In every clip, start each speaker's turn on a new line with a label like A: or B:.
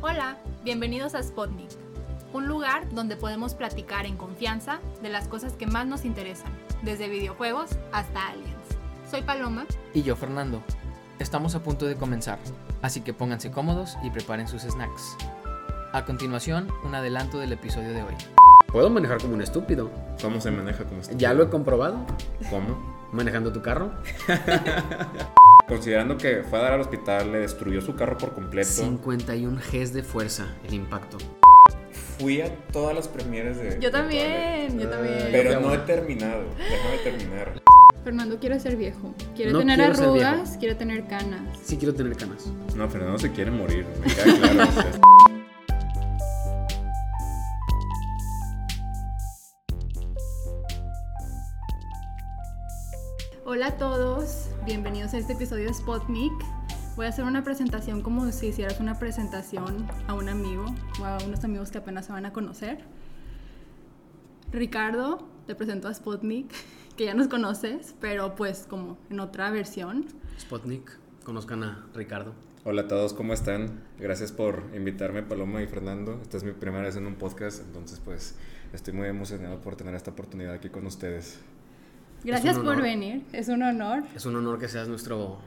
A: Hola, bienvenidos a Spotnik, un lugar donde podemos platicar en confianza de las cosas que más nos interesan, desde videojuegos hasta aliens. Soy Paloma.
B: Y yo, Fernando. Estamos a punto de comenzar, así que pónganse cómodos y preparen sus snacks. A continuación, un adelanto del episodio de hoy.
C: Puedo manejar como un estúpido.
D: ¿Cómo se maneja como estúpido?
C: Ya lo he comprobado.
D: ¿Cómo?
C: Manejando tu carro.
D: Considerando que fue a dar al hospital, le destruyó su carro por completo.
C: 51 Gs de fuerza el impacto.
D: Fui a todas las premieres de.
A: Yo
D: de Toilet,
A: también, yo también.
D: Pero no he terminado. Déjame terminar.
A: Fernando quiere ser viejo. Quiere
C: No
A: tener
C: quiero ser
A: arrugas,
C: viejo.
A: quiere tener canas.
C: Sí quiero tener canas.
D: No, Fernando se quiere morir. Me queda claro. o sea,
A: Hola a todos, bienvenidos a este episodio de Spotnik. Voy a hacer una presentación como si hicieras una presentación a un amigo o a unos amigos que apenas se van a conocer. Ricardo, te presento a Spotnik, que ya nos conoces, pero pues como en otra versión.
C: Spotnik, conozcan a Ricardo.
D: Hola a todos, ¿cómo están? Gracias por invitarme, Paloma y Fernando. Esta es mi primera vez en un podcast, entonces, pues, estoy muy emocionado por tener esta oportunidad aquí con ustedes.
A: Gracias por
C: honor.
A: venir, es un honor.
C: Es un honor que seas nuestro.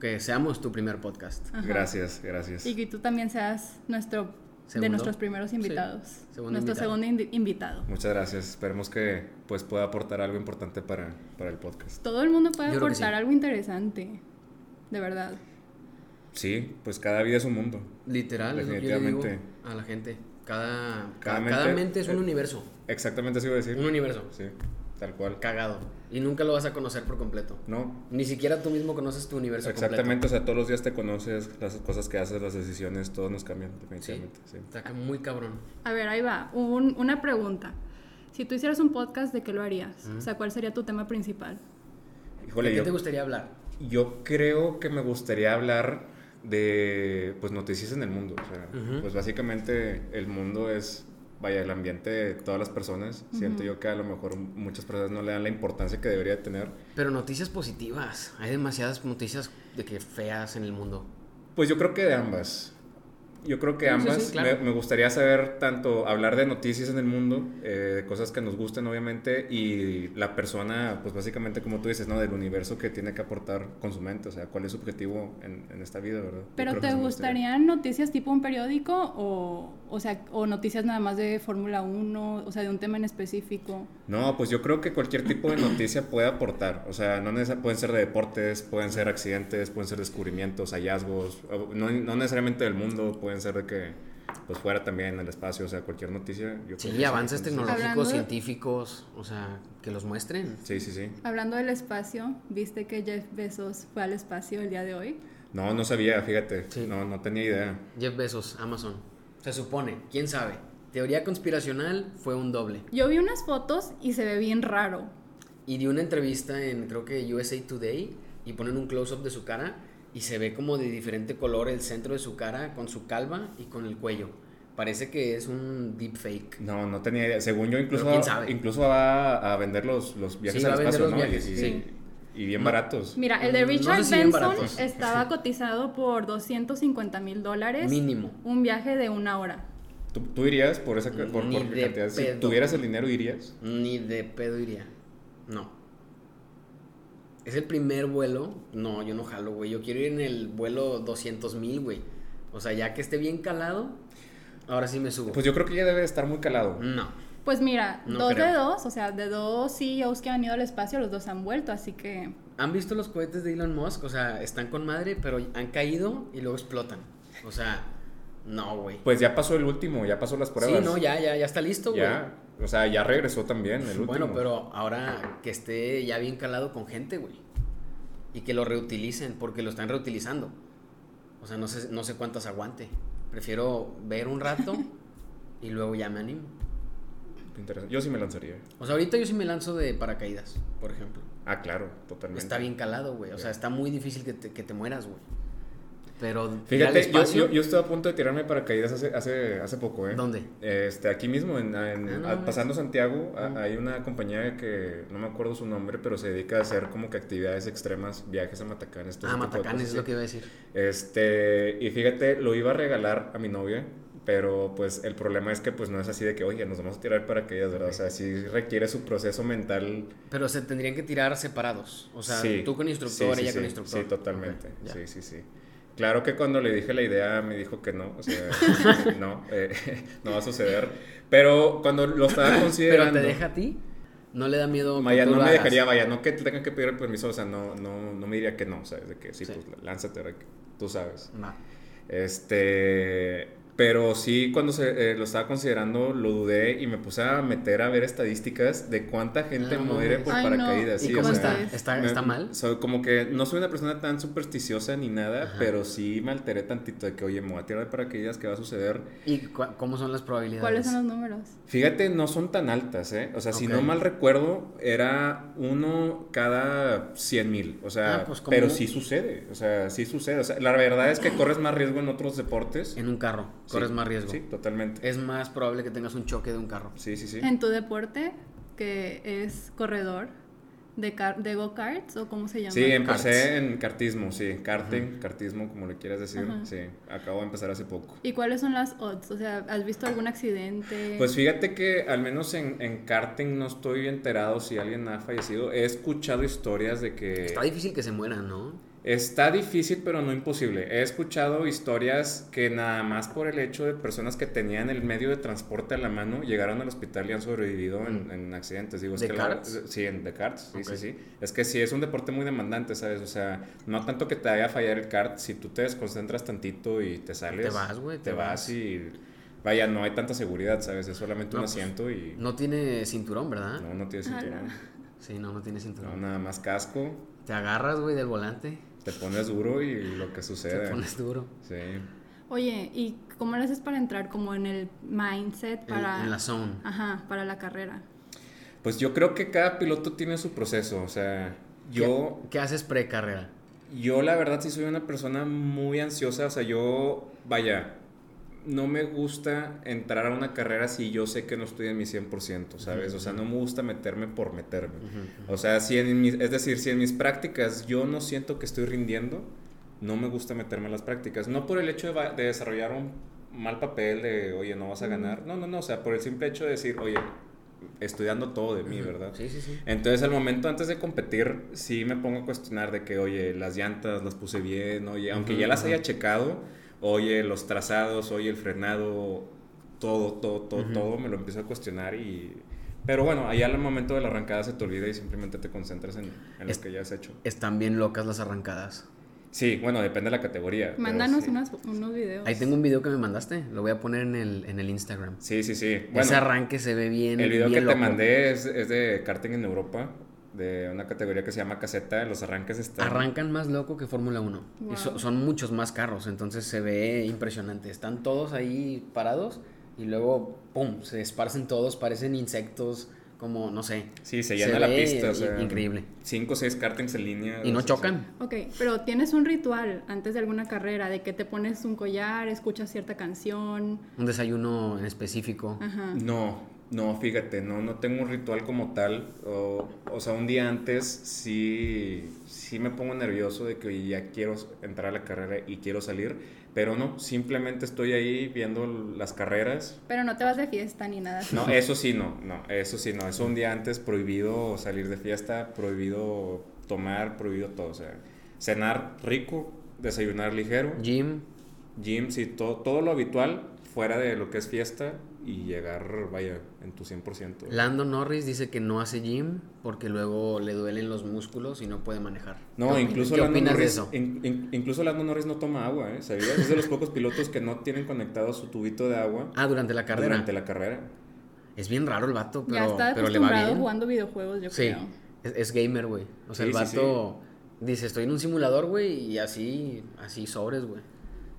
C: que seamos tu primer podcast.
A: Ajá.
D: Gracias, gracias.
A: Y que tú también seas nuestro, de
C: Segundo.
A: nuestros primeros invitados.
C: segundo
A: nuestro
C: invitado.
A: segundo indi- invitado.
D: Muchas gracias. Esperemos que pues pueda aportar algo importante para, para el podcast.
A: Todo el mundo puede
C: Yo creo que
A: aportar
C: sí.
A: algo interesante, de verdad.
D: Sí, pues cada vida es un mundo.
C: Literal, es lo que yo le digo
D: Definitivamente.
C: a la gente. Cada, ca-
D: Cada
C: cada,
D: mente-
C: mente, es un
D: eh,
C: universo.
D: Exactamente así iba a decir.
C: Un universo.
D: Sí, tal cual.
C: Cagado. Y nunca lo vas a conocer por completo.
D: No,
C: Ni siquiera tú mismo conoces tu universo completo.
D: exactamente. O sea, todos los días te conoces, las cosas que haces, las decisiones, todos nos cambian, definitivamente. Sí.
C: Está ca- muy cabrón.
A: A ver, ahí va. Un- una pregunta. Si tú hicieras un podcast, ¿de qué lo harías? O sea, ¿cuál sería tu tema principal?
D: Híjole,
C: ¿De qué
D: yo,
C: te gustaría hablar?
D: yo creo que me gustaría hablar de pues noticias en el mundo. O sea, pues básicamente el mundo es. Vaya, el ambiente de todas las personas. Siento yo que a lo mejor muchas personas no le dan la importancia que debería tener.
C: Pero noticias positivas. Hay demasiadas noticias de que feas en el mundo.
D: Pues yo creo que de ambas. Yo creo que
C: Sí, sí,
D: ambas.
C: sí, claro.
D: me, me gustaría saber tanto hablar de noticias en el mundo, eh, de cosas que nos gusten obviamente, y la persona, pues básicamente como tú dices, ¿no? Del universo que tiene que aportar con su mente, o sea, cuál es su objetivo en, en esta vida, ¿verdad? Yo
A: ¿Pero
D: creo que
A: te
D: eso me
A: gustarían noticias tipo un periódico o, o sea, o noticias nada más de Fórmula 1, o sea, de un tema en específico?
D: No, pues yo creo que cualquier tipo de noticia puede aportar. O sea, no necesariamente pueden ser de deportes, pueden ser accidentes, pueden ser descubrimientos, hallazgos, o no, no necesariamente del mundo, pueden ser de que pues fuera también el espacio, o sea, cualquier noticia. Yo creo que
C: Sí,
D: eso me
C: avances
D: considero-
C: tecnológicos,
A: Hablando de-
C: científicos, o sea, que los muestren.
D: Sí, sí, sí.
A: Hablando del espacio, ¿viste que Jeff Bezos fue al espacio el día de hoy?
D: No, no sabía, fíjate.
C: Sí.
D: No, no tenía idea.
C: Jeff Bezos, Amazon. Se supone, quién sabe. Teoría conspiracional fue un doble.
A: Yo vi unas fotos y se ve bien raro.
C: Y dio una entrevista en, creo que USA Today, y ponen un close-up de su cara, y se ve como de diferente color el centro de su cara, con su calva y con el cuello. Parece que es un deepfake.
D: No, no tenía idea. Según yo, incluso,
C: Pero quién sabe.
D: incluso va a vender los, los viajes
C: Sí,
D: al
C: va a vender
D: espacio,
C: los
D: ¿no?
C: viajes,
D: y, y-
C: sí.
D: y bien baratos.
A: Mira, el de
C: Mm, No sé
A: Richard
C: si bien
A: Benson
C: baratos.
A: estaba cotizado por 250 mil dólares.
C: Mínimo.
A: Un viaje de una hora.
D: ¿Tú, tú irías por esa por, por
C: Ni
D: qué
C: de
D: cantidad? Si
C: pedo.
D: tuvieras el dinero, irías.
C: Ni de pedo iría. No. Es el primer vuelo. No, yo no jalo, güey. Yo quiero ir en el vuelo 200 mil, güey. O sea, ya que esté bien calado, ahora sí me subo.
D: Pues yo creo que ya debe estar muy calado.
C: no.
A: Pues mira,
C: No
A: dos
C: creo.
A: de dos, o sea, de dos CEOs que han ido al espacio, los dos han vuelto, así que
C: ¿Han visto los cohetes de Elon Musk? O sea, están con madre, pero han caído y luego explotan. O sea, no, güey.
D: Pues ya pasó el último, ya pasó las pruebas.
C: Sí, no, ya, ya, ya está listo, güey.
D: Ya, o sea, ya regresó también el último.
C: Bueno, pero ahora que esté ya bien calado con gente, güey. Y que lo reutilicen, porque lo están reutilizando. O sea, no sé, no sé cuántas aguante. Prefiero ver un rato y luego ya me animo.
D: Interesante. Yo sí me lanzaría.
C: O sea, ahorita yo sí me lanzo de paracaídas, por ejemplo.
D: Ah, claro, totalmente.
C: Está bien calado, güey. O sea, está muy difícil que te, que te mueras, güey. Pero ir al
D: Fíjate, yo,
C: espacio,
D: yo, yo estuve a punto de tirarme de paracaídas hace, hace, hace poco, ¿eh?
C: ¿Dónde?
D: Este, aquí mismo, en, en-
C: Ah, no
D: a-
C: mames. Ah.
D: pasando Santiago, a- hay una compañía que no me acuerdo su nombre, pero se dedica a hacer como que actividades extremas, viajes a Matacanes. todo
C: Ah,
D: ese este tipo de
C: Matacanes
D: cosas,
C: es lo que
D: sí.
C: iba a decir.
D: Este, y fíjate, lo iba a regalar a mi novia, pero pues el problema es que pues no es así de que, oye, nos vamos a tirar paracaídas, ¿verdad? O sea, sí requiere su proceso mental.
C: Pero se tendrían que tirar separados. O sea,
D: Sí,
C: tú con instructor,
D: sí, sí,
C: ella con
D: sí,
C: instructor.
D: Sí, totalmente.
C: Ok, ya.
D: sí, sí, sí. Claro que cuando le dije la idea me dijo que no, o sea, no, eh, no va a suceder. Pero cuando lo estaba
C: Pero
D: considerando,
C: te deja a ti, no le da miedo. que
D: vaya,
C: tú
D: no
C: lo
D: me
C: hagas?
D: dejaría, vaya, no que te tengan que pedir el permiso, o sea, no, no, no me diría que no, o sea, es de que sí,
C: Sí.
D: pues lánzate, ahora que tú sabes.
C: Va.
D: Este, pero sí, cuando se, eh, lo estaba considerando, lo dudé y me puse a meter a ver estadísticas de cuánta gente
C: Ah, no
D: muere
C: mames.
D: por
A: Ay, no.
D: paracaídas.
A: ¿Y
D: sí, o
A: cómo
D: sea,
A: está?
C: ¿Está,
D: me-
C: está mal?
D: soy como que no soy una persona tan supersticiosa ni nada,
C: Ajá.
D: pero sí me alteré tantito de que, oye, me voy a tirar de paracaídas, ¿qué va a suceder?
C: ¿Y cua- cómo son las probabilidades?
A: ¿Cuáles son los números?
D: Fíjate, no son tan altas, ¿eh? O sea, si
C: Ok.
D: no mal recuerdo, era uno cada 100 mil. O sea,
C: Ah, pues, como- Ah.
D: pero sí sucede. O sea, sí sucede. O sea, la verdad es que corres más riesgo en otros deportes.
C: En un carro,
D: Sí,
C: corres más riesgo.
D: Sí, totalmente.
C: Es más probable que tengas un choque de un carro.
D: Sí, sí, sí.
A: En tu deporte, que es corredor de, car- de go-karts o cómo se llama.
D: Sí, empecé
C: Karts.
D: en kartismo, sí. Karting, kartismo, como le quieras decir.
A: Ajá.
D: Sí, acabo de empezar hace poco.
A: ¿Y cuáles son las odds? O sea, ¿has visto algún accidente?
D: Pues fíjate que al menos en, en karting no estoy enterado si alguien ha fallecido. He escuchado historias de que...
C: Está difícil que se mueran, ¿no?
D: Está difícil, pero no imposible. He escuchado historias que nada más por el hecho de personas que tenían el medio de transporte a la mano llegaron al hospital y han sobrevivido en, en accidentes. Digo, es
C: Mm. ¿De
D: que la-
C: karts?
D: sí, en de karts. Sí,
C: Ok.
D: sí, sí. Es que sí, es un deporte muy demandante, ¿sabes? O sea, no tanto que te vaya a fallar el kart, si tú te desconcentras tantito y te sales.
C: Te vas, güey,
D: Te,
C: te
D: vas.
C: vas.
D: y. Vaya, no hay tanta seguridad, ¿sabes? Es solamente
C: No,
D: un
C: pues,
D: asiento y.
C: No tiene cinturón, ¿verdad?
D: No, no tienes
A: Ah,
D: cinturón.
C: Sí, no, no tiene
D: No,
C: cinturón.
D: nada más casco,
C: Te agarras, güey, del volante.
D: te pones duro y lo que
C: Te
D: sucede.
C: pones duro.
D: Sí.
A: Oye, ¿y cómo le haces para entrar como en el mindset
C: En-
A: para...
C: En, la zone.
A: Ajá, para la carrera.
D: Pues yo creo que cada piloto tiene su proceso, o sea, yo,
C: ¿Qué haces pre-carrera?
D: yo la verdad sí soy una persona muy ansiosa, o sea, yo, vaya, no me gusta entrar a una carrera si yo sé que no estoy en mi 100%, ¿sabes? O sea, no me gusta meterme por meterme. O sea, si en mis, es decir, si en mis prácticas yo no siento que estoy rindiendo, no me gusta meterme en las prácticas. No por el hecho de, va- de desarrollar un mal papel de, oye, no vas a ganar. No, no, no, o sea, por el simple hecho de decir, oye, estoy dando todo de mí, ¿verdad?
C: Sí, sí, sí.
D: Entonces, al momento antes de competir, sí me pongo a cuestionar de que, oye, las llantas las puse bien, oye, aunque
C: Ujú,
D: ya las
C: ujú.
D: haya checado, oye, los trazados, oye, el frenado, todo, todo, todo,
C: Ujú.
D: todo, me lo empiezo a cuestionar y... Pero bueno, allá al momento de la arrancada se te olvida y simplemente te concentras en, en
C: Es-
D: lo que ya has hecho.
C: Están bien locas las arrancadas.
D: Sí, bueno, depende de la categoría. pero
A: Mándanos
D: sí.
A: unas- unos videos.
C: Ahí tengo un video que me mandaste. Lo voy a poner en el, en el Instagram.
D: Sí, sí, sí. Bueno,
C: Ese arranque se ve bien.
D: el video
C: bien
D: que te
C: loco.
D: mandé es, es de karting en Europa, de una categoría que se llama caseta, los arranques están...
C: Arrancan más loco que Fórmula 1. Y so-
A: Wow.
C: son muchos más carros, entonces se ve impresionante. Están todos ahí parados y luego, ¡pum!, se esparcen todos, parecen insectos, como, no sé.
D: Sí,
C: Se
D: se llena la
C: ve
D: pista.
C: i-
D: O sea,
C: increíble.
D: Cinco o seis kartings en línea.
C: Y
D: o
C: no
D: sea,
C: chocan.
A: Ok, pero tienes un ritual antes de alguna carrera de que te pones un collar, escuchas cierta canción.
C: Un desayuno en específico.
A: Ajá.
D: sí. No, no, fíjate, no, no tengo un ritual como tal. O, o sea, un día antes sí, sí me pongo nervioso de que oye, ya quiero entrar a la carrera y quiero salir. Pero no, simplemente estoy ahí viendo las carreras.
A: Pero no te vas de fiesta ni nada. así.
D: No, eso sí, no, no, eso sí, no. Eso un día antes prohibido salir de fiesta, prohibido tomar, prohibido todo. O sea, cenar rico, desayunar ligero.
C: Gym.
D: gym, sí, todo, todo lo habitual fuera de lo que es fiesta y llegar, vaya, en tu 100%.
C: Lando Norris dice que no hace gym porque luego le duelen los músculos y no puede manejar. ¿Qué
D: no,
C: opinas-
D: incluso
C: ¿Qué
D: Lando
C: opinas
D: Norris,
C: de eso?
D: in- in- incluso Lando Norris no toma agua, ¿eh? ¿Sabías? Es de los pocos pilotos que no tienen conectado su tubito de agua
C: Ah, durante la carrera.
D: durante la carrera.
C: Es bien raro el vato, pero,
A: ya está
C: pero le va
A: acostumbrado
C: bien.
A: jugando videojuegos, yo
C: Sí,
A: creo.
C: es, es gamer, güey. O sea, el
D: Sí, sí, sí.
C: vato dice, estoy en un simulador, güey, y así, así sobres, güey.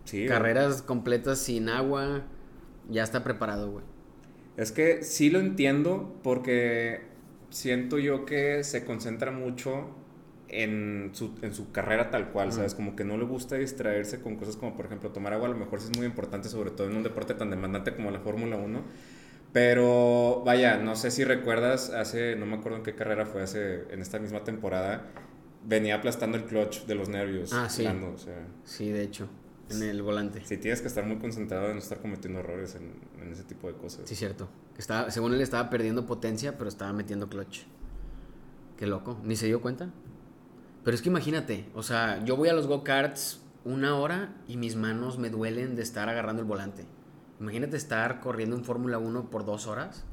D: Sí.
C: Carreras completas sin agua, ya está preparado, güey.
D: Es que sí lo entiendo porque siento yo que se concentra mucho en su, en su carrera tal cual, ¿sabes? Como que no le gusta distraerse con cosas como, por ejemplo, tomar agua, a lo mejor sí es muy importante, sobre todo en un deporte tan demandante como la Fórmula 1. Pero vaya, no sé si recuerdas, hace, no me acuerdo en qué carrera fue, hace, en esta misma temporada, venía aplastando el clutch de los nervios.
C: Ah, sí.
D: Lando, o sea,
C: Sí, de hecho, en el volante.
D: sí, tienes que estar muy concentrado en no estar cometiendo errores en, en ese tipo de cosas.
C: Sí, cierto. Estaba, según él estaba perdiendo potencia, pero estaba metiendo clutch. Qué loco. Ni se dio cuenta. Pero es que imagínate, o sea, yo voy a los go-karts una hora y mis manos me duelen de estar agarrando el volante. Imagínate estar corriendo en Fórmula 1 por dos horas.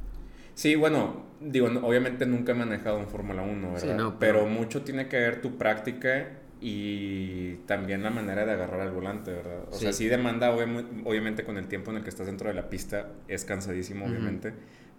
D: Sí, bueno, digo, no- obviamente nunca he manejado en Fórmula 1, ¿verdad?
C: Sí, no, pero-
D: pero... mucho tiene que ver tu práctica y también la manera de agarrar al volante, ¿verdad? O sea,
C: Sí.
D: sí demanda, obvi- obviamente, con el tiempo en el que estás dentro de la pista, es cansadísimo,
C: Ujú.
D: obviamente,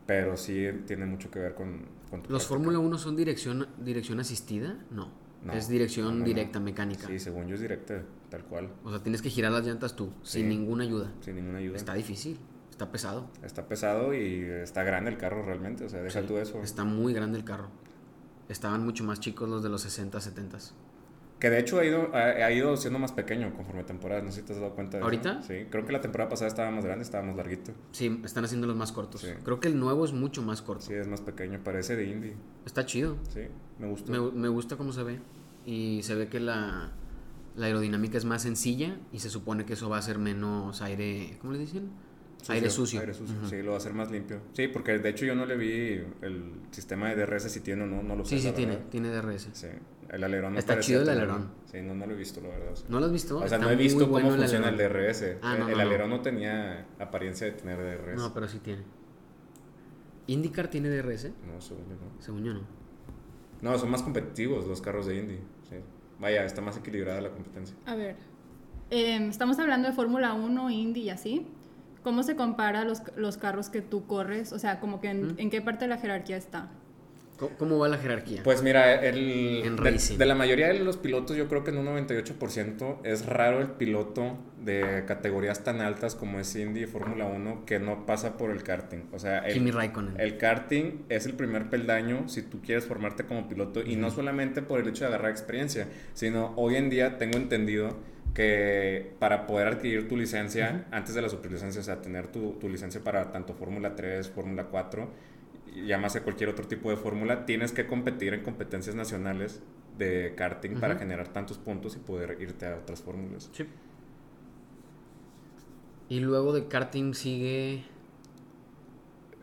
D: pero sí tiene mucho que ver con, con tu
C: ¿Los
D: práctica.
C: Fórmula 1 son dirección, dirección asistida? No.
D: No.
C: Es dirección
D: No, no,
C: directa,
D: no.
C: mecánica.
D: Sí, según yo es directa, tal cual,
C: O sea, tienes que girar las llantas tú,
D: Sí.
C: sin ninguna ayuda.
D: sin ninguna ayuda.
C: Está
D: Está,
C: difícil, está pesado.
D: pesado y está grande el carro realmente, o sea, deja
C: Sí,
D: tú eso.
C: Está muy grande el carro. Estaban mucho más chicos los de los 60, 70.
D: Que de hecho ha ido, ha, ha ido siendo más pequeño conforme temporadas, no sé si te has dado cuenta de eso.
C: ¿Ahorita?
D: Sí, creo que la temporada pasada estaba más grande, estaba más larguito.
C: Sí, están haciendo los más cortos.
D: Sí.
C: Creo que el nuevo es mucho más corto.
D: Sí, es más pequeño, parece de indie.
C: Está chido.
D: Sí, me gustó.
C: Me, me gusta cómo se ve. Y se ve que la, la aerodinámica es más sencilla y se supone que eso va a ser menos aire... ¿Cómo le dicen? aire sucio.
D: Aire sucio,
C: Ujú.
D: sí, lo va a hacer más limpio. Sí, porque de hecho yo no le vi el sistema de DRS si tiene o no, no lo sé.
C: Sí, sí,
D: la
C: tiene.
D: verdad.
C: Tiene DRS.
D: Sí, el alerón no
C: Está
D: parecía
C: chido el
D: tan-
C: alerón.
D: Sí, no, no lo he visto, la verdad. o sea.
C: ¿No lo has visto?
D: o sea,
C: Está
D: no he
C: muy
D: visto
C: bueno
D: cómo
C: el
D: funciona el
C: alerón.
D: DRS.
C: Ah,
D: el
C: no, no,
D: el
C: no.
D: alerón no. tenía apariencia de tener DRS.
C: No, pero sí tiene. ¿IndyCar tiene DRS?
D: No, según yo no.
C: Según yo no.
D: No, son más competitivos los carros de Indy. sí. Vaya, está más equilibrada la competencia.
A: A ver, em, estamos hablando de Fórmula 1, Indy y así. ¿Cómo se compara los, los carros que tú corres? O sea, como que en,
C: ¿Mm?
A: en qué parte de la jerarquía está.
C: Co- ¿Cómo va la jerarquía?
D: Pues mira, el,
C: En
D: de,
C: racing.
D: de la mayoría de los pilotos, yo creo que en un 98% es raro el piloto de categorías tan altas como es Indy y Fórmula 1 que no pasa por el karting. O sea,
C: Kimi
D: el,
C: Raikkonen.
D: el karting es el primer peldaño si tú quieres formarte como piloto y no solamente por el hecho de agarrar experiencia, sino hoy en día tengo entendido que para poder adquirir tu licencia antes de la superlicencia, o sea, tener tu, tu licencia para tanto Fórmula 3, Fórmula 4, y llámase cualquier otro tipo de fórmula, tienes que competir en competencias nacionales de karting para
C: Ujú.
D: generar tantos puntos y poder irte a otras fórmulas.
C: Sí. Y luego de karting sigue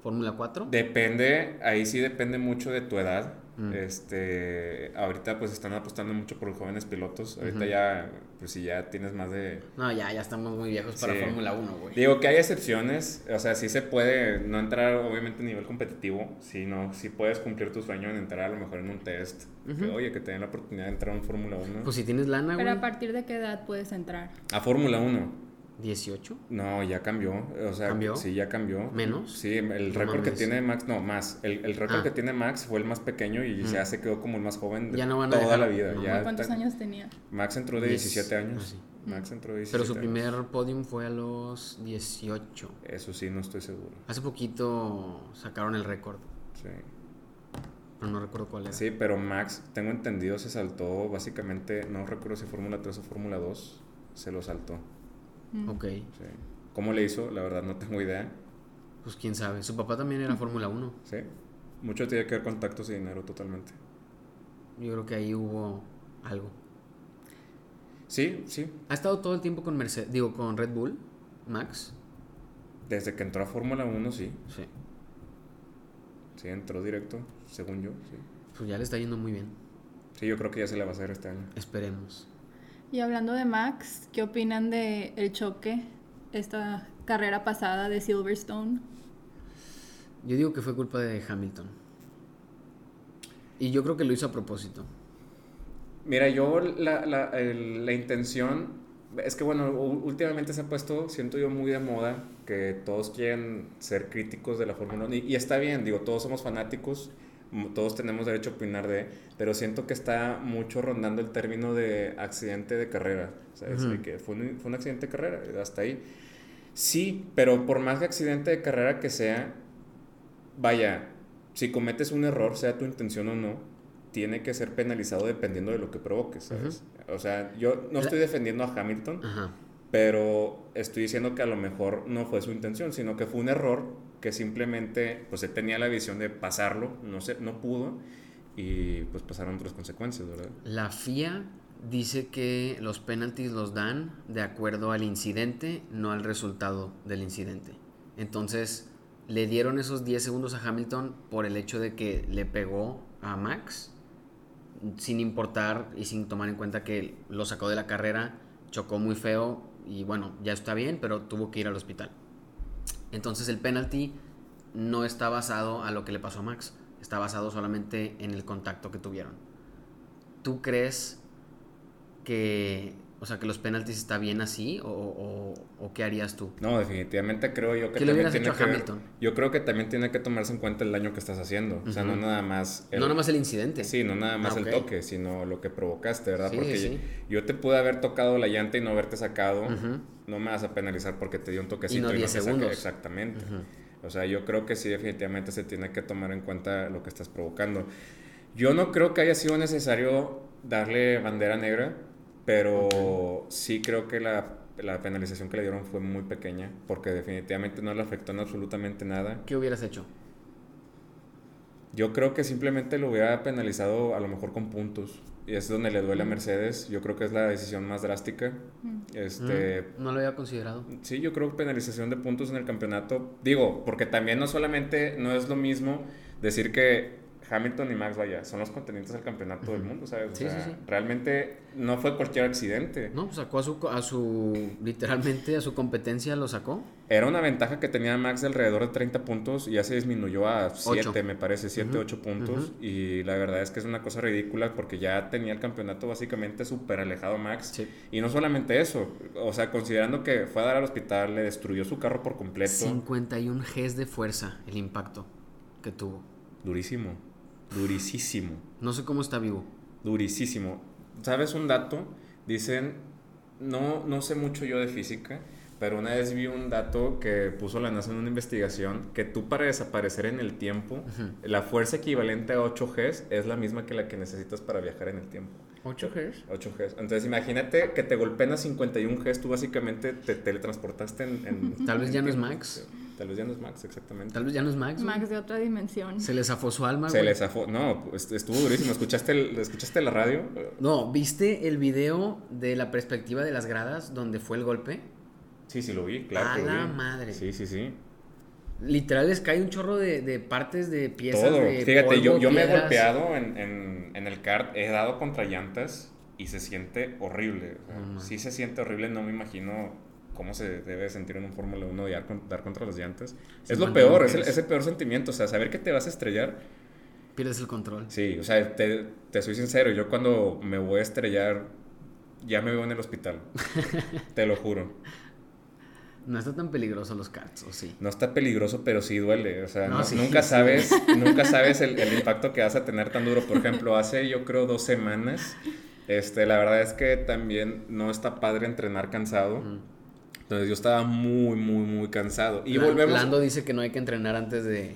C: Fórmula 4.
D: Depende, ahí sí depende mucho de tu edad.
C: Mm.
D: Este, ahorita pues están apostando mucho por jóvenes pilotos. Ahorita
C: Ujú.
D: ya, pues si ya tienes más de...
C: No, ya, ya estamos muy viejos para
D: Sí.
C: Fórmula 1, güey.
D: Digo que hay excepciones, o sea, sí se puede no entrar obviamente a nivel competitivo, sino si puedes cumplir tu sueño en entrar a lo mejor en un test. Que,
C: Ujú.
D: oye, que te den la oportunidad de entrar a un Fórmula 1.
C: Pues si tienes lana,
A: Pero a
C: güey.
A: partir de qué edad puedes entrar.
D: a Fórmula 1.
C: 18.
D: No, ya cambió. O sea,
C: ¿Cambió?
D: sí, ya cambió.
C: ¿Menos?
D: Sí, el
C: No
D: récord que
C: mames.
D: tiene Max, no, más. El, el récord
C: Ah.
D: que tiene Max fue el más pequeño y ya se quedó como el más joven de
C: Ya no van a
D: toda
C: dejar-
D: la vida.
C: no.
D: ya
A: ¿Y ¿Cuántos
D: está-
A: años tenía?
D: Max entró de
C: Diez.
D: 17 años.
C: Ah, sí.
D: Max entró de 17
C: Pero su
D: años.
C: primer podium fue a los 18.
D: Eso sí, no estoy seguro.
C: Hace poquito sacaron el récord,
D: Sí.
C: pero no recuerdo cuál era.
D: Sí, pero Max, tengo entendido, se saltó básicamente, no recuerdo si Fórmula 3 o Fórmula 2, se lo saltó.
A: Mm.
C: Ok,
D: Sí. ¿Cómo le hizo? La verdad no tengo idea.
C: pues quién sabe. Su papá también era Fórmula 1.
D: Sí. Mucho tiene que ver con tactos y dinero totalmente.
C: Yo creo que ahí hubo algo.
D: Sí, sí,
C: Ha estado todo el tiempo con Mercedes, digo, con Red Bull, Max.
D: Desde que entró a Fórmula 1, sí.
C: Sí.
D: Sí, entró directo, según yo. Sí.
C: Pues ya le está yendo muy bien.
D: sí, yo creo que ya se la va a hacer este año.
C: Esperemos.
A: Y hablando de Max, ¿qué opinan de el choque esta carrera pasada de Silverstone?
C: Yo digo que fue culpa de Hamilton. Y yo creo que lo hizo a propósito.
D: Mira, yo la, la, el- la intención... Es que bueno, u- últimamente se ha puesto, siento yo, muy de moda que todos quieren ser críticos de la Fórmula 1. Y, y está bien, digo, todos somos fanáticos, m- todos tenemos derecho a opinar de... Pero siento que está mucho rondando el término de accidente de carrera. ¿Sabes?
C: Ujú.
D: De que fue un, fue un accidente de carrera, hasta ahí. Sí, pero por más que accidente de carrera que sea, vaya, si cometes un error, sea tu intención o no, tiene que ser penalizado dependiendo de lo que provoques, ¿sabes? O sea, yo no estoy defendiendo a Hamilton,
C: Ajá.
D: pero estoy diciendo que a lo mejor no fue su intención, sino que fue un error que simplemente, pues él tenía la visión de pasarlo, no, se, no pudo, y pues pasaron otras consecuencias, ¿verdad?
C: La FIA dice que los penalties los dan de acuerdo al incidente, no al resultado del incidente. Entonces, le dieron esos 10 segundos a Hamilton por el hecho de que le pegó a Max, sin importar y sin tomar en cuenta que lo sacó de la carrera, chocó muy feo y bueno, ya está bien, pero tuvo que ir al hospital. Entonces, el penalty no está basado a lo que le pasó a Max, está basado solamente en el contacto que tuvieron. ¿Tú crees que, o sea, que los penaltis está bien así o, o- o qué harías tú?
D: No, definitivamente creo yo que
C: ¿Qué le
D: también
C: hubieras
D: tiene
C: hecho a
D: que ver-
C: Hamilton?
D: yo creo que también tiene que tomarse en cuenta el daño que estás haciendo, o sea,
C: Ujú.
D: no nada más el-
C: No nomás el incidente.
D: Sí, no nada más
C: Ah, ok.
D: el toque, sino lo que provocaste, ¿verdad?
C: Sí,
D: porque
C: sí.
D: yo te pude haber tocado la llanta y no haberte sacado,
C: Ujú.
D: no me vas a penalizar porque te di un toquecito.
C: Y no 10
D: te saqué.
C: segundos.
D: Exactamente.
C: Ujú.
D: O sea, yo creo que sí, definitivamente se tiene que tomar en cuenta lo que estás provocando. Yo no creo que haya sido necesario darle bandera negra, pero sí creo que la, la penalización que le dieron fue muy pequeña, porque definitivamente no le afectó en absolutamente nada.
C: ¿Qué hubieras hecho?
D: Yo creo que simplemente lo hubiera penalizado a lo mejor con puntos. Y es donde le duele a Mercedes. Yo creo que es la decisión más drástica. Este,
C: Mm, No lo había considerado.
D: Sí, yo creo que penalización de puntos en el campeonato. Digo, porque también no solamente, no es lo mismo decir que Hamilton y Max vaya, son los contenientes del campeonato del mundo, ¿sabes? O
C: Sí, sí,
D: sea,
C: sí.
D: Realmente no fue cualquier accidente.
C: No, sacó a su, co- a su, literalmente a su competencia lo sacó.
D: Era una ventaja que tenía Max de alrededor de 30 puntos y ya se disminuyó a 7, me parece, 7,
C: Ujú,
D: 8 puntos. Y la verdad es que es una cosa ridícula porque ya tenía el campeonato básicamente súper alejado Max.
C: Sí.
D: Y no solamente eso, o sea, considerando que fue a dar al hospital, le destruyó su carro por completo.
C: 51 Gs de fuerza el impacto que tuvo.
D: Durísimo, durísimo,
C: No sé cómo está vivo.
D: durísimo. ¿Sabes un dato? Dicen, no, no sé mucho yo de física, pero una vez vi un dato que puso la NASA en una investigación que tú para desaparecer en el tiempo, la fuerza equivalente a 8 Gs es la misma que la que necesitas para viajar en el tiempo.
C: 8 Gs.
D: 8 Gs. Entonces imagínate que te golpeen a 51 Gs, tú básicamente te teletransportaste en... en-
C: Tal vez
D: en
C: ya no es
D: tiempo.
C: Max.
D: Tal vez ya no es Max, exactamente.
C: Tal vez ya no es Max. güey.
A: Max de otra dimensión.
C: Se le zafó su alma.
D: Se
C: Ah, güey.
D: les zafó. No, pues, estuvo durísimo. ¿Escuchaste, el- ¿Escuchaste la radio?
C: No, ¿viste el video de la perspectiva de las gradas donde fue el golpe?
D: Sí, sí lo vi, claro.
C: A
D: que lo
C: Ah, la
D: vi.
C: madre.
D: Sí, sí, sí.
C: Literal les cae un chorro de, de partes de piezas.
D: Todo.
C: de
D: Fíjate,
C: polvo,
D: yo, yo me he
C: piedras.
D: golpeado en, en- en el kart, he dado contra llantas y se siente horrible. o sea,
C: No manches.
D: sí se siente horrible, no me imagino cómo se debe sentir en un Fórmula 1 de dar, con- dar contra las llantas. es lo
C: 51
D: peor, es el,
C: Gs.
D: es el peor sentimiento. O sea, saber que te vas a estrellar.
C: Pierdes el control.
D: Sí, o sea, te, te soy sincero, yo cuando me voy a estrellar, ya me veo en el hospital. te lo juro.
C: No está tan peligroso los carts, ¿o sí?
D: No está peligroso, pero sí duele. O sea,
C: No,
D: no-
C: sí,
D: nunca
C: sí.
D: sabes, nunca sabes el, el impacto que vas a tener tan duro. Por ejemplo, hace yo creo dos semanas, este, la verdad es que también no está padre entrenar cansado.
C: Mm.
D: Entonces yo estaba muy, muy, muy cansado. Y
C: Lan-
D: volvemos.
C: Lando dice que no hay que entrenar antes de,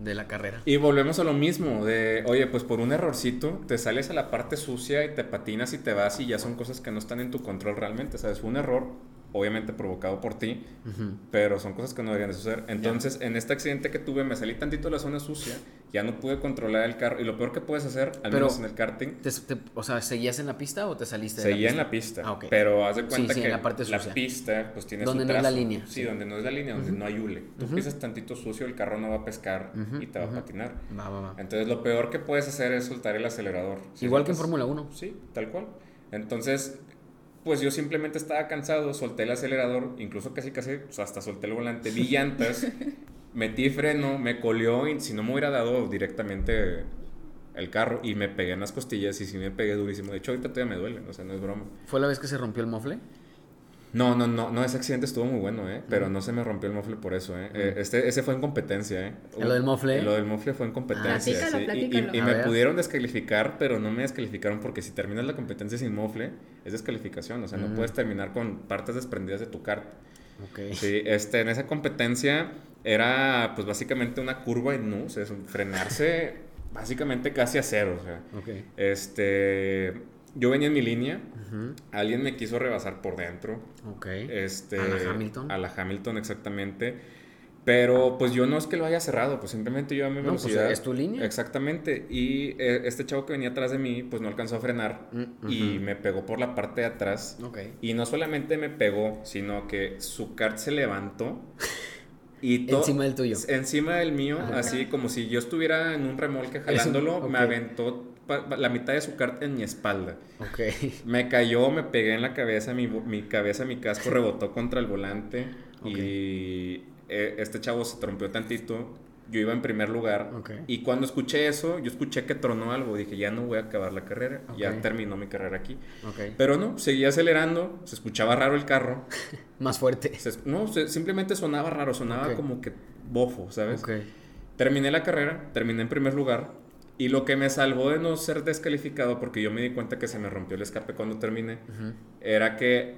C: de la carrera.
D: Y volvemos a lo mismo, de, oye, pues por un errorcito te sales a la parte sucia y te patinas y te vas y ya son cosas que no están en tu control realmente, ¿sabes? Fue un error, obviamente provocado por ti,
C: Ujú.
D: pero son cosas que no deberían de suceder. Entonces, en este accidente que tuve, me salí tantito de la zona sucia, ya no pude controlar el carro y lo peor que puedes hacer, al
C: Pero-
D: menos en el karting,
C: Te- te- o sea, ¿seguías en la pista o te saliste de
D: Seguía en
C: la
D: la pista,
C: Ah, ok.
D: pero haz de cuenta
C: sí, en
D: que
C: la parte sucia.
D: pista pues tiene
C: Donde
D: su
C: no es la
D: trazo.
C: línea,
D: Sí,
C: sí.
D: donde no es la línea, donde no hay hule. Tú pisas tantito sucio, el carro no va a pescar y te va a patinar.
C: pista? Va, va, va.
D: Entonces lo peor que puedes hacer es soltar el acelerador. Si
C: Igual que en
D: notas-
C: Fórmula 1.
D: Sí, tal cual. Entonces, pues yo simplemente estaba cansado, solté el acelerador, incluso casi casi, o sea, hasta solté el volante, vi llantas, metí freno, me colió y si no me hubiera dado directamente el carro y me pegué en las costillas y sí me pegué durísimo. De hecho, ahorita todavía me duele, o sea, no es broma.
C: ¿Fue la vez que se rompió el mofle?
D: No, no, no, no, ese accidente estuvo muy bueno, ¿eh? Pero no se me rompió el mofle por eso, ¿eh? Eh, Este, ese fue en competencia, ¿eh?
C: ¿Lo del mofle? Ah,
D: Lo del mofle fue en competencia.
A: Platícalo,
D: sí. Y- y-
A: platícalo.
D: Y,
C: A
D: me
C: ver.
D: pudieron descalificar, pero no me descalificaron porque si terminas la competencia sin mofle, es descalificación. O sea, no puedes terminar con partes desprendidas de tu kart.
C: Ok.
D: Sí, este, en esa competencia era, pues básicamente una curva en nu, o sea, es un frenarse básicamente casi a cero. O sea,
C: Ok.
D: este, yo venía en mi línea, alguien me quiso rebasar por dentro.
C: Ok.
D: Este,
C: ¿A la Hamilton?
D: A la Hamilton, exactamente. Pero pues yo no es que lo haya cerrado, pues simplemente yo a mi
C: No, pues,
D: velocidad.
C: es tu línea.
D: Exactamente. Y eh, este chavo que venía atrás de mí, pues no alcanzó a frenar
C: Mm,
D: y
C: ujú.
D: me pegó por la parte de atrás.
C: Ok.
D: Y no solamente me pegó, sino que su cart se levantó. Y to-
C: Encima del tuyo.
D: Encima del mío,
C: Ajá.
D: así como si yo estuviera en un remolque jalándolo, me
C: ok.
D: aventó pa- pa- la mitad de su cart en mi espalda.
C: Ok.
D: Me cayó, me pegué en la cabeza, mi, bo- mi cabeza, mi casco rebotó contra el volante y eh, este chavo se trompeó tantito. Yo iba en primer lugar
C: Ok.
D: y cuando escuché eso, yo escuché que tronó algo. Dije, ya no voy a acabar la carrera, ya
C: Ok.
D: terminó mi carrera aquí.
C: Ok.
D: Pero no, seguía acelerando, se escuchaba raro el carro.
C: Más fuerte.
D: se es- no, se- simplemente sonaba raro, sonaba
C: Ok.
D: como que bofo, ¿sabes?
C: Ok.
D: Terminé la carrera, terminé en primer lugar. Y lo que me salvó de no ser descalificado, porque yo me di cuenta que se me rompió el escape cuando terminé,
C: Ujú.
D: era que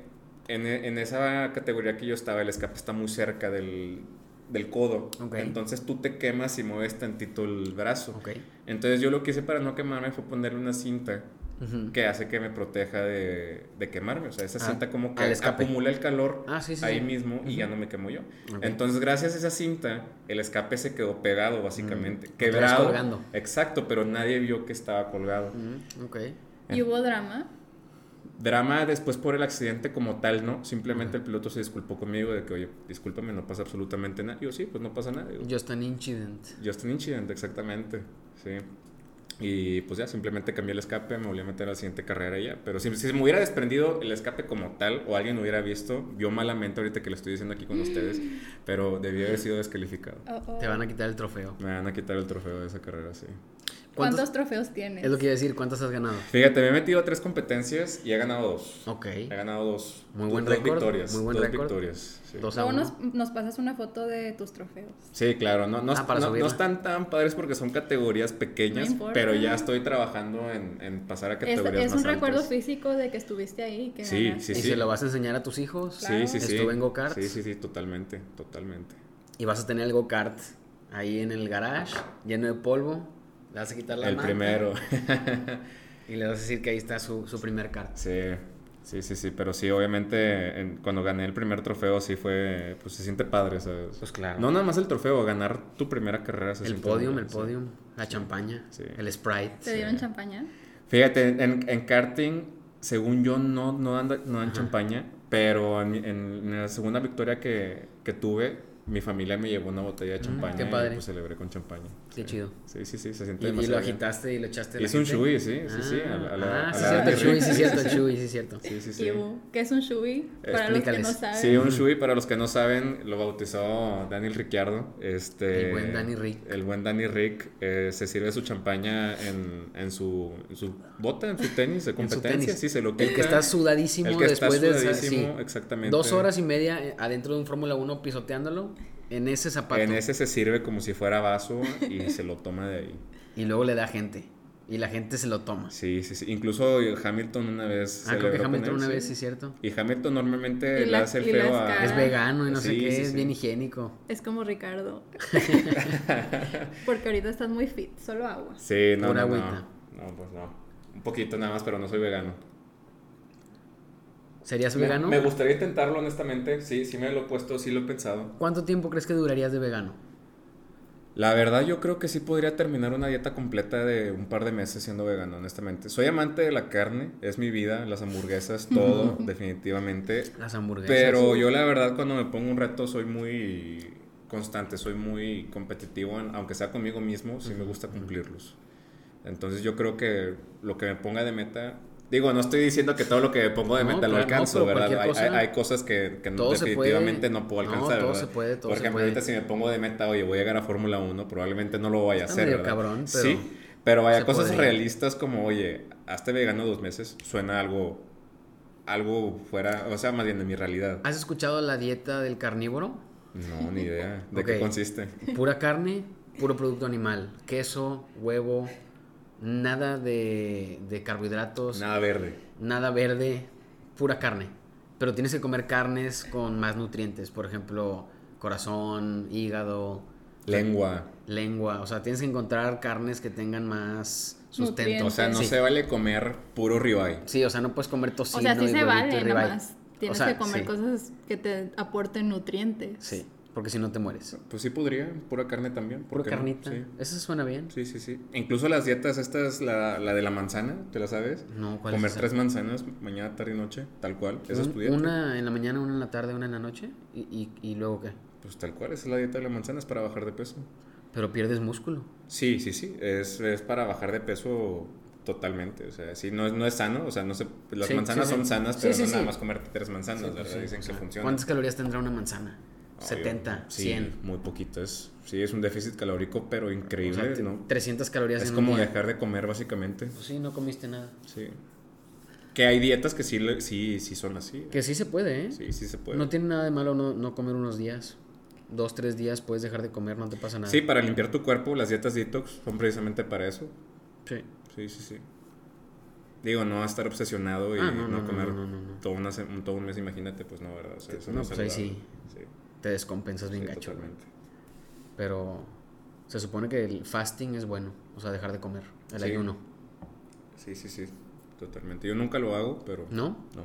D: en, e- en esa categoría que yo estaba, el escape está muy cerca del, del codo.
C: Ok.
D: Entonces tú te quemas y mueves tantito el brazo.
C: Ok.
D: Entonces yo lo que hice para no quemarme fue ponerle una cinta
C: Ujú.
D: que hace que me proteja de, de quemarme. O sea, esa
C: Ah,
D: cinta como que
C: al escape.
D: acumula el calor
C: Ah, sí, sí,
D: ahí
C: sí.
D: mismo y ya no me quemo yo.
C: Ok.
D: Entonces, gracias a esa cinta, el escape se quedó pegado básicamente.
C: Mm,
D: Quebrado.
C: lo estabas colgando. Mm.
D: Exacto, pero nadie vio que estaba colgado.
C: Ujú. Ok.
A: ¿Y hubo drama?
D: Drama después por el accidente como tal, ¿no? Simplemente el piloto se disculpó conmigo de que, oye, discúlpame, no pasa absolutamente nada. Yo sí, pues no pasa nada. Digo,
C: Just an incident.
D: Just an incident, exactamente. Sí. Y pues ya, simplemente cambié el escape, me volví a meter a la siguiente carrera y ya. Pero si, si me hubiera desprendido el escape como tal, o alguien lo hubiera visto, yo malamente ahorita que lo estoy diciendo aquí con ustedes, pero debí haber sido descalificado.
A: Oh, oh.
C: Te van a quitar el trofeo.
D: Me van a quitar el trofeo de esa carrera, sí.
A: ¿Cuántos, trofeos tienes?
C: Es lo que iba a decir, ¿cuántas has ganado?
D: Fíjate, me he metido a tres competencias y he ganado dos.
C: Ok.
D: He ganado dos.
C: Muy buen
D: dos
C: récord,
D: victorias.
C: muy buen
D: dos
C: récord.
D: victorias. sí.
C: Dos a
A: Luego
C: uno.
A: nos, nos pasas una foto de tus trofeos.
D: Sí, claro, no, no,
C: Ah, para
D: no- no
C: subirla.
D: están tan padres porque son categorías pequeñas,
A: No importa.
D: pero ya estoy trabajando en, en pasar a
A: Es,
D: categorías
A: es un
D: más
A: recuerdo
D: altas.
A: físico de que estuviste ahí. Que
D: Sí,
A: ganaste.
C: ¿Y
D: sí.
C: se lo vas a enseñar a tus hijos?
A: Claro.
D: Sí, sí, sí.
C: Estuve en go-karts.
D: Sí, sí, sí, totalmente, totalmente.
C: Y vas a tener el go-kart ahí en el garage, lleno de polvo. Le vas a quitar la
D: el
C: manta
D: primero.
C: Y le vas a decir que ahí está su, su primer kart.
D: sí. Sí, sí, sí, pero sí, obviamente, en- cuando gané el primer trofeo, sí fue, pues se siente padre, ¿sabes?
C: Pues claro.
D: No nada más el trofeo, ganar tu primera carrera. se
C: el
D: siente
C: podium,
D: muy
C: el
D: bien, sí.
C: podium, la champaña,
D: Sí.
C: el Sprite.
A: ¿Te dieron champaña?
D: Fíjate, en, en karting, según yo, no, no, dan, no dan champaña, pero en, mi- en la segunda victoria que, que tuve, mi familia me llevó una botella de champaña
C: Mm, qué padre.
D: y pues celebré con champaña.
C: Qué
D: Sí.
C: chido.
D: Sí, sí, sí, se
C: Y,
D: siente
C: y lo
D: demasiado bien.
C: agitaste y lo echaste. a la
D: Hice un
C: gente.
D: shui, sí, sí, sí.
C: Ah,
D: a la- a la-
C: ah,
D: a
C: sí,
D: la-
C: cierto, el shui, sí, cierto, el shui, sí, cierto.
D: Sí, sí, sí.
A: Y hubo- ¿Qué uh, es un shubi? Para los que
C: Explícales.
A: no saben.
D: Sí, un shui, para los que no saben, lo bautizó Daniel Ricciardo. Este,
C: El buen Danny Rick.
D: El buen Danny Rick eh, se sirve su champaña en, en su, en su bota, en su tenis de
C: En su
D: competencia.
C: tenis.
D: Sí, se lo quita.
C: El que está sudadísimo
D: El que está
C: después de
D: sudadísimo,
C: sí.
D: exactamente.
C: dos horas y media eh, adentro de un Fórmula 1 pisoteándolo en ese zapato.
D: En ese se sirve como si fuera vaso y se lo toma de ahí.
C: Y luego le da gente. Y la gente se lo toma.
D: Sí, sí, sí. Incluso Hamilton una vez.
C: ah, creo
D: celebró
C: que
D: con
C: Hamilton
D: él,
C: una
D: sí.
C: vez, sí, cierto.
D: Y Hamilton normalmente
A: Y
D: le
A: las-
D: hace el
A: y
D: feo
A: las
D: a.
A: caras.
C: Es vegano y no sé
D: Sí,
C: qué,
D: sí,
C: es
D: sí.
C: bien higiénico.
A: Es como Ricardo. Porque ahorita estás muy fit, solo agua.
D: Sí, no,
C: Pura
D: no,
C: agüita.
D: no. No, pues no. Un poquito nada más, pero no soy vegano.
C: ¿Serías
D: Me-
C: vegano?
D: Me gustaría intentarlo, honestamente. Sí, sí me lo he puesto, sí lo he pensado.
C: ¿Cuánto tiempo crees que durarías de vegano?
D: La verdad, yo creo que sí podría terminar una dieta completa de un par de meses siendo vegano, honestamente. Soy amante de la carne, es mi vida, las hamburguesas, todo, definitivamente.
C: Las hamburguesas.
D: Pero yo la verdad cuando me pongo un reto soy muy constante, soy muy competitivo, en- aunque sea conmigo mismo, sí me gusta cumplirlos. Entonces yo creo que lo que me ponga de meta, digo, no estoy diciendo que todo lo que me pongo de
C: No,
D: meta
C: claro,
D: lo
C: no,
D: alcanzo,
C: pero
D: ¿verdad?
C: cualquier
D: Hay,
C: cosa-
D: hay- hay cosas que, que no-
C: Todo se
D: definitivamente
C: puede.
D: no puedo
C: No,
D: alcanzar.
C: todo
D: ¿verdad?
C: se puede, todo
D: Por
C: se
D: ejemplo,
C: puede.
D: ahorita si me pongo de meta, oye, voy a llegar a Fórmula 1, probablemente no lo vaya a
C: Está
D: hacer.
C: medio
D: ¿verdad?
C: cabrón, pero
D: sí, pero
C: se
D: vaya, cosas
C: podría.
D: realistas como, oye, hazte vegano dos meses, suena algo... Algo fuera, o sea, más bien de mi realidad.
C: ¿Has escuchado la dieta del carnívoro?
D: No, ni idea. ¿De
C: Ok.
D: qué consiste?
C: Pura carne, puro producto animal. Queso, huevo, nada de, de carbohidratos,
D: Nada verde.
C: nada verde, pura carne. Pero tienes que comer carnes con más nutrientes, por ejemplo, corazón, hígado,
D: Lengua.
C: lengua. O sea, tienes que encontrar carnes que tengan más sustento.
D: O sea, no
C: Sí.
D: se vale comer puro ribeye.
C: Sí, o sea, no puedes comer tocino.
A: o sea, sí
C: y
A: se
C: huevito y
A: vale,
C: ribeye.
A: nada más. Tienes
C: O sea,
A: que comer
C: sí,
A: cosas que te aporten nutrientes.
C: Sí, porque si no te mueres.
D: Pues sí podría, pura carne también. ¿por
C: Pura
D: qué no?
C: carnita.
D: Sí.
C: Eso suena bien.
D: Sí, sí, sí. Incluso las dietas, esta es la, la de la manzana, ¿te la sabes?
C: No, ¿cuál es
D: Comer
C: esa?
D: tres manzanas mañana, tarde y noche, tal cual. Esa es
C: Un-
D: tu dieta.
C: Una en la mañana, una en la tarde, una en la noche. ¿Y, y, y luego qué?
D: Pues tal cual, esa es la dieta de la manzana, es para bajar de peso.
C: Pero pierdes músculo.
D: Sí, sí, sí. Es, es para bajar de peso totalmente. O sea, sí, no es, no es sano. O sea, no se, las
C: Sí,
D: manzanas
C: sí, sí.
D: son sanas,
C: Sí,
D: pero
C: sí,
D: no
C: sí.
D: nada más comerte tres manzanas,
C: Sí, pues
D: ¿verdad?
C: sí,
D: Dicen
C: o
D: que
C: sea,
D: funciona.
C: ¿Cuántas calorías tendrá una manzana?
D: Obvio,
C: 70,
D: sí,
C: 100.
D: Muy poquito. Es, sí, es un déficit calórico, pero
C: O sea,
D: increíble,
C: te-
D: ¿no?
C: 300 calorías
D: Es
C: en
D: como
C: un día.
D: dejar de comer, básicamente.
C: Pues sí, no comiste nada.
D: Sí. Que hay dietas que sí, le- sí, sí son así.
C: Que sí se puede, ¿eh?
D: Sí, sí se puede.
C: No tiene nada de malo no, no comer unos días. Dos, tres días puedes dejar de comer, no te pasa nada.
D: Sí, para limpiar tu cuerpo, las dietas detox son precisamente para eso.
C: Sí.
D: Sí, sí, sí. Digo, no estar obsesionado y
C: Ah, no,
D: no,
C: no, no,
D: comer
C: no, no, no.
D: Todo, una se- un- todo un mes, imagínate, pues no, ¿verdad? O sea, eso
C: no,
D: es
C: pues ahí
D: saludable. Sí,
C: Te descompensas bien
D: sí,
C: gacho.
D: totalmente.
C: Pero se supone que el fasting es bueno. O sea, dejar de comer. El
D: Sí.
C: ayuno.
D: Sí, sí, sí, totalmente. Yo nunca lo hago, pero...
C: ¿No?
D: No.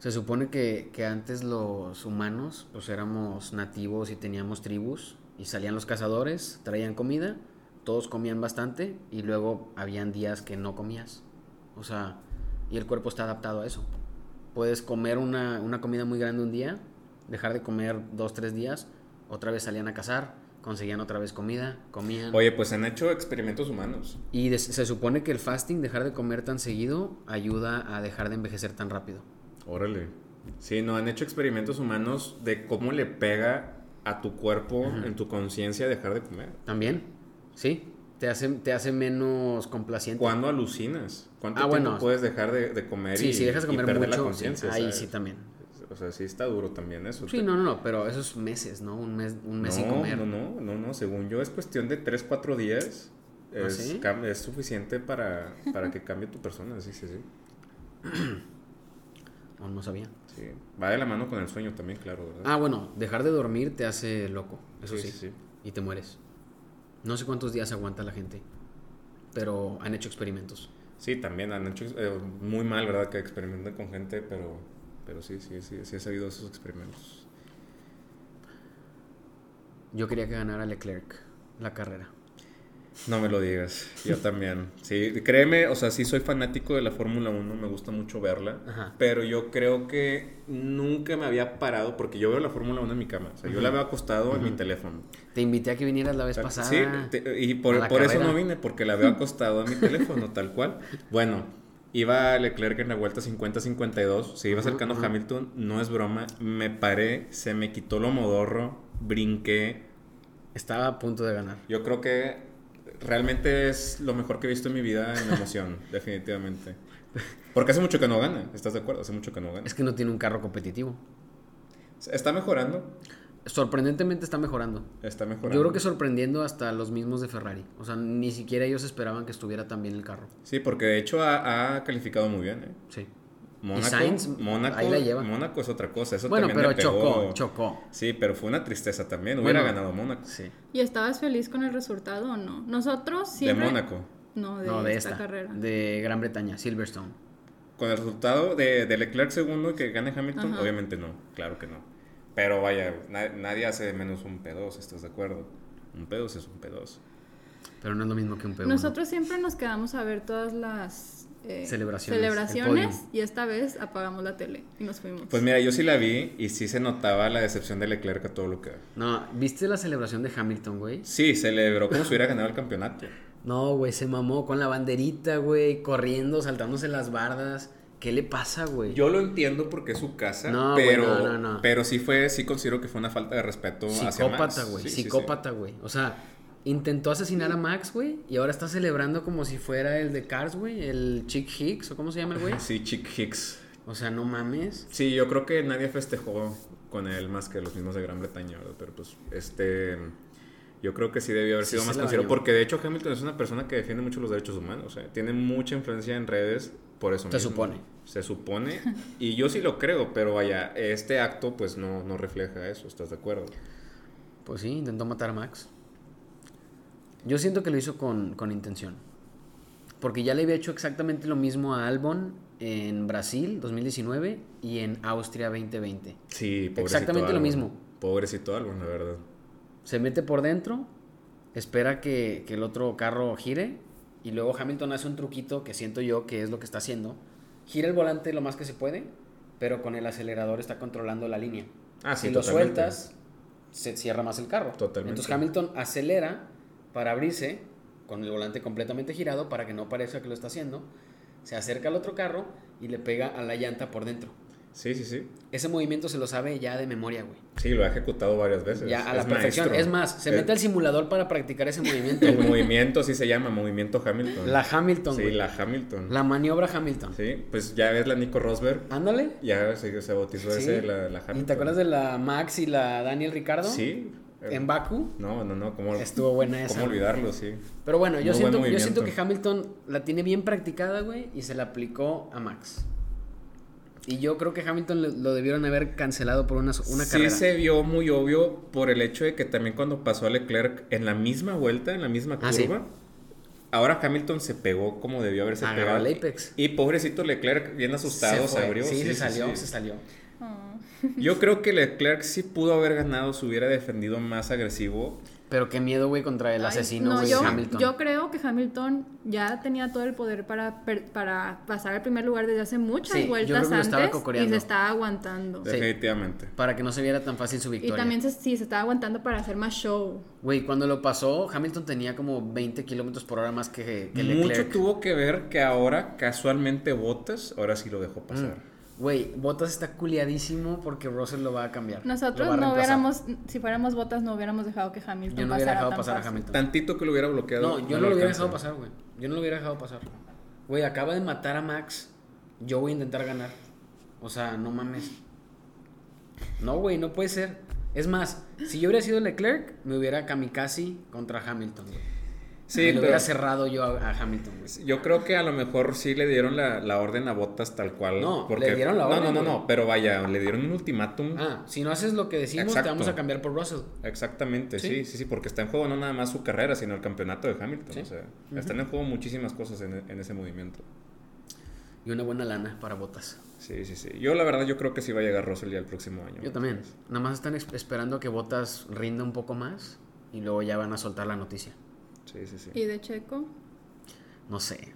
C: Se supone que, que antes los humanos pues éramos nativos y teníamos tribus y salían los cazadores, traían comida, todos comían bastante y luego habían días que no comías. O sea, y el cuerpo está adaptado a eso. Puedes comer una, una comida muy grande un día, dejar de comer dos, tres días, otra vez salían a cazar, conseguían otra vez comida, comían.
D: Oye, pues han hecho experimentos humanos.
C: Y des- se supone que el fasting, dejar de comer tan seguido, ayuda a dejar de envejecer tan rápido.
D: Órale. Sí, no, han hecho experimentos humanos de cómo le pega a tu cuerpo, en tu conciencia, dejar de comer.
C: También, sí. Te hace, te hace menos complaciente.
D: ¿Cuándo alucinas? ¿Cuánto
C: Ah,
D: tiempo
C: bueno.
D: puedes dejar de, de comer
C: Sí,
D: y,
C: si dejas de
D: y
C: comer
D: perder la
C: mucho, sí,
D: conciencia?
C: ahí
D: ¿sabes?
C: sí también.
D: O sea, sí está duro también eso.
C: Sí,
D: Te-
C: no, no, no, pero esos meses, ¿no? Un mes, un mes sin comer.
D: No, no, no, no, según yo es cuestión de 3, 4 días.
C: ¿Ah,
D: Es,
C: sí?
D: cam- es suficiente para, para que cambie tu persona, sí, sí, sí,
C: No, no sabía.
D: sí. Va de la mano con el sueño también, claro, ¿verdad?
C: Ah, bueno, dejar de dormir te hace loco, eso sí.
D: Sí, sí, sí.
C: Y te mueres. No sé cuántos días aguanta la gente, pero han hecho experimentos.
D: Sí, también han hecho eh, muy mal, ¿verdad? Que experimentan con gente, pero, pero sí, sí, sí, sí he sabido esos experimentos.
C: Yo quería que ganara Leclerc la carrera.
D: No me lo digas, yo también. Sí, créeme, o sea, sí soy fanático de la Fórmula 1, me gusta mucho verla,
C: Ajá.
D: pero yo creo que nunca me había parado, porque yo veo la Fórmula 1 en mi cama, o sea, yo la veo acostado en mi teléfono.
C: Te invité a que vinieras la vez pasada.
D: Ah, Sí, te- y
C: a
D: por,
C: la
D: por eso
C: carrera.
D: no vine, porque la veo acostado en mi teléfono, tal cual. Bueno, iba Leclerc en la vuelta 50-52, se iba acercando Hamilton, no es broma, me paré, se me quitó lo modorro, brinqué.
C: Estaba a punto de ganar.
D: Yo creo que realmente es lo mejor que he visto en mi vida en emoción, definitivamente. Porque hace mucho que no gana, ¿estás de acuerdo? Hace mucho que no gana.
C: Es que no tiene un carro competitivo.
D: Está mejorando,
C: Sorprendentemente está mejorando.
D: está mejorando.
C: Yo creo que sorprendiendo hasta los mismos de Ferrari. O sea, ni siquiera ellos esperaban que estuviera tan bien el carro.
D: Sí, porque de hecho ha, ha calificado muy bien, ¿eh?
C: Sí.
D: Mónaco,
C: Sainz,
D: Mónaco,
C: ahí la lleva.
D: Mónaco es otra cosa. Eso
C: bueno,
D: también
C: pero
D: le pegó.
C: chocó, chocó.
D: Sí, pero fue una tristeza también. Hubiera
C: Bueno.
D: ganado Mónaco.
C: Sí.
A: ¿Y estabas feliz con el resultado o no? Nosotros
D: De
A: siempre...
D: Mónaco.
A: No, de,
C: no, de
A: esta,
C: esta,
A: carrera.
C: de Gran Bretaña, Silverstone.
D: Con el resultado de, de Leclerc segundo y que gane Hamilton,
A: Ajá.
D: obviamente no. Claro que no. Pero vaya, na- nadie hace de menos un P2, ¿estás de acuerdo? Un P2 es un P2.
C: Pero no es lo mismo que un P1.
A: Nosotros siempre nos quedamos a ver todas las eh,
C: Celebraciones, el
A: celebraciones
C: podio.
A: y esta vez apagamos la tele y nos fuimos.
D: Pues mira, yo sí la vi y sí se notaba la decepción de Leclerc a todo lo que da.
C: No, ¿viste la celebración de Hamilton, güey?
D: Sí, celebró como si hubiera ganado el campeonato.
C: No, güey, se mamó con la banderita, güey, corriendo, saltándose las bardas. ¿Qué le pasa, güey?
D: Yo lo entiendo porque es su casa,
C: No, güey,
D: pero,
C: no, no, no.
D: pero sí fue, sí considero que fue una falta de respeto hacia Max.
C: Psicópata, güey.
D: Sí, sí, sí.
C: psicópata, güey. O sea, intentó asesinar a Max, güey. Y ahora está celebrando como si fuera el de Cars, güey. El Chick Hicks, o cómo se llama el güey.
D: Sí, Chick Hicks.
C: O sea, no mames.
D: Sí, yo creo que nadie festejó con él más que los mismos de Gran Bretaña, ¿verdad? Pero pues, este. Yo creo que sí debió haber
C: Sí,
D: sido
C: se
D: más
C: la
D: considerado.
C: bañó.
D: Porque de hecho, Hamilton es una persona que defiende mucho los derechos humanos. O sea, tiene mucha influencia en redes por eso
C: Se
D: mismo.
C: supone.
D: Se supone. Y yo sí lo creo, pero vaya, este acto pues no, no refleja eso, ¿estás de acuerdo?
C: Pues sí, intentó matar a Max. Yo siento que lo hizo con, con intención. Porque ya le había hecho exactamente lo mismo a Albon en Brasil 2019 y en Austria 2020.
D: Sí, pobrecito
C: Exactamente lo
D: Albon.
C: mismo.
D: Pobrecito álbum, la verdad.
C: Se mete por dentro, espera que, que el otro carro gire y luego Hamilton hace un truquito que siento yo que es lo que está haciendo. Gira el volante lo más que se puede, pero con el acelerador está controlando la línea.
D: Ah, sí,
C: si lo
D: totalmente.
C: sueltas, se cierra más el carro.
D: Totalmente.
C: Entonces Hamilton acelera para abrirse con el volante completamente girado para que no parezca que lo está haciendo. Se acerca al otro carro y le pega a la llanta por dentro.
D: Sí, sí, sí.
C: Ese movimiento se lo sabe ya de memoria, güey.
D: Sí, lo ha ejecutado varias veces.
C: Ya a la
D: Es
C: perfección.
D: maestro.
C: Es más, se
D: El-
C: mete al simulador para practicar ese movimiento,
D: El
C: güey.
D: movimiento, sí se llama, movimiento Hamilton.
C: La Hamilton,
D: Sí,
C: güey.
D: la
C: la...
D: Hamilton.
C: maniobra Hamilton.
D: Sí, pues ya ves la Nico Rosberg.
C: Ándale.
D: Ya se, se bautizó
C: Sí.
D: ese, la, la Hamilton.
C: ¿Y te acuerdas de la Max y la Daniel Ricardo?
D: Sí.
C: En Baku.
D: No, no, no. ¿cómo,
C: Estuvo buena esa.
D: ¿Cómo olvidarlo? Sí.
C: Pero bueno, yo
D: Muy
C: siento,
D: buen
C: yo siento que
D: movimiento.
C: Hamilton la tiene bien practicada, güey, y se la aplicó a Max. Y yo creo que Hamilton lo, lo debieron haber cancelado por una, una
D: sí
C: carrera.
D: se vio muy obvio por el hecho de que también cuando pasó a Leclerc en la misma vuelta, en la misma curva,
C: Ah, sí.
D: ahora Hamilton se pegó como debió haberse
C: Agarró
D: pegado.
C: el apex.
D: Y pobrecito Leclerc, bien asustado, se,
C: fue.
D: abrió.
C: Sí, se
D: sí,
C: salió,
D: sí.
C: se salió.
A: Oh.
D: Yo creo que Leclerc sí pudo haber ganado, se hubiera defendido más agresivo.
C: Pero qué miedo, güey, contra el
A: Ay,
C: asesino,
A: no,
C: güey,
A: yo,
C: Hamilton.
A: yo creo que Hamilton ya tenía todo el poder para, per- para pasar al primer lugar desde hace muchas
C: Sí, yo creo
A: vueltas
C: que lo estaba
A: antes y
C: cocoreando.
A: se estaba aguantando.
C: Sí.
D: Definitivamente.
C: Para que no se viera tan fácil su
A: Y
C: victoria.
A: también se, sí, se estaba aguantando para hacer más show.
C: Güey, cuando lo pasó, Hamilton tenía como 20 kilómetros por hora más que, que
D: Mucho
C: Leclerc.
D: tuvo que ver que ahora casualmente Botas, ahora sí lo dejó pasar.
C: Mm. Güey, Bottas está culiadísimo porque Russell lo va a cambiar. Lo va
A: Nosotros
C: a
A: no
C: reemplazar.
A: hubiéramos, si fuéramos botas, no hubiéramos dejado que Hamilton
C: Yo no
A: pasara
C: hubiera dejado
A: tan
C: pasar a
A: fácil.
C: Hamilton.
D: Tantito que lo hubiera bloqueado.
C: No, yo no lo hubiera
D: alcanza.
C: dejado pasar, güey. Yo no lo hubiera dejado pasar. Güey, acaba de matar a Max. Yo voy a intentar ganar. O sea, no mames. No, güey, no puede ser. Es más, si yo hubiera sido Leclerc, me hubiera kamikaze contra Hamilton, güey.
D: Sí,
C: me lo
D: pero-
C: hubiera cerrado yo a, a Hamilton, güey.
D: Yo creo que a lo mejor sí le dieron la, la orden a Botas tal cual.
C: No, le dieron la orden,
D: No, no, no,
C: güey.
D: no, pero vaya, le dieron un ultimátum.
C: Ah, si no haces lo que decimos, te
D: Exacto.
C: vamos a cambiar por Russell.
D: Exactamente,
C: Sí.
D: sí. sí, sí, porque está en juego no nada más su carrera, sino el campeonato de Hamilton.
C: Sí.
D: O sea, están en juego muchísimas cosas en, en ese movimiento.
C: Y una buena lana para botas.
D: Sí, sí, sí. Yo la verdad yo creo que sí va a llegar Russell ya el próximo año.
C: Yo también. Nada más están es- esperando que botas rinda un poco más y luego ya van a soltar la noticia.
D: Sí, sí, sí.
A: ¿Y de Checo?
C: No sé.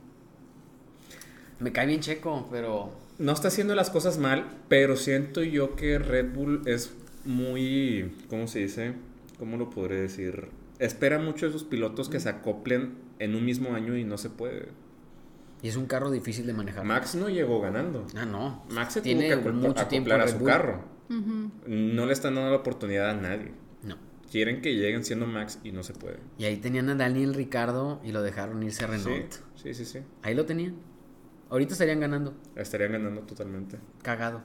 C: Me cae bien Checo, pero
D: No está haciendo las cosas mal, pero siento yo que Red Bull es muy, ¿cómo se dice? ¿Cómo lo podré decir? Espera mucho de sus pilotos que se acoplen en un mismo año y no se puede.
C: y es un carro difícil de manejar.
D: Max no llegó ganando.
C: ah, no.
D: Max se
C: Tiene
D: tuvo que acopla-
C: mucho
D: acoplar
C: tiempo en
D: a
C: Red
D: su
C: Bull.
D: carro.
A: Ujú.
D: No le están dando la oportunidad a nadie.
C: No.
D: Quieren que lleguen siendo Max y no se puede.
C: Y ahí tenían a Daniel Ricardo y lo dejaron irse a
D: Sí,
C: Renault.
D: sí, sí, sí.
C: Ahí lo tenían. Ahorita estarían ganando.
D: Estarían ganando totalmente.
C: Cagado.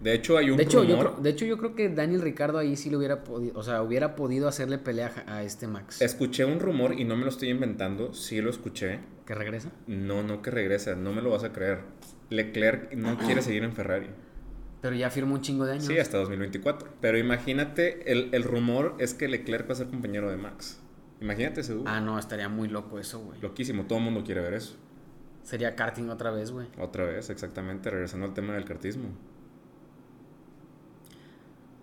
D: De hecho, hay un
C: De hecho, yo
D: rumor-
C: creo, de hecho, yo creo que Daniel Ricardo ahí sí lo hubiera podido, o sea, hubiera podido hacerle pelea a Ja- a este Max.
D: Escuché un rumor y no me lo estoy inventando. Sí lo escuché.
C: ¿Que regresa?
D: No, no que regresa. No me lo vas a creer. Leclerc no quiere seguir en Ferrari.
C: Pero ya firmó un chingo de años.
D: Sí, hasta 2024. Pero imagínate, el, el rumor es que Leclerc va a ser compañero de Max. Imagínate ese dúo.
C: Ah, no, estaría muy loco eso, güey.
D: Loquísimo. Todo el mundo quiere ver eso.
C: Sería karting otra vez, güey.
D: Otra vez, exactamente, regresando al tema del cartismo.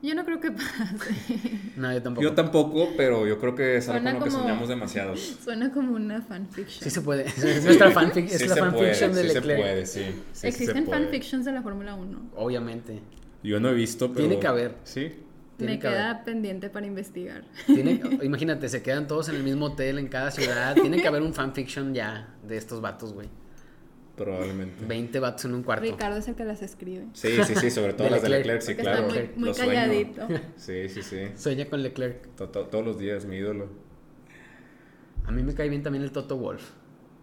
A: Yo no creo que pase.
C: No, yo tampoco.
D: Yo tampoco, pero yo creo que es algo
A: Suena
D: con lo que
A: como-
D: soñamos demasiados.
A: Suena como una fanfiction.
C: Sí se puede. Es nuestra fanfic, es
D: Sí
C: la
D: se puede,
C: fanfiction de
D: sí se
C: Leclerc.
D: puede, sí. sí, sí se
A: Existen
D: puede.
A: fanfictions de la Fórmula 1.
C: Obviamente.
D: Yo no he visto, pero...
C: Tiene que haber.
D: Sí.
C: Tiene
A: Me
C: que haber.
A: queda pendiente para investigar.
C: Tiene- imagínate, se quedan todos en el mismo hotel en cada ciudad. Tiene que haber un fanfiction ya de estos vatos, güey.
D: Probablemente.
C: 20 vatos en un cuarto.
A: Ricardo es el que las escribe.
D: Sí, sí, sí, sobre todo
C: De
D: las de
C: Leclerc.
D: Leclerc, sí,
A: Porque
D: claro.
A: está muy, muy
D: Lo sueño.
A: calladito.
D: Sí, sí, sí.
C: Sueña con Leclerc.
D: To- to- Todos los días, mi ídolo.
C: A mí me cae bien también el Toto Wolf.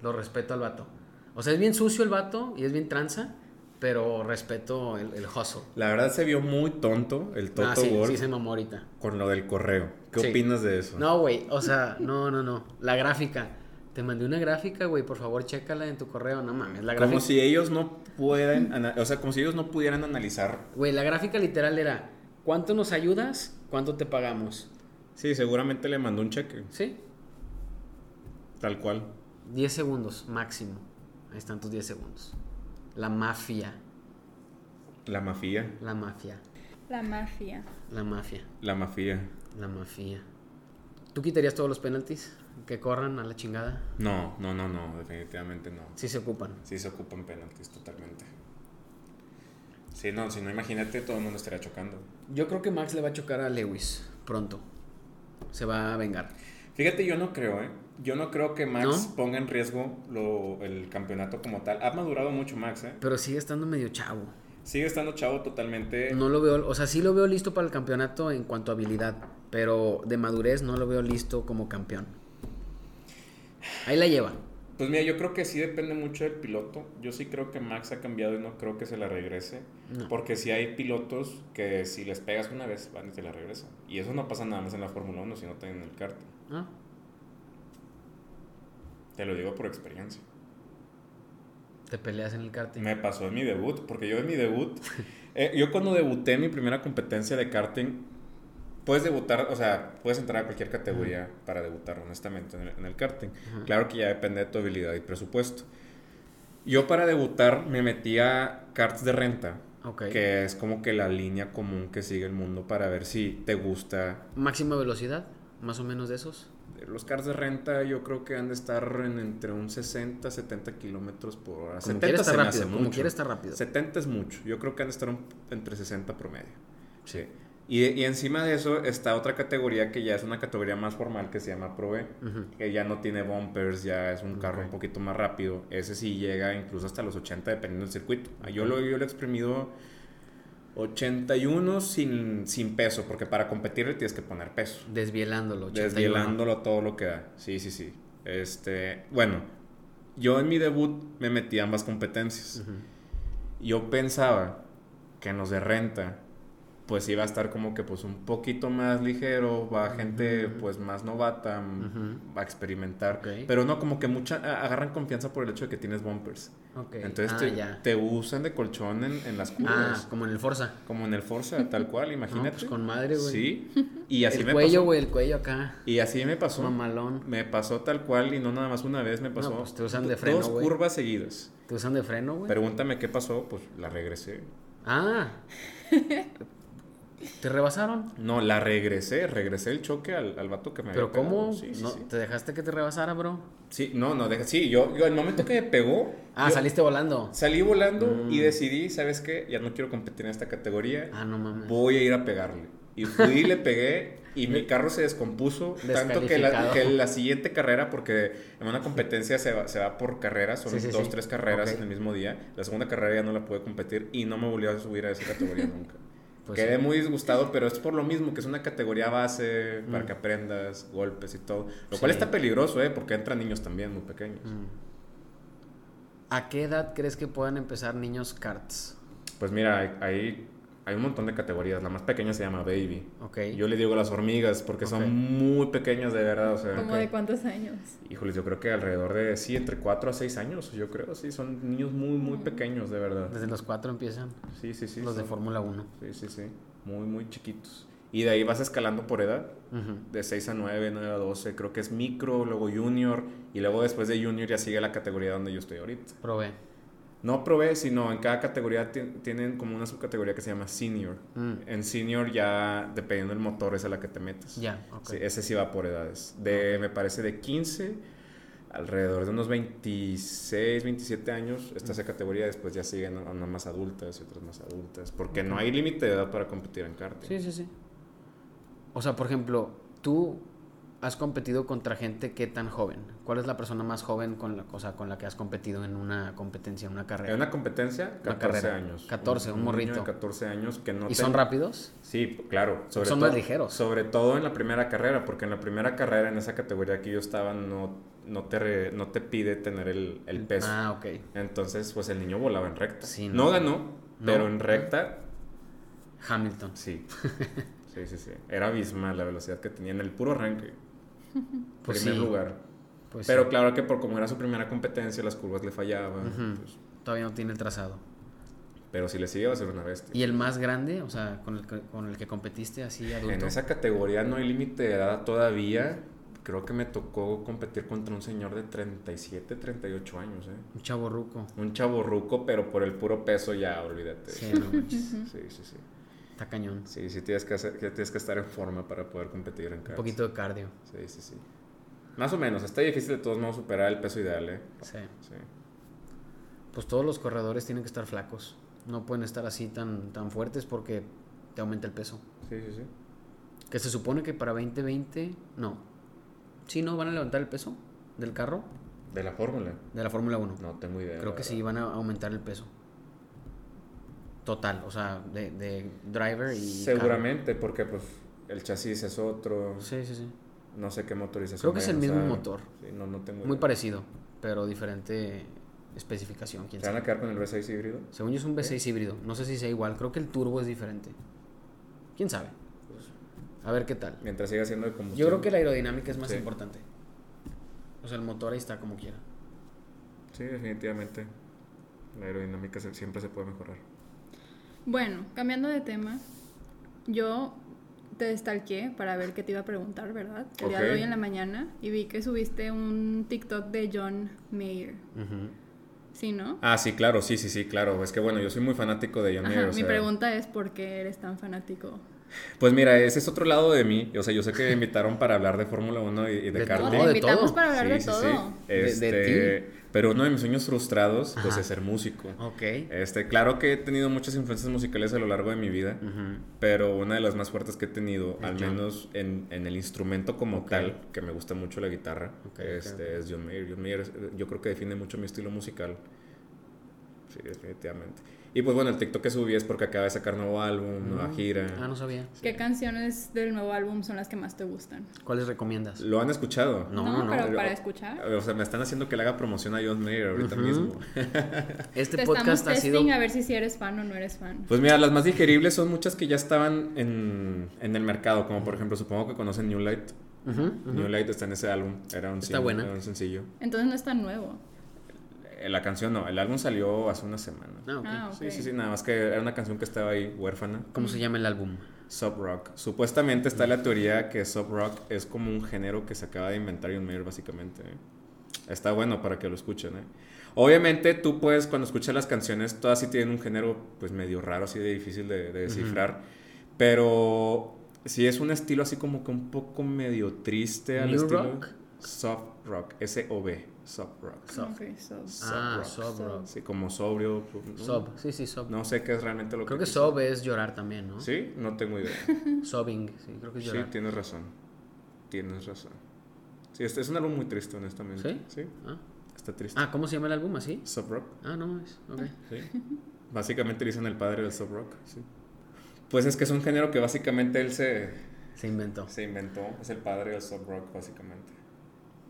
C: Lo respeto al vato. O sea, es bien sucio el vato y es bien tranza, pero respeto el, el hustle.
D: La verdad se vio muy tonto el Toto
C: ah, sí,
D: Wolff
C: sí se mamó ahorita.
D: con lo del correo. ¿Qué
C: Sí.
D: opinas de eso?
C: No, güey, o sea, no, no, no. La gráfica. Te mandé una gráfica, güey, por favor, chécala en tu correo. No mames, la
D: Como
C: gráfica.
D: si ellos no puedan, ana- o sea, como si ellos no pudieran analizar.
C: Güey, la gráfica literal era, ¿cuánto nos ayudas? ¿Cuánto te pagamos?
D: Sí, seguramente le mandó un cheque.
C: ¿Sí?
D: Tal cual.
C: 10 segundos máximo. Ahí están tus 10 segundos. La mafia.
D: La mafia.
C: La mafia.
A: La mafia.
C: La mafia.
D: La mafia.
C: La mafia. ¿Tú quitarías todos los penaltis que corran a la chingada?
D: No, no, no, no, definitivamente no.
C: Sí se ocupan.
D: Sí se ocupan penaltis totalmente. Sí, no, si no, imagínate, todo el mundo estaría chocando.
C: Yo creo que Max le va a chocar a Lewis pronto. Se va a vengar.
D: Fíjate, yo no creo, ¿eh? Yo no creo que Max ponga en riesgo lo- el campeonato como tal. Ha madurado mucho Max, ¿eh?
C: Pero sigue estando medio chavo.
D: Sigue estando chavo totalmente.
C: No lo veo, o sea, sí lo veo listo para el campeonato en cuanto a habilidad, pero de madurez no lo veo listo como campeón. Ahí la lleva.
D: Pues mira, yo creo que sí depende mucho del piloto. Yo sí creo que Max ha cambiado y no creo que se la regrese.
C: No.
D: Porque sí hay pilotos que si les pegas una vez, van y te la regresan. Y eso no pasa nada más en la Fórmula 1, sino también en el karting.
C: Ah,
D: Te lo digo por experiencia.
C: Te peleas en el karting.
D: Me pasó en mi debut, porque yo en mi debut, eh, yo cuando debuté en mi primera competencia de karting, puedes debutar, o sea, puedes entrar a cualquier categoría para debutar, honestamente, en el, en el karting. Claro que ya depende de tu habilidad y presupuesto. Yo para debutar me metí a karts de renta,
C: Ok.
D: que es como que la línea común que sigue el mundo para ver si te gusta.
C: Máxima velocidad, más o menos de esos.
D: Los karts de renta yo creo que han de estar en entre un 60, 70 kilómetros por hora.
C: Como
D: 70
C: quiera está
D: se me hace
C: rápido, como
D: mucho.
C: quiera está rápido.
D: 70 es mucho. Yo creo que han de estar un- entre 60 promedio. Sí. Y, y encima de eso está otra categoría que ya es una categoría más formal que se llama Pro B,
C: Ujú.
D: que ya no tiene bumpers, ya es un carro
C: Ok.
D: un poquito más rápido. Ese sí llega incluso hasta los 80 dependiendo del circuito. Ah, Yo lo, yo lo he exprimido 81 sin, sin peso, porque para competir le tienes que poner peso
C: Desvielándolo. 81.
D: desvielándolo todo lo que da. Sí, sí, sí. Este, bueno, yo en mi debut me metí a ambas competencias. Yo pensaba que en los de renta pues iba a estar como que pues un poquito más ligero, va gente pues más novata, m-
C: Ujú.
D: va a experimentar,
C: Ok.
D: pero no como que mucha a- agarran confianza por el hecho de que tienes bumpers.
C: Ok.
D: Entonces
C: Ah,
D: te,
C: ya.
D: te usan de colchón en, en las curvas.
C: Ah, como en el Forza.
D: Como en el Forza, tal cual, imagínate.
C: pues, con madre, güey.
D: Sí. Y así
C: el
D: me
C: cuello,
D: pasó.
C: güey, el cuello acá.
D: Y así me pasó.
C: Mamalón.
D: Me pasó tal cual y no nada más una vez, me pasó
C: No, pues, te usan de freno,
D: dos
C: güey.
D: curvas seguidas.
C: Te usan de freno, güey.
D: Pregúntame qué pasó, pues la regresé.
C: Ah. ¿Te rebasaron?
D: No, la regresé, regresé el choque al, al vato que me
C: ¿Pero
D: había pegado.
C: cómo?
D: Sí, sí,
C: no,
D: sí.
C: ¿Te dejaste que te rebasara, bro?
D: Sí, no, no, deja, sí, yo, yo el momento que me pegó,
C: Ah,
D: yo
C: saliste Mm. volando.
D: salí volando y decidí, ¿sabes qué? Ya no quiero competir en esta categoría,
C: Ah, no mames.
D: voy a ir a pegarle. Y fui y le pegué y mi carro se descompuso, tanto que la,
C: Descalificado.
D: que la siguiente carrera, porque en una competencia se va, se va por carreras, son
C: Sí, sí,
D: dos,
C: sí.
D: tres carreras
C: Ok.
D: en el mismo día, la segunda carrera ya no la pude competir y no me volví a subir a esa categoría nunca.
C: Pues
D: Quedé
C: sí.
D: muy disgustado, pero es por lo mismo, que es una categoría base para que aprendas, golpes y todo. Lo cual
C: Mm. Sí.
D: está peligroso, ¿eh? Porque entran niños también muy pequeños.
C: Mm. ¿A qué edad crees que puedan empezar niños karts?
D: Pues mira, hay, hay, hay un montón de categorías. La más pequeña se llama Baby.
C: Ok.
D: Yo le digo las hormigas porque
C: Ok.
D: son muy pequeñas de verdad. O sea,
A: ¿Cómo de cuántos años?
D: híjoles, yo creo que alrededor de, sí, entre 4 a 6 años, yo creo, sí, son niños muy,
A: Mm.
D: muy pequeños de verdad.
C: Desde los cuatro empiezan
D: Sí, sí, sí.
C: los de
D: son-
C: Fórmula 1.
D: Sí, sí, sí. Muy, muy chiquitos. Y de ahí vas escalando por edad,
C: Ujú.
D: de 6 a 9, 9 a 12, creo que es micro, luego junior, y luego después de junior ya sigue la categoría donde yo estoy ahorita.
C: Probé.
D: No probé, sino en cada categoría tien- tienen como una subcategoría que se llama senior.
C: Mm.
D: En senior ya, dependiendo del motor, es a la que te metes.
C: Ya, ok. Ah,
D: Sí, ese sí va por edades. De, me parece, de 15, alrededor de unos 26, 27 años, está esa categoría. Después ya siguen a unas más adultas y otras más adultas. Porque no hay límite de edad para competir en karting.
C: Sí, sí, sí. O sea, por ejemplo, tú has competido contra gente que tan joven. ¿Cuál es la persona más joven con la, o sea, con la que has competido en una competencia, en una
D: En
C: carrera?
D: una competencia, 14
C: carrera.
D: años.
C: 14, un
D: niño
C: morrito.
D: de 14 años que no
C: ¿Y son
D: ten-
C: rápidos?
D: Sí, p- claro. Sobre
C: Son más
D: todo-
C: ligeros.
D: Sobre todo en la primera carrera, porque en la primera carrera, en esa categoría que yo estaba, no, no, te, re- no te pide tener el, el peso.
C: Ah, ok.
D: Entonces, pues el niño volaba en recta.
C: Sí,
D: no.
C: no.
D: ganó,
C: No.
D: pero en recta,
C: Hamilton.
D: sí. sí, sí, sí. Era abismal la velocidad que tenía en el puro arranque.
C: Pues
D: primer
C: sí,
D: lugar.
C: Pues
D: pero
C: sí,
D: claro que por como era su primera competencia, las curvas le fallaban.
C: Ujú.
D: pues,
C: todavía no tiene el trazado.
D: pero si le sigue va a ser una bestia.
C: ¿Y el más grande, o sea, con el que, con el que competiste así adulto?
D: En esa categoría no hay límite de edad todavía. creo que me tocó competir contra un señor de 37, 38 años, ¿eh?
C: Un chavo ruco.
D: Un chaborruco, pero por el puro peso ya, olvídate.
C: Sí, no manches.
D: sí, sí. sí.
C: Está cañón.
D: Sí, sí tienes que, hacer- que tienes que estar en forma para poder competir en
C: Un
D: karts.
C: poquito de cardio.
D: Sí, sí, sí. Más o menos, está difícil de todos modos superar el peso ideal, ¿eh?
C: Sí.
D: Sí.
C: Pues todos los corredores tienen que estar flacos. No pueden estar así tan, tan fuertes porque te aumenta el peso.
D: Sí, sí, sí.
C: Que se supone que para 2020, no. Sí, no, van a levantar el peso del carro,
D: ¿De la fórmula?
C: de la Fórmula 1.
D: No tengo idea.
C: Creo
D: la
C: que sí,
D: verdad.
C: van a aumentar el peso. Total, o sea, de, de driver y... carro.
D: Seguramente, porque pues el chasis es otro,
C: Sí, sí, sí.
D: no sé qué motorización.
C: Creo que es el
D: vayan a
C: mismo
D: usar.
C: motor.
D: Sí, no, no tengo
C: Muy
D: idea.
C: parecido, pero diferente especificación. ¿quién
D: ¿Se van a ¿Eh?
C: sabe?
D: quedar con el V6 híbrido?
C: Según yo es un V6 híbrido. No sé si sea igual. Creo que el turbo es diferente. ¿Quién sabe? A ver qué tal.
D: Mientras siga siendo de
C: Yo
D: combustión.
C: creo que la aerodinámica es más
D: Sí.
C: importante. O sea, el motor ahí está como quiera.
D: Sí, definitivamente. La aerodinámica se- siempre se puede mejorar.
A: Bueno, cambiando de tema, yo te stalkeé para ver qué te iba a preguntar, ¿verdad? El día de
D: Ok.
A: hoy en la mañana y vi que subiste un TikTok de John Mayer. ¿Sí, no?
D: Ah, sí, claro, sí, sí, sí, claro. Es que bueno, yo soy muy fanático de John
A: Ajá,
D: Mayer. o
A: mi
D: sea,
A: pregunta es por qué eres tan fanático.
D: Pues mira, ese es otro lado de mí. O sea, yo sé que me invitaron para hablar de Fórmula 1 y, y de,
C: De
A: No,
D: karting.
A: te
C: de
A: invitamos
C: todo.
A: para hablar de todo.
C: De- de
D: Este, Pero uno de mis sueños frustrados pues,
C: Ajá.
D: es ser músico.
C: Ok.
D: Este, claro que he tenido muchas influencias musicales a lo largo de mi vida,
C: Mm.
D: pero una de las más fuertes que he tenido, al
C: John.
D: menos en, en el instrumento como tal, que me gusta mucho la guitarra,
C: Ok,
D: este,
C: ok,
D: es John Mayer. John Mayer es- eh, yo creo que define mucho mi estilo musical. Sí, definitivamente. Y pues bueno, el TikTok que subí es porque acaba de sacar nuevo álbum, nueva gira.
C: Ah, no sabía.
A: ¿Qué canciones del nuevo álbum son las que más te gustan?
C: ¿Cuáles recomiendas?
D: ¿Lo han escuchado?
C: No, no, no,
A: pero
D: pero-
A: para escuchar.
D: O sea, me están haciendo que le haga promoción a John Mayer ahorita
C: Ujú.
D: mismo.
C: Este
A: Te estamos
C: podcast ha
A: testing
C: sido...
A: a ver si sí eres fan o no eres fan.
D: Pues mira, las más digeribles son muchas que ya estaban en, en el mercado, como por ejemplo, supongo que conocen New Light.
C: Ujú, ujú.
D: New Light está en ese álbum, era un,
C: Está
D: single,
C: buena.
D: era un sencillo.
A: Entonces no es tan nuevo.
D: Eh, La canción no, el álbum salió hace una semana.
C: Ah, ok.
A: Ah, ok.
D: Sí, sí, sí, nada más que era una canción que estaba ahí huérfana.
C: ¿Cómo se llama el álbum?
D: Sub Rock. Supuestamente está la teoría que Sub Rock es como un género que se acaba de inventar John Mayer, básicamente. ¿eh? Está bueno para que lo escuchen. ¿eh? Obviamente, tú puedes, cuando escuchas las canciones, todas sí tienen un género pues medio raro, así de difícil de, de descifrar. Pero sí es un estilo así como que un poco medio triste al
C: ¿New
D: estilo.
C: rock?
D: Soft rock, S-O-B, soft rock.
A: Ok, so-
D: Sub
C: Ah,
D: rock.
C: Sob Rock.
D: Sí, como sobrio. pues, ¿no?
C: Sob. Sí, sí, Sob.
D: No sé qué es realmente lo
C: Creo
D: que.
C: que Sob es llorar también, ¿no?
D: Sí, no tengo idea.
C: Sobbing. Sí, creo que es
D: Sí,
C: llorar.
D: tienes razón. Tienes razón. Sí, este es un álbum muy triste, honestamente.
C: ¿Sí? Ah.
D: está triste.
C: Ah, ¿cómo se llama el álbum así?
D: Sub Rock.
C: Ah, no, es. Ok.
D: Sí. básicamente le dicen el padre del sub rock. Sí. Pues es que es un género que básicamente él se,
C: Se inventó.
D: se inventó. Es el padre del sub rock, básicamente.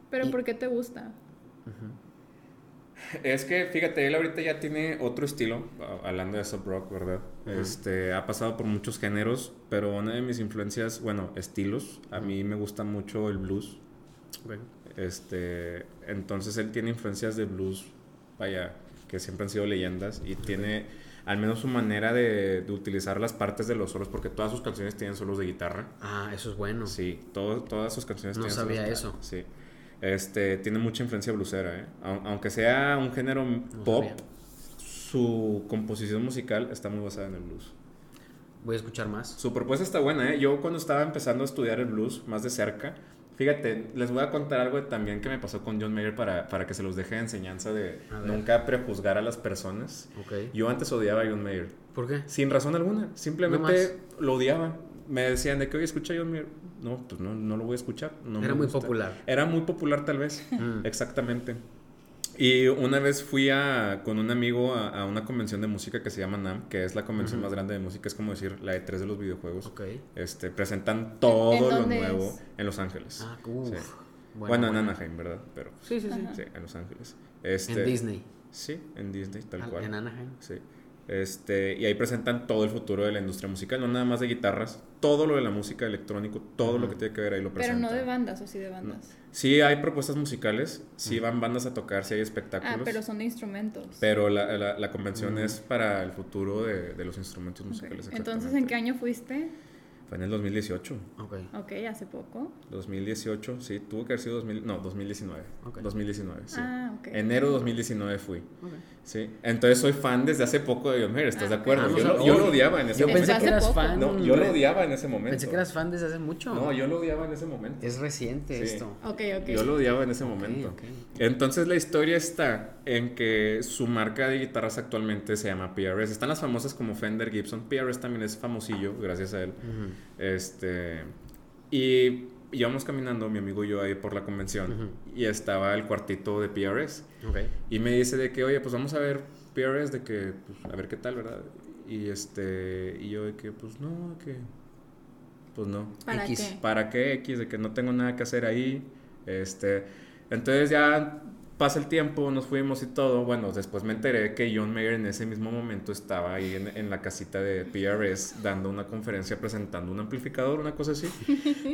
A: Pero
C: Y-
A: ¿por qué te gusta?
D: Es que, fíjate, él ahorita ya tiene otro estilo, a- hablando de sub rock, ¿verdad? Este, ha pasado por muchos géneros, pero una de mis influencias, bueno, estilos, a mí me gusta mucho el blues.
C: Ok.
D: Este, entonces él tiene influencias de blues, vaya, que siempre han sido leyendas y tiene al menos su manera de, de utilizar las partes de los solos, porque todas sus canciones tienen solos de guitarra.
C: Ah, eso es bueno.
D: Sí, todo- todas sus canciones
C: No
D: tienen solos
C: sabía
D: de
C: eso.
D: guitarra, Sí. Este, tiene mucha influencia blusera, ¿eh? Au- aunque sea un género pop,
C: sabía.
D: su composición musical está muy basada en el blues.
C: Voy a escuchar más.
D: Su propuesta está buena, ¿eh? Yo cuando estaba empezando a estudiar el blues más de cerca, fíjate, les voy a contar algo también que me pasó con John Mayer para, para que se los deje de enseñanza de
C: A ver.
D: nunca prejuzgar a las personas.
C: Ok.
D: Yo antes odiaba a John Mayer,
C: ¿Por qué?
D: sin razón alguna, simplemente lo odiaba. Me decían de que, oye, escucha a John Mayer. No, pues no, no lo voy a escuchar. no
C: Era
D: me
C: muy
D: gusta.
C: popular.
D: Era muy popular tal vez,
C: Mm.
D: exactamente. Y una vez fui a, con un amigo a, a una convención de música que se llama NAM, que es la convención más grande de música, es como decir la de tres de los videojuegos.
C: Ok.
D: Este, presentan todo
A: ¿En
D: lo
A: dónde
D: nuevo
A: es?
D: en Los Ángeles.
C: Ah, uff.
D: Sí. Bueno, en Anaheim, ¿verdad? Pero
C: Sí, sí, sí.
D: sí, en Los Ángeles. Este,
C: En Disney.
D: Sí, en Disney, tal
C: Al-
D: cual.
C: En Anaheim.
D: Sí. Este, y ahí presentan todo el futuro de la industria musical, no nada más de guitarras, todo lo de la música electrónico, todo lo que tiene que ver ahí lo
A: Pero
D: presentan.
A: no de bandas o sí de bandas. Ah,
D: Sí hay propuestas musicales, sí van bandas a tocar, sí hay espectáculos.
A: Ah, pero
D: pero
A: son de instrumentos.
D: la, la- la convención es para el futuro de, de los instrumentos musicales.
C: pues,
A: Ok. Entonces, ¿en qué año fuiste?
D: exactamente. Fue en el 2018.
C: Ok.
A: Ok, hace poco.
D: 2018, sí, tuvo que haber sido 2000, no, 2019.
C: Ok.
D: 2019, sí.
A: Ah, ok.
D: Enero 2019 fui.
C: Ok.
D: Sí, entonces soy fan desde hace poco de John Mayer, ¿estás de acuerdo?
C: Ah, no
D: yo,
C: sabía.
D: lo, yo lo odiaba en ese
C: Yo
A: Eso
D: momento.
C: pensé
A: hace
C: que eras
A: poco.
C: fan.
D: No, yo lo odiaba en ese momento.
C: Pensé que eras fan desde hace mucho.
D: No, yo lo odiaba en ese momento.
C: Es reciente
D: Sí.
C: esto.
A: Ok, ok.
D: Yo lo odiaba en ese momento.
C: ok, ok.
D: Entonces la historia está en que su marca de guitarras actualmente se llama PRS. Están las famosas como Fender Gibson. PRS también es famosillo, gracias a él.
C: Ujú.
D: Este. Y íbamos caminando, mi amigo y yo, ahí por la convención. Y estaba el cuartito de PRS.
C: Ok.
D: Y me dice de que, oye, pues vamos a ver PRS, de que, pues, a ver qué tal, ¿verdad? Y este. Y yo de que, pues no, que. Pues no.
A: ¿Para
C: X.
A: qué?
D: ¿Para qué X? De que no tengo nada que hacer ahí. Este, entonces ya pasa el tiempo, nos fuimos y todo. Bueno, después me enteré que John Mayer en ese mismo momento estaba ahí en, en la casita de PRS dando una conferencia, presentando un amplificador, una cosa así.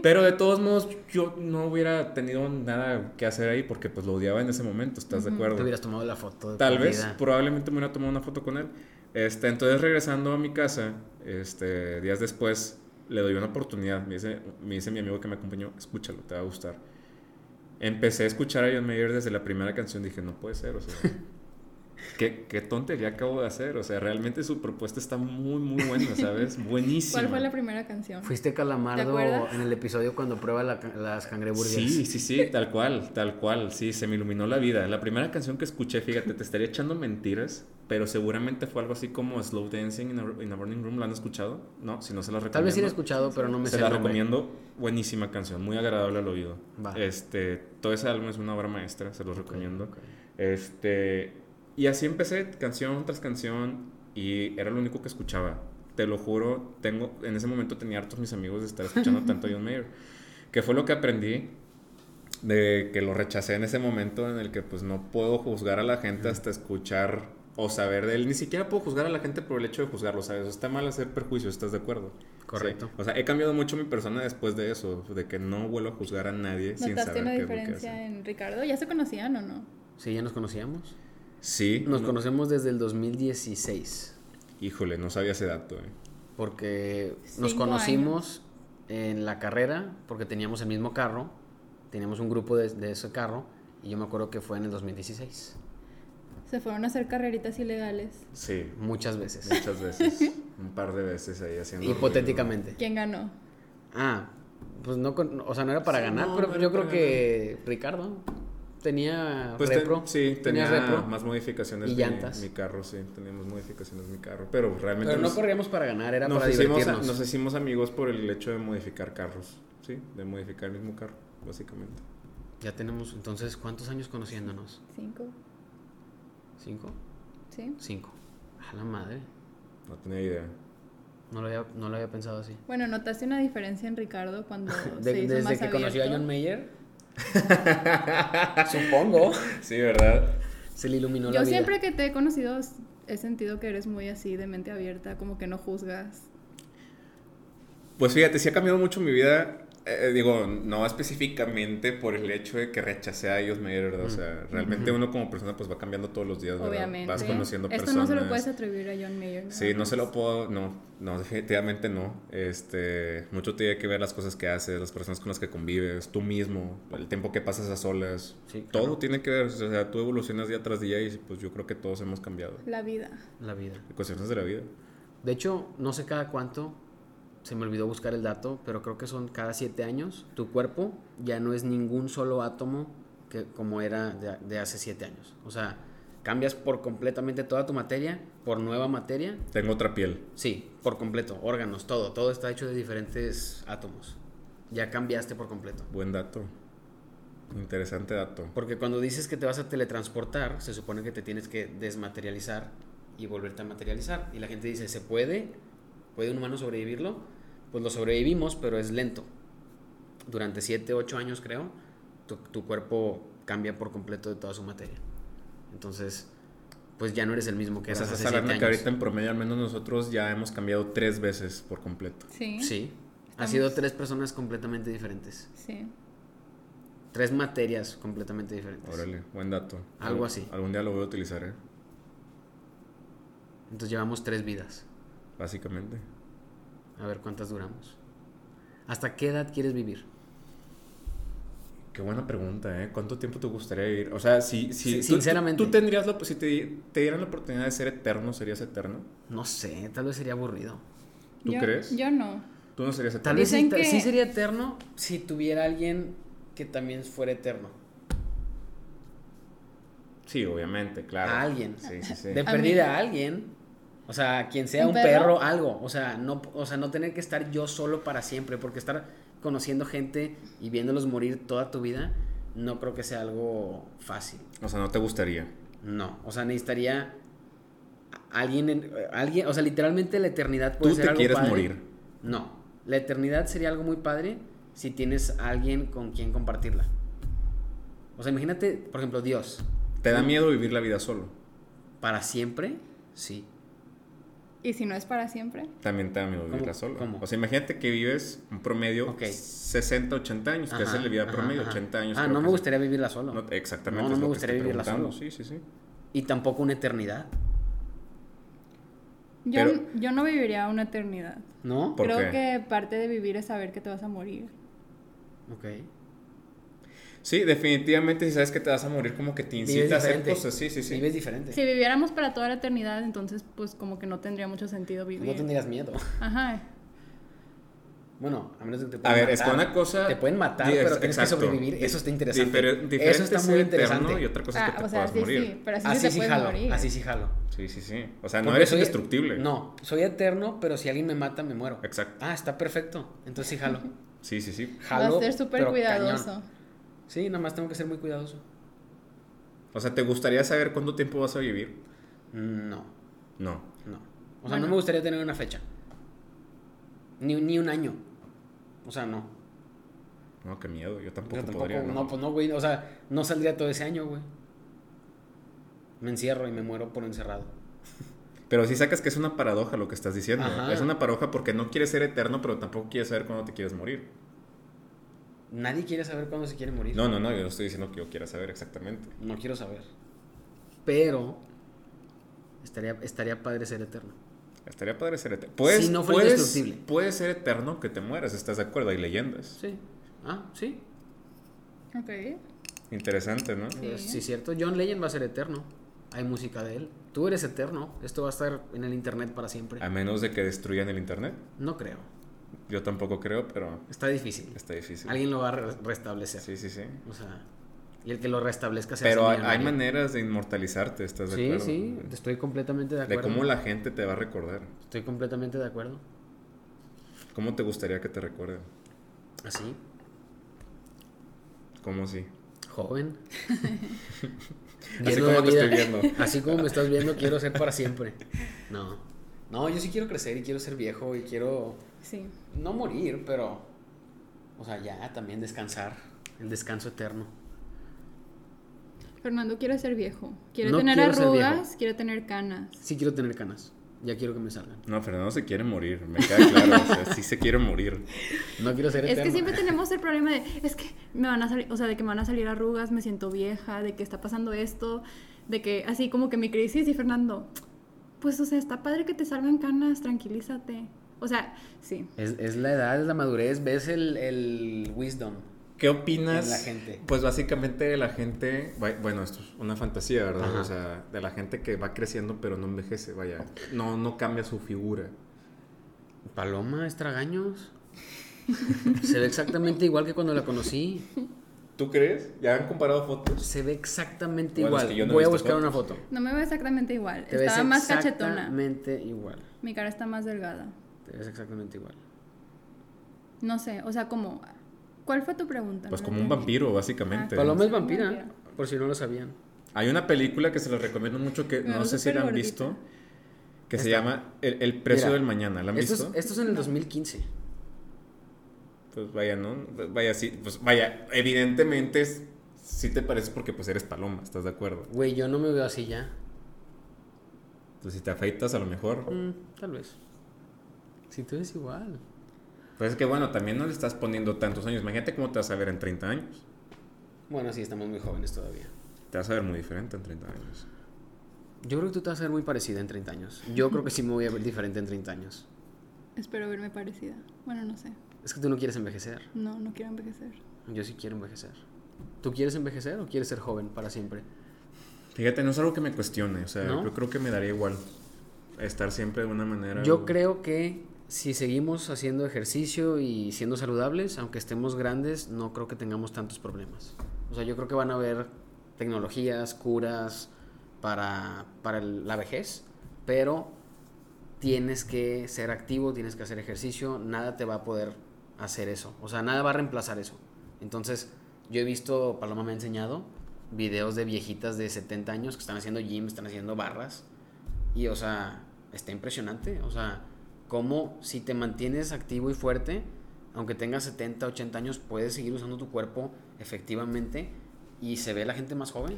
D: Pero de todos modos, yo no hubiera tenido nada que hacer ahí porque pues lo odiaba en ese momento, ¿estás de
A: Ujú.
D: acuerdo?
C: Te hubieras tomado la foto. de
D: Tal
C: tu
D: vez,
C: vida.
D: probablemente me hubiera tomado una foto con él. Este, entonces regresando a mi casa, este, días después, le doy una oportunidad. Me dice, me dice mi amigo que me acompañó, escúchalo, te va a gustar. Empecé a escuchar a John Mayer desde la primera canción. Dije, no puede ser, o sea, qué, qué tontería acabo de hacer. O sea, realmente su propuesta está muy, muy buena, ¿sabes? Buenísima.
A: ¿Cuál fue la primera canción?
C: Fuiste
A: ¿Te
C: calamardo
A: acuerdas?
C: en el episodio cuando prueba la ca- las cangreburgers.
D: Sí, sí, sí, tal cual, tal cual, sí, se me iluminó la vida. La primera canción que escuché, fíjate, te estaría echando mentiras, pero seguramente fue algo así como Slow Dancing in a, in a Burning Room, ¿la han escuchado? No, si no se la recomiendo.
C: Tal vez sí la he escuchado, pero no me
D: Se
C: sé
D: la
C: el nombre.
D: recomiendo, buenísima canción, muy agradable al oído.
C: Va.
D: Este, todo ese álbum es una obra maestra, se los recomiendo. Este, y así empecé canción tras canción y era lo único que escuchaba. Te lo juro, tengo, en ese momento tenía hartos mis amigos de estar escuchando tanto a John Mayer. Que fue lo que aprendí de que lo rechacé en ese momento en el que pues no puedo juzgar a la gente hasta escuchar o saber de él. Ni siquiera puedo juzgar a la gente por el hecho de juzgarlo, ¿sabes? Está mal hacer perjuicio, ¿estás de acuerdo?
C: Correcto.
D: Sí. O sea, he cambiado mucho mi persona después de eso, de que no vuelvo a juzgar a nadie sin saber
A: ¿Notaste una
D: qué es lo que hace.
A: diferencia en Ricardo? ¿Ya se conocían o no?
C: Sí, ya nos conocíamos.
D: Sí,
C: Nos
D: no-
C: conocemos desde el 2016.
D: híjole, no sabía ese dato, eh.
C: Porque nos
A: Cinco
C: conocimos en la carrera, porque teníamos el mismo carro, teníamos un grupo de, de ese carro, y yo me acuerdo que fue en el 2016,
A: Se fueron a hacer carreritas ilegales.
D: Sí,
C: muchas veces,
D: muchas veces. un par de veces ahí haciendo.
C: hipotéticamente.
A: ¿Quién ganó?
C: Ah, pues no, con- o sea, no era para
D: Sí,
C: ganar,
D: no,
C: pero
D: no era
C: yo creo
D: para
C: que Ricardo tenía
D: Pues te-
C: repro.
D: sí, tenía
C: repro,
D: más modificaciones
C: y
D: de mi-
C: llantas.
D: mi carro, sí, teníamos modificaciones de mi carro, pero realmente
C: Pero no
D: nos-
C: corríamos para ganar, era
D: nos
C: para
D: hicimos,
C: divertirnos.
D: nos hicimos amigos por el hecho de modificar carros, sí, de modificar el mismo carro, básicamente.
C: Ya tenemos, entonces, ¿cuántos años conociéndonos?
A: ¿Cinco?
C: ¿Cinco?
A: ¿Sí?
C: Cinco. A la madre.
D: No tenía idea.
C: No lo había, no lo había pensado así.
A: Bueno, ¿notaste una diferencia en Ricardo cuando
C: De-
A: se hizo
C: desde
A: más
C: que
A: abierto?
C: conoció a John Mayer. supongo.
D: Sí, ¿verdad?
C: Se le iluminó la
A: Yo
C: vida.
A: siempre que te he conocido s- he sentido que eres muy así, de mente abierta, como que no juzgas.
D: Pues fíjate, sí ha cambiado mucho mi vida. eh, digo, no específicamente por el hecho de que rechacé a ellos, Mayer, ¿verdad? O sea, realmente uno como persona pues va cambiando todos los días, ¿verdad?
A: Mm, Obviamente.
D: Vas conociendo
A: Esto
D: personas.
A: no se lo puedes atribuir a John Mayer. nada
D: Sí, no
A: más.
D: se lo puedo, no, no, definitivamente no. Este, mucho tiene que ver las cosas que haces, las personas con las que convives, tú mismo, el tiempo que pasas a solas.
C: Sí, claro.
D: Todo tiene que ver, o sea, tú evolucionas día tras día y pues yo creo que todos hemos cambiado.
A: La vida.
C: La vida.
D: Cuestiones de la vida.
C: De hecho, no sé cada cuánto, se me olvidó buscar el dato, pero creo que son cada siete años, tu cuerpo ya no es ningún solo átomo que, como era de, de hace siete años. O sea, cambias por completamente toda tu materia, por nueva materia.
D: Tengo otra piel.
C: Sí, por completo, órganos, todo, todo está hecho de diferentes átomos. Ya cambiaste por completo.
D: Buen dato. Interesante dato.
C: Porque cuando dices que te vas a teletransportar, se supone que te tienes que desmaterializar y volverte a materializar. Y la gente dice, ¿se puede? ¿Puede un humano sobrevivirlo? Pues lo sobrevivimos, pero es lento. Durante 7, 8 años, creo, tu, tu cuerpo cambia por completo de toda su materia. Entonces, pues ya no eres el mismo que
D: O sea,
C: eras
D: estás
C: hace
D: hablando
C: 7
D: que ahorita
C: años.
D: en promedio al menos nosotros ya hemos cambiado tres veces por completo.
A: Sí.
C: Sí. Ha
A: Estamos-
C: sido tres personas completamente diferentes.
A: Sí.
C: Tres materias completamente diferentes.
D: Órale, buen dato.
C: Algo así.
D: Algún día lo voy a utilizar, ¿eh?
C: Entonces llevamos tres vidas.
D: Básicamente.
C: A ver cuántas duramos. ¿Hasta qué edad quieres vivir?
D: Qué buena pregunta, ¿eh? ¿Cuánto tiempo te gustaría vivir? O sea, si, si
C: Sí,
D: tú-
C: sinceramente.
D: tú, tú tendrías la, si te, di- te dieran la oportunidad de ser eterno, serías eterno.
C: No sé, tal vez sería aburrido.
D: ¿Tú
A: Yo-
D: crees?
A: Yo no.
D: Tú no serías
C: Tal
D: eterno.
C: vez
A: Dicen
C: sí-
A: que-
C: sí sería eterno si tuviera alguien que también fuera eterno.
D: Sí, obviamente, claro.
C: A alguien.
D: Sí, sí, sí.
C: De
A: A
C: perdida a alguien. O sea, quien sea,
A: ¿Un
C: un,
A: perro?
C: perro? algo. O sea, no, o sea, no tener que estar yo solo para siempre. Porque estar conociendo gente y viéndolos morir toda tu vida, no creo que sea algo fácil.
D: O sea, no te gustaría.
C: No. O sea, necesitaría a- alguien, en- eh, alguien. O sea, literalmente la eternidad puede
D: Tú
C: ser
D: te
C: algo
D: quieres
C: padre.
D: morir.
C: No. La eternidad sería algo muy padre si tienes a alguien con quien compartirla. O sea, imagínate, por ejemplo, Dios.
D: ¿Te da miedo vivir la vida solo?
C: Para siempre, sí.
A: ¿Y si no es para siempre?
D: También te da miedo vivirla
C: ¿Cómo?
D: solo.
C: ¿Cómo?
D: O sea, imagínate que vives un promedio
C: Ok.
D: 60, 80 años, que
C: Ajá,
D: es la vida
C: ajá,
D: promedio,
C: ajá.
D: 80 años.
C: Ah,
D: creo
C: no
D: que
C: me
D: es.
C: gustaría vivirla solo.
D: No, exactamente.
C: No, no
D: es lo
C: me
D: que
C: gustaría
D: estoy
C: vivirla
D: preguntando.
C: solo.
D: Sí, sí, sí.
C: Y tampoco una eternidad,
A: Yo,
D: Pero-
A: yo no viviría una eternidad.
C: ¿no?
D: Por-
A: Creo
D: qué?
A: que parte de vivir es saber que te vas a morir.
C: Ok.
D: Sí, definitivamente si sabes que te vas a morir, como que te incita a hacer
C: diferente.
D: cosas. Sí, sí, sí.
C: Vives diferente.
A: Si viviéramos para toda la eternidad, entonces pues como que no tendría mucho sentido vivir.
C: No tendrías miedo.
A: Ajá.
C: Bueno, a menos que te
D: A
C: puedan
D: ver, es que
C: matar.
D: una cosa.
C: Te pueden matar,
D: Sí,
C: pero
D: ex-
C: tienes
D: exacto.
C: que sobrevivir. Eso está interesante.
D: Difere- diferente
C: Eso está
D: es
C: muy
D: ser
C: interesante.
D: eterno y otra cosa es
A: Ah,
D: que te
A: o sea,
D: puedas
A: sí,
D: morir.
A: sí, pero así,
C: Así
A: sí te
C: sí
A: puedes
C: jalo.
A: morir.
C: Así sí jalo.
D: Sí, sí, sí. O sea, no
C: Porque
D: eres
C: soy-
D: indestructible.
C: No, soy eterno, pero si alguien me mata, me muero.
D: Exacto.
C: Ah, está perfecto. Entonces sí jalo.
D: Sí, sí, sí.
A: Vas
C: Jalo.
A: a ser súper
C: pero
A: cuidadoso.
C: cañón. Sí, nada más tengo que ser muy cuidadoso.
D: O sea, ¿te gustaría saber cuánto tiempo vas a vivir?
C: No,
D: No.
C: no. O sea,
A: Bueno.
C: no me gustaría tener una fecha. Ni, ni un año. O sea, no.
D: No, qué miedo. Yo tampoco,
C: Yo tampoco,
D: podría.
C: no.
D: No,
C: pues no, güey. O sea, no saldría todo ese año, güey. Me encierro y me muero por encerrado.
D: Pero si sacas que es una paradoja lo que estás diciendo.
C: Ajá.
D: Es una paradoja porque no quieres ser eterno, pero tampoco quieres saber cuándo te quieres morir.
C: Nadie quiere saber cuándo se quiere morir.
D: No, no, no, yo no estoy diciendo que yo quiera saber exactamente.
C: No quiero saber. Pero estaría, estaría padre ser eterno.
D: Estaría padre ser eterno. Puedes,
C: Si no fuera
D: puedes-
C: indestructible.
D: Puedes ser eterno que te mueras, ¿estás de acuerdo? Hay leyendas.
C: Sí. Ah, sí.
A: Ok.
D: Interesante, ¿no?
A: Sí.
C: Eh, Sí, cierto. John Legend va a ser eterno. Hay música de él. Tú eres eterno. Esto va a estar en el internet para siempre.
D: A menos de que destruyan el internet.
C: No creo.
D: Yo tampoco creo, pero
C: Está difícil.
D: está difícil.
C: Alguien lo va a re- restablecer.
D: Sí, sí, sí.
C: O sea, y el que lo restablezca se
D: Pero
C: hace
D: hay, hay
C: millonario.
D: maneras de inmortalizarte, ¿estás de acuerdo?
C: Sí, sí, estoy completamente de
D: De
C: acuerdo.
D: cómo la gente te va a recordar.
C: Estoy completamente de acuerdo.
D: ¿Cómo te gustaría que te recuerden?
C: Así,
D: ¿Cómo sí?
C: joven.
D: Así
C: Lleno de
D: como te estoy
C: vida.
D: viendo.
C: Así como me estás viendo, quiero ser para siempre. No. No, yo sí quiero crecer y quiero ser viejo y quiero
A: Sí.
C: no morir, pero o sea, ya también descansar, el descanso eterno.
A: Fernando quiere ser viejo. Quiere
C: No
A: tener
C: quiero ser
A: arrugas,
C: viejo.
A: quiere tener canas.
C: Sí quiero tener canas. Ya quiero que me salgan.
D: No, Fernando se quiere morir, me queda claro. o sea, sí se quiere morir.
C: No quiero ser
A: Es
C: eterno.
A: que siempre tenemos el problema de, es que me van a salir, o sea, de que me van a salir arrugas, me siento vieja, de que está pasando esto, de que así como que mi crisis y Fernando, pues o sea, está padre que te salgan canas, tranquilízate. O sea, sí.
C: Es, es la edad, es la madurez, ves el, el wisdom.
D: ¿Qué opinas?
C: En la gente.
D: Pues básicamente de la gente, bu- bueno, esto es una fantasía, ¿verdad?
C: Ajá.
D: O sea, de la gente que va creciendo pero no envejece, vaya, no, no cambia su figura.
C: Paloma Estragaños. Se ve exactamente igual que cuando la conocí.
D: ¿Tú crees? ¿Ya han comparado fotos?
C: Se ve exactamente
D: Bueno, es
C: igual.
D: que yo no he
C: Voy a
D: visto
C: buscar
D: fotos.
C: una foto.
A: No me veo exactamente igual.
C: Te
A: Estaba
C: ves
A: más cachetona.
C: exactamente igual.
A: Mi cara está más delgada.
C: Te ves exactamente igual.
A: No sé, o sea, como ¿Cuál fue tu pregunta?
D: Pues
A: No
D: como un
A: entendí.
D: vampiro, básicamente.
C: Paloma es
A: Soy
C: vampira,
A: vampira.
C: por si no lo sabían.
D: Hay una película que se les recomiendo mucho que
A: Pero
D: no sé si
A: súper
D: la han
A: gordita.
D: visto, que se
C: Esta.
D: llama El, El precio
C: Mira,
D: del mañana. ¿La han
C: Esto es,
D: visto?
C: esto es en el 2015.
D: Pues vaya, ¿no? Vaya, sí, pues vaya, evidentemente es- sí te parece porque pues eres paloma, ¿estás de acuerdo?
C: Güey, yo no me veo así ya.
D: Entonces si te afeitas a lo mejor...
C: Mm, tal vez. Si te ves igual.
D: Pues es que bueno, también no le estás poniendo tantos años. Imagínate cómo te vas a ver en 30 años.
C: Bueno, sí, estamos muy jóvenes todavía.
D: Te vas a ver muy diferente en 30 años.
C: Yo creo que tú te vas a ver muy parecida en 30 años. Yo creo que sí me voy a ver diferente en 30 años.
A: Espero verme parecida. Bueno, no sé.
C: Es que tú no quieres envejecer.
A: No, no quiero envejecer.
C: Yo sí quiero envejecer. ¿Tú quieres envejecer o quieres ser joven para siempre?
D: Fíjate, no es algo que me cuestione, o sea,
C: ¿No?
D: yo creo que me daría igual estar siempre de una manera.
C: Yo creo que si seguimos haciendo ejercicio y siendo saludables, aunque estemos grandes, no creo que tengamos tantos problemas. O sea, yo creo que van a haber tecnologías, curas para, para el- la vejez, pero tienes que ser activo, tienes que hacer ejercicio, nada te va a poder hacer eso. O sea, nada va a reemplazar eso. Entonces, yo he visto, Paloma me ha enseñado, videos de viejitas de 70 años que están haciendo gym, están haciendo barras. Y, o sea, está impresionante. O sea, cómo si te mantienes activo y fuerte, aunque tengas 70, 80 años, puedes seguir usando tu cuerpo efectivamente y se ve la gente más joven.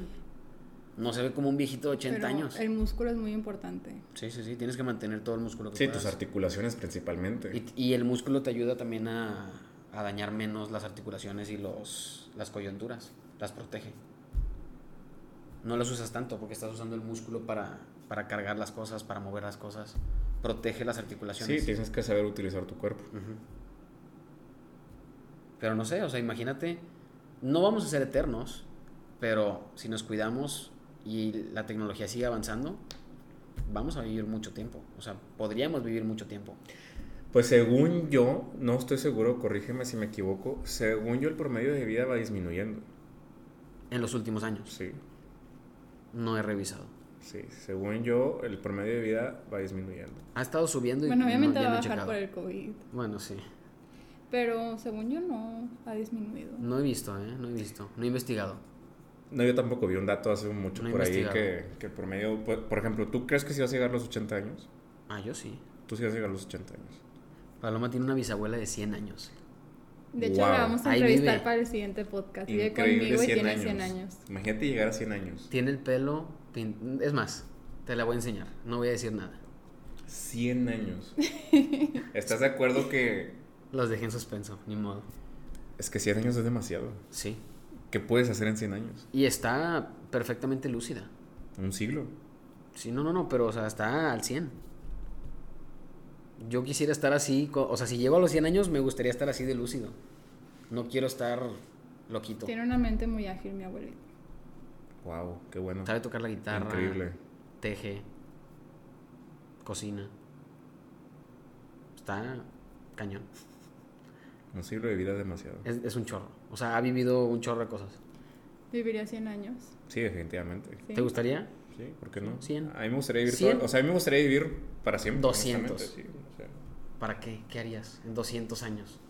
C: No se ve como un viejito de 80
A: Pero
C: años.
A: El músculo es muy importante.
C: Sí, sí, sí. Tienes que mantener todo el músculo que
D: Sí,
C: puedas.
D: tus articulaciones principalmente.
C: Y, y el músculo te ayuda también a, a dañar menos las articulaciones y los, las coyunturas. Las protege. No las usas tanto porque estás usando el músculo para, para cargar las cosas, para mover las cosas. Protege las
D: Sí,
C: articulaciones.
D: tienes que saber utilizar tu cuerpo.
C: Ujú. Pero no sé, o sea, imagínate, no vamos a ser eternos, pero si nos cuidamos y la tecnología sigue avanzando, vamos a vivir mucho tiempo. O sea, podríamos vivir mucho tiempo.
D: Pues según yo, no estoy seguro, corrígeme si me equivoco, según yo el promedio de vida va disminuyendo.
C: En los últimos años,
D: Sí,
C: no he revisado.
D: sí, según yo el promedio de vida va disminuyendo.
C: Ha estado subiendo y
A: Bueno,
C: no-
A: obviamente
C: ya
A: va
C: no
A: a
C: he
A: bajar
C: checado.
A: por el COVID.
C: Bueno, sí.
A: Pero según yo no, ha disminuido.
C: No he visto, ¿eh? No he visto. No he investigado.
D: No, yo tampoco vi un dato hace mucho
C: No he
D: por ahí
C: investigado.
D: que, que el promedio, por, por ejemplo, ¿tú crees que si vas a llegar a los 80 años?
C: Ah, yo sí.
D: Tú sí vas a llegar a los 80 años.
C: Paloma tiene una bisabuela de 100 años.
A: De hecho,
D: Wow.
A: la vamos a
C: Ahí
A: entrevistar
C: vive.
A: para el siguiente podcast. Vive conmigo y tiene 100 años.
D: Imagínate llegar a 100 años.
C: Tiene el pelo... pin- Es más, te la voy a enseñar. No voy a decir nada.
D: 100 años. ¿Estás de acuerdo que
C: Los dejé en suspenso, ni modo.
D: es que 100 años es demasiado?
C: Sí.
D: ¿Qué puedes hacer en 100 años?
C: Y está perfectamente lúcida.
D: Un siglo.
C: Sí, no, no, no, pero o sea, está al 100. Yo quisiera estar así, co- o sea, si llego a los 100 años me gustaría estar así de lúcido. No quiero estar loquito.
A: Tiene una mente muy ágil, mi abuelita.
D: Wow, qué bueno.
C: Sabe tocar la guitarra.
D: Increíble.
C: Teje. Cocina. Está cañón.
D: Un siglo de vida es demasiado.
C: Es, es un chorro. O sea, ha vivido un chorro de cosas.
A: Viviría 100 años.
D: Sí, definitivamente.
A: sí.
C: ¿Te gustaría?
D: Sí, ¿por qué no?
C: 100.
D: A mí me gustaría vivir,
C: 100.
D: toda- o sea, a mí me gustaría vivir para siempre.
C: 200.
D: honestamente, sí, o sea.
C: ¿Para qué? ¿Qué harías en 200 años?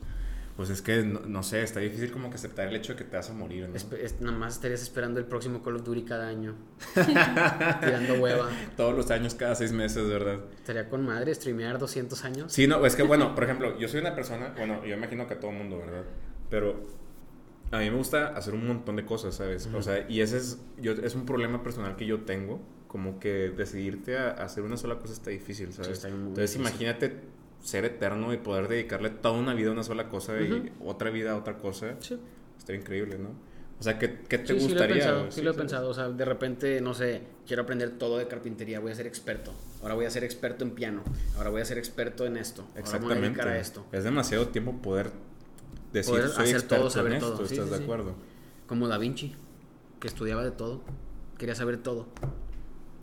D: Pues es que, no, no sé, está difícil como que aceptar el hecho de que te vas a morir, ¿no?
C: Espe- es- nada más estarías esperando el próximo Call of Duty cada año. Tirando hueva.
D: Todos los años, cada seis meses, ¿verdad?
C: Estaría con madre streamear 200 años.
D: Sí, no, es que bueno, por ejemplo, yo soy una persona, bueno, yo imagino que a todo mundo, ¿verdad? Pero a mí me gusta hacer un montón de cosas, ¿sabes? O sea, y ese es, yo, es un problema personal que yo tengo, como que decidirte a, a hacer una sola cosa está difícil, ¿sabes?
C: está muy
D: Entonces
C: difícil.
D: imagínate ser eterno y poder dedicarle toda una vida a una sola cosa y otra vida a otra cosa,
C: Sí,
D: está increíble, ¿no? O sea, ¿qué, qué te
C: sí, sí lo he
D: gustaría?
C: pensado,
D: güey?
C: sí lo he
D: ¿sabes?
C: pensado. O sea, de repente, no sé, quiero aprender todo de carpintería, voy a ser experto. Ahora voy a ser experto en piano. Ahora voy a ser experto en esto. Ahora me voy a
D: Exactamente.
C: dedicar a esto.
D: Es demasiado tiempo poder decir
C: Poder
D: soy
C: hacer todo,
D: experto
C: saber
D: en esto,
C: todo. Sí,
D: ¿estás
C: sí,
D: de
C: sí.
D: acuerdo?
C: Como Da Vinci, que estudiaba de todo. Quería saber todo.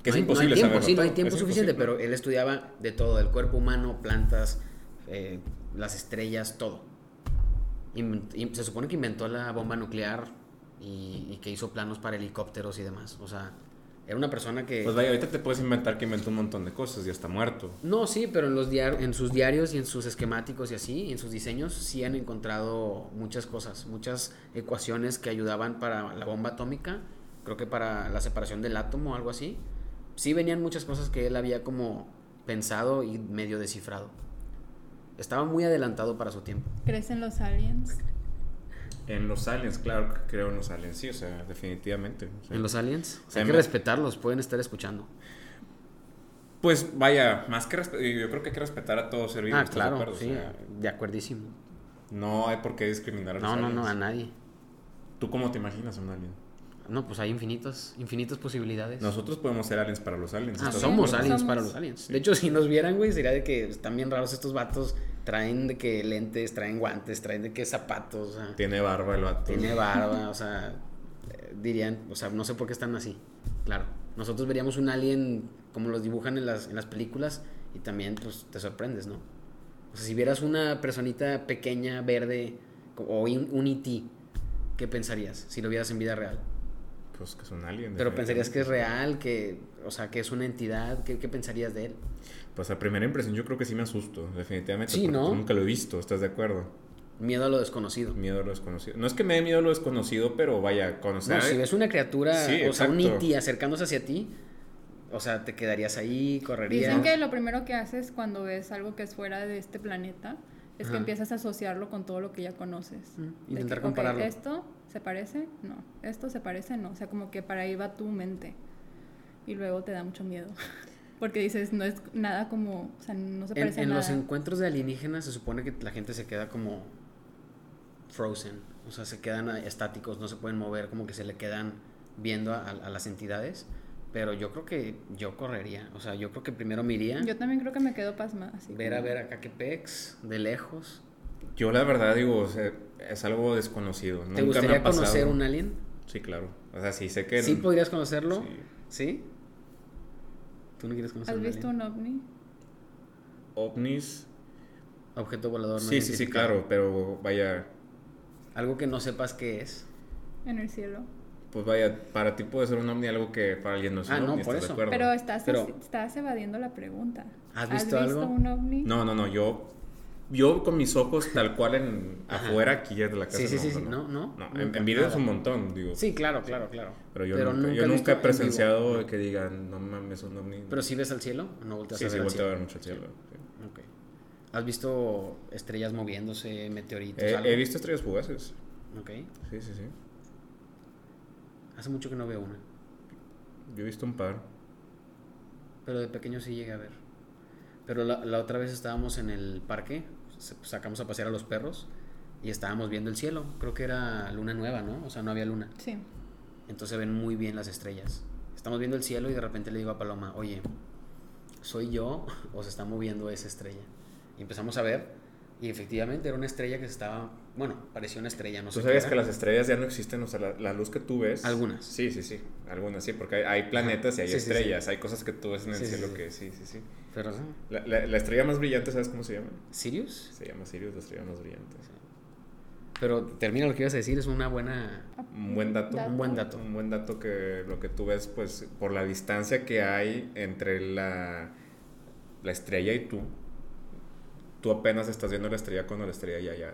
D: Que es
C: No hay-
D: imposible
C: no hay tiempo,
D: saberlo
C: sí, no hay
D: todo,
C: tiempo
D: es
C: suficiente,
D: imposible.
C: pero él estudiaba de todo, del cuerpo humano, plantas, eh, las estrellas, todo. Invent- in- se supone que inventó la bomba nuclear y, y que hizo planos para helicópteros y demás. O sea, era una persona que...
D: Pues vaya, ahorita te puedes inventar que inventó un montón de cosas y está muerto.
C: No, sí, pero en, los diar- en sus diarios y en sus esquemáticos y así, y en sus diseños, sí han encontrado muchas cosas, muchas ecuaciones que ayudaban para la bomba atómica, creo que para la separación del átomo o algo así. Sí venían muchas cosas que él había como pensado y medio descifrado. Estaba muy adelantado para su tiempo.
A: ¿Crecen los aliens?
D: En los aliens, claro que creo en los aliens, sí, o sea, definitivamente. o sea.
C: En los aliens,
D: Sí,
C: hay que
D: me-
C: respetarlos, pueden estar escuchando.
D: Pues vaya, más que respetar, yo creo que hay que respetar a todo ser vivo,
C: ah,
D: ¿estás de
C: claro,
D: acuerdo? O
C: sí,
D: sea,
C: de acuerdísimo.
D: no hay por qué discriminar a los
C: No, no,
D: aliens.
C: no, a nadie.
D: ¿Tú cómo te imaginas a un alien?
C: No, pues hay infinitas, infinitas posibilidades.
D: Nosotros podemos ser aliens para los aliens.
C: Ah,
D: ¿estás de
C: somos
D: acuerdo?
C: aliens
A: Somos.
C: para los aliens. De hecho, si nos vieran, güey, sería de que están bien raros estos vatos Traen de que lentes, traen guantes, traen de que zapatos, o sea,
D: Tiene barba el vato.
C: tiene barba, o sea, eh, dirían, o sea, no sé por qué están así. Claro, nosotros veríamos un alien como los dibujan en las, en las películas y también pues te sorprendes, ¿no? O sea, si vieras una personita pequeña, verde, co- o in- un IT, ¿qué pensarías si lo vieras en vida real?
D: Pues que es un alien.
C: Pero pensarías que es
D: definitivamente.
C: real, que, o sea, que es una entidad, ¿qué, qué pensarías de él?
D: Pues a primera impresión yo creo que sí me asusto, definitivamente.
C: Sí,
D: porque
C: ¿no?
D: Nunca lo he visto, ¿estás de acuerdo?
C: Miedo a lo desconocido.
D: Miedo a lo desconocido. No es que me dé miedo a lo desconocido, pero vaya, conocer.
C: No, si ves una criatura,
D: Sí,
C: o sea, un
D: exacto.
C: IT acercándose hacia ti, o sea, te quedarías ahí, correrías.
A: Dicen que lo primero que haces cuando ves algo que es fuera de este planeta es
C: Ajá.
A: que empiezas a asociarlo con todo lo que ya conoces.
C: Mm,
A: De
C: intentar
A: ok,
C: compararlo.
A: esto se parece, no. Esto se parece, no. O sea, como que para ahí va tu mente. Y luego te da mucho miedo. Porque dices, no es nada como. O sea, no se
C: En,
A: parece
C: en
A: a nada.
C: los encuentros de alienígenas se supone que la gente se queda como frozen, o sea, se quedan ahí estáticos, no se pueden mover, como que se le quedan viendo a, a las entidades. Pero yo creo que yo correría, o sea, yo creo que primero me iría,
A: Yo también creo que me quedo pasmada. Así
C: ver a
A: como-
C: ver acá que pex, de lejos.
D: Yo la verdad digo, o sea, es algo desconocido.
C: ¿Te
D: Nunca me
C: gustaría
D: ha pasado.
C: conocer un alien?
D: Sí, claro. O sea, sí sé que...
C: ¿Sí podrías conocerlo?
D: Sí.
C: ¿Sí? ¿Tú no quieres conocer
A: ¿Has
C: un
A: visto
C: alien?
A: un ovni?
D: ovnis.
C: objeto volador? no
D: sí, sí, sí,
C: identificado.
D: claro, pero vaya,
C: Algo que no sepas qué es.
A: En el cielo.
D: pues vaya, para ti puede ser un ovni algo que para alguien no es
C: Ah,
D: un
C: no,
D: ovni,
C: por
D: ¿estás de
C: eso.
D: acuerdo?
A: Pero estás,
C: Pero-
A: estás evadiendo la pregunta.
C: ¿Has visto algo?
A: un ovni?
D: No, no, no, yo yo con mis ojos tal cual en afuera aquí de la casa.
C: Sí, sí, sí,
D: no,
C: sí, no, no,
D: en,
C: nunca,
D: en videos
C: nada.
D: un montón, digo.
C: Sí, claro, claro, claro.
D: Pero yo nunca, yo
C: visto
D: nunca he
C: en vivo.
D: presenciado que digan, no mames, un ovni.
C: Pero si ves al cielo, no volteas
D: sí,
C: a
D: sí,
C: ver al
D: volteo a
C: cielo.
D: ver mucho el cielo. sí.
C: Ok. ¿Has visto estrellas moviéndose, meteoritos?
D: Eh,
C: algo?
D: he visto estrellas fugaces.
C: Ok.
D: Sí, sí, sí.
C: Hace mucho que no veo una.
D: Yo he visto un par.
C: Pero de pequeño sí llegué a ver. Pero la, la otra vez estábamos en el parque, se- sacamos a pasear a los perros y estábamos viendo el cielo. Creo que era luna nueva, ¿no? O sea, no había luna.
A: Sí.
C: Entonces se ven muy bien las estrellas. Estamos viendo el cielo y de repente le digo a Paloma, oye, ¿soy yo o se está moviendo esa estrella? Y empezamos a ver y efectivamente era una estrella que se estaba, bueno, parecía una estrella, no
D: ¿Tú
C: sé.
D: sabías
C: qué
D: que
C: era.
D: las estrellas ya no existen? O sea, la, la luz que tú ves.
C: Algunas.
D: Sí, sí, sí. Algunas, sí, porque hay, hay planetas y hay
C: Sí, sí, sí.
D: estrellas. Hay cosas que tú ves en el
C: Sí, sí,
D: cielo
C: sí.
D: que sí, sí, sí.
C: Pero,
D: La, la- la estrella más brillante, ¿sabes cómo se llama?
C: ¿Sirius?
D: Se llama Sirius, la estrella más brillante.
C: Pero termina lo que ibas a decir, es una buena...
D: Un buen dato.
A: Dato.
C: Un buen dato.
D: Un buen dato que lo que tú ves, pues, por la distancia que hay entre la, la estrella y tú, tú apenas estás viendo la estrella cuando la estrella ya, ya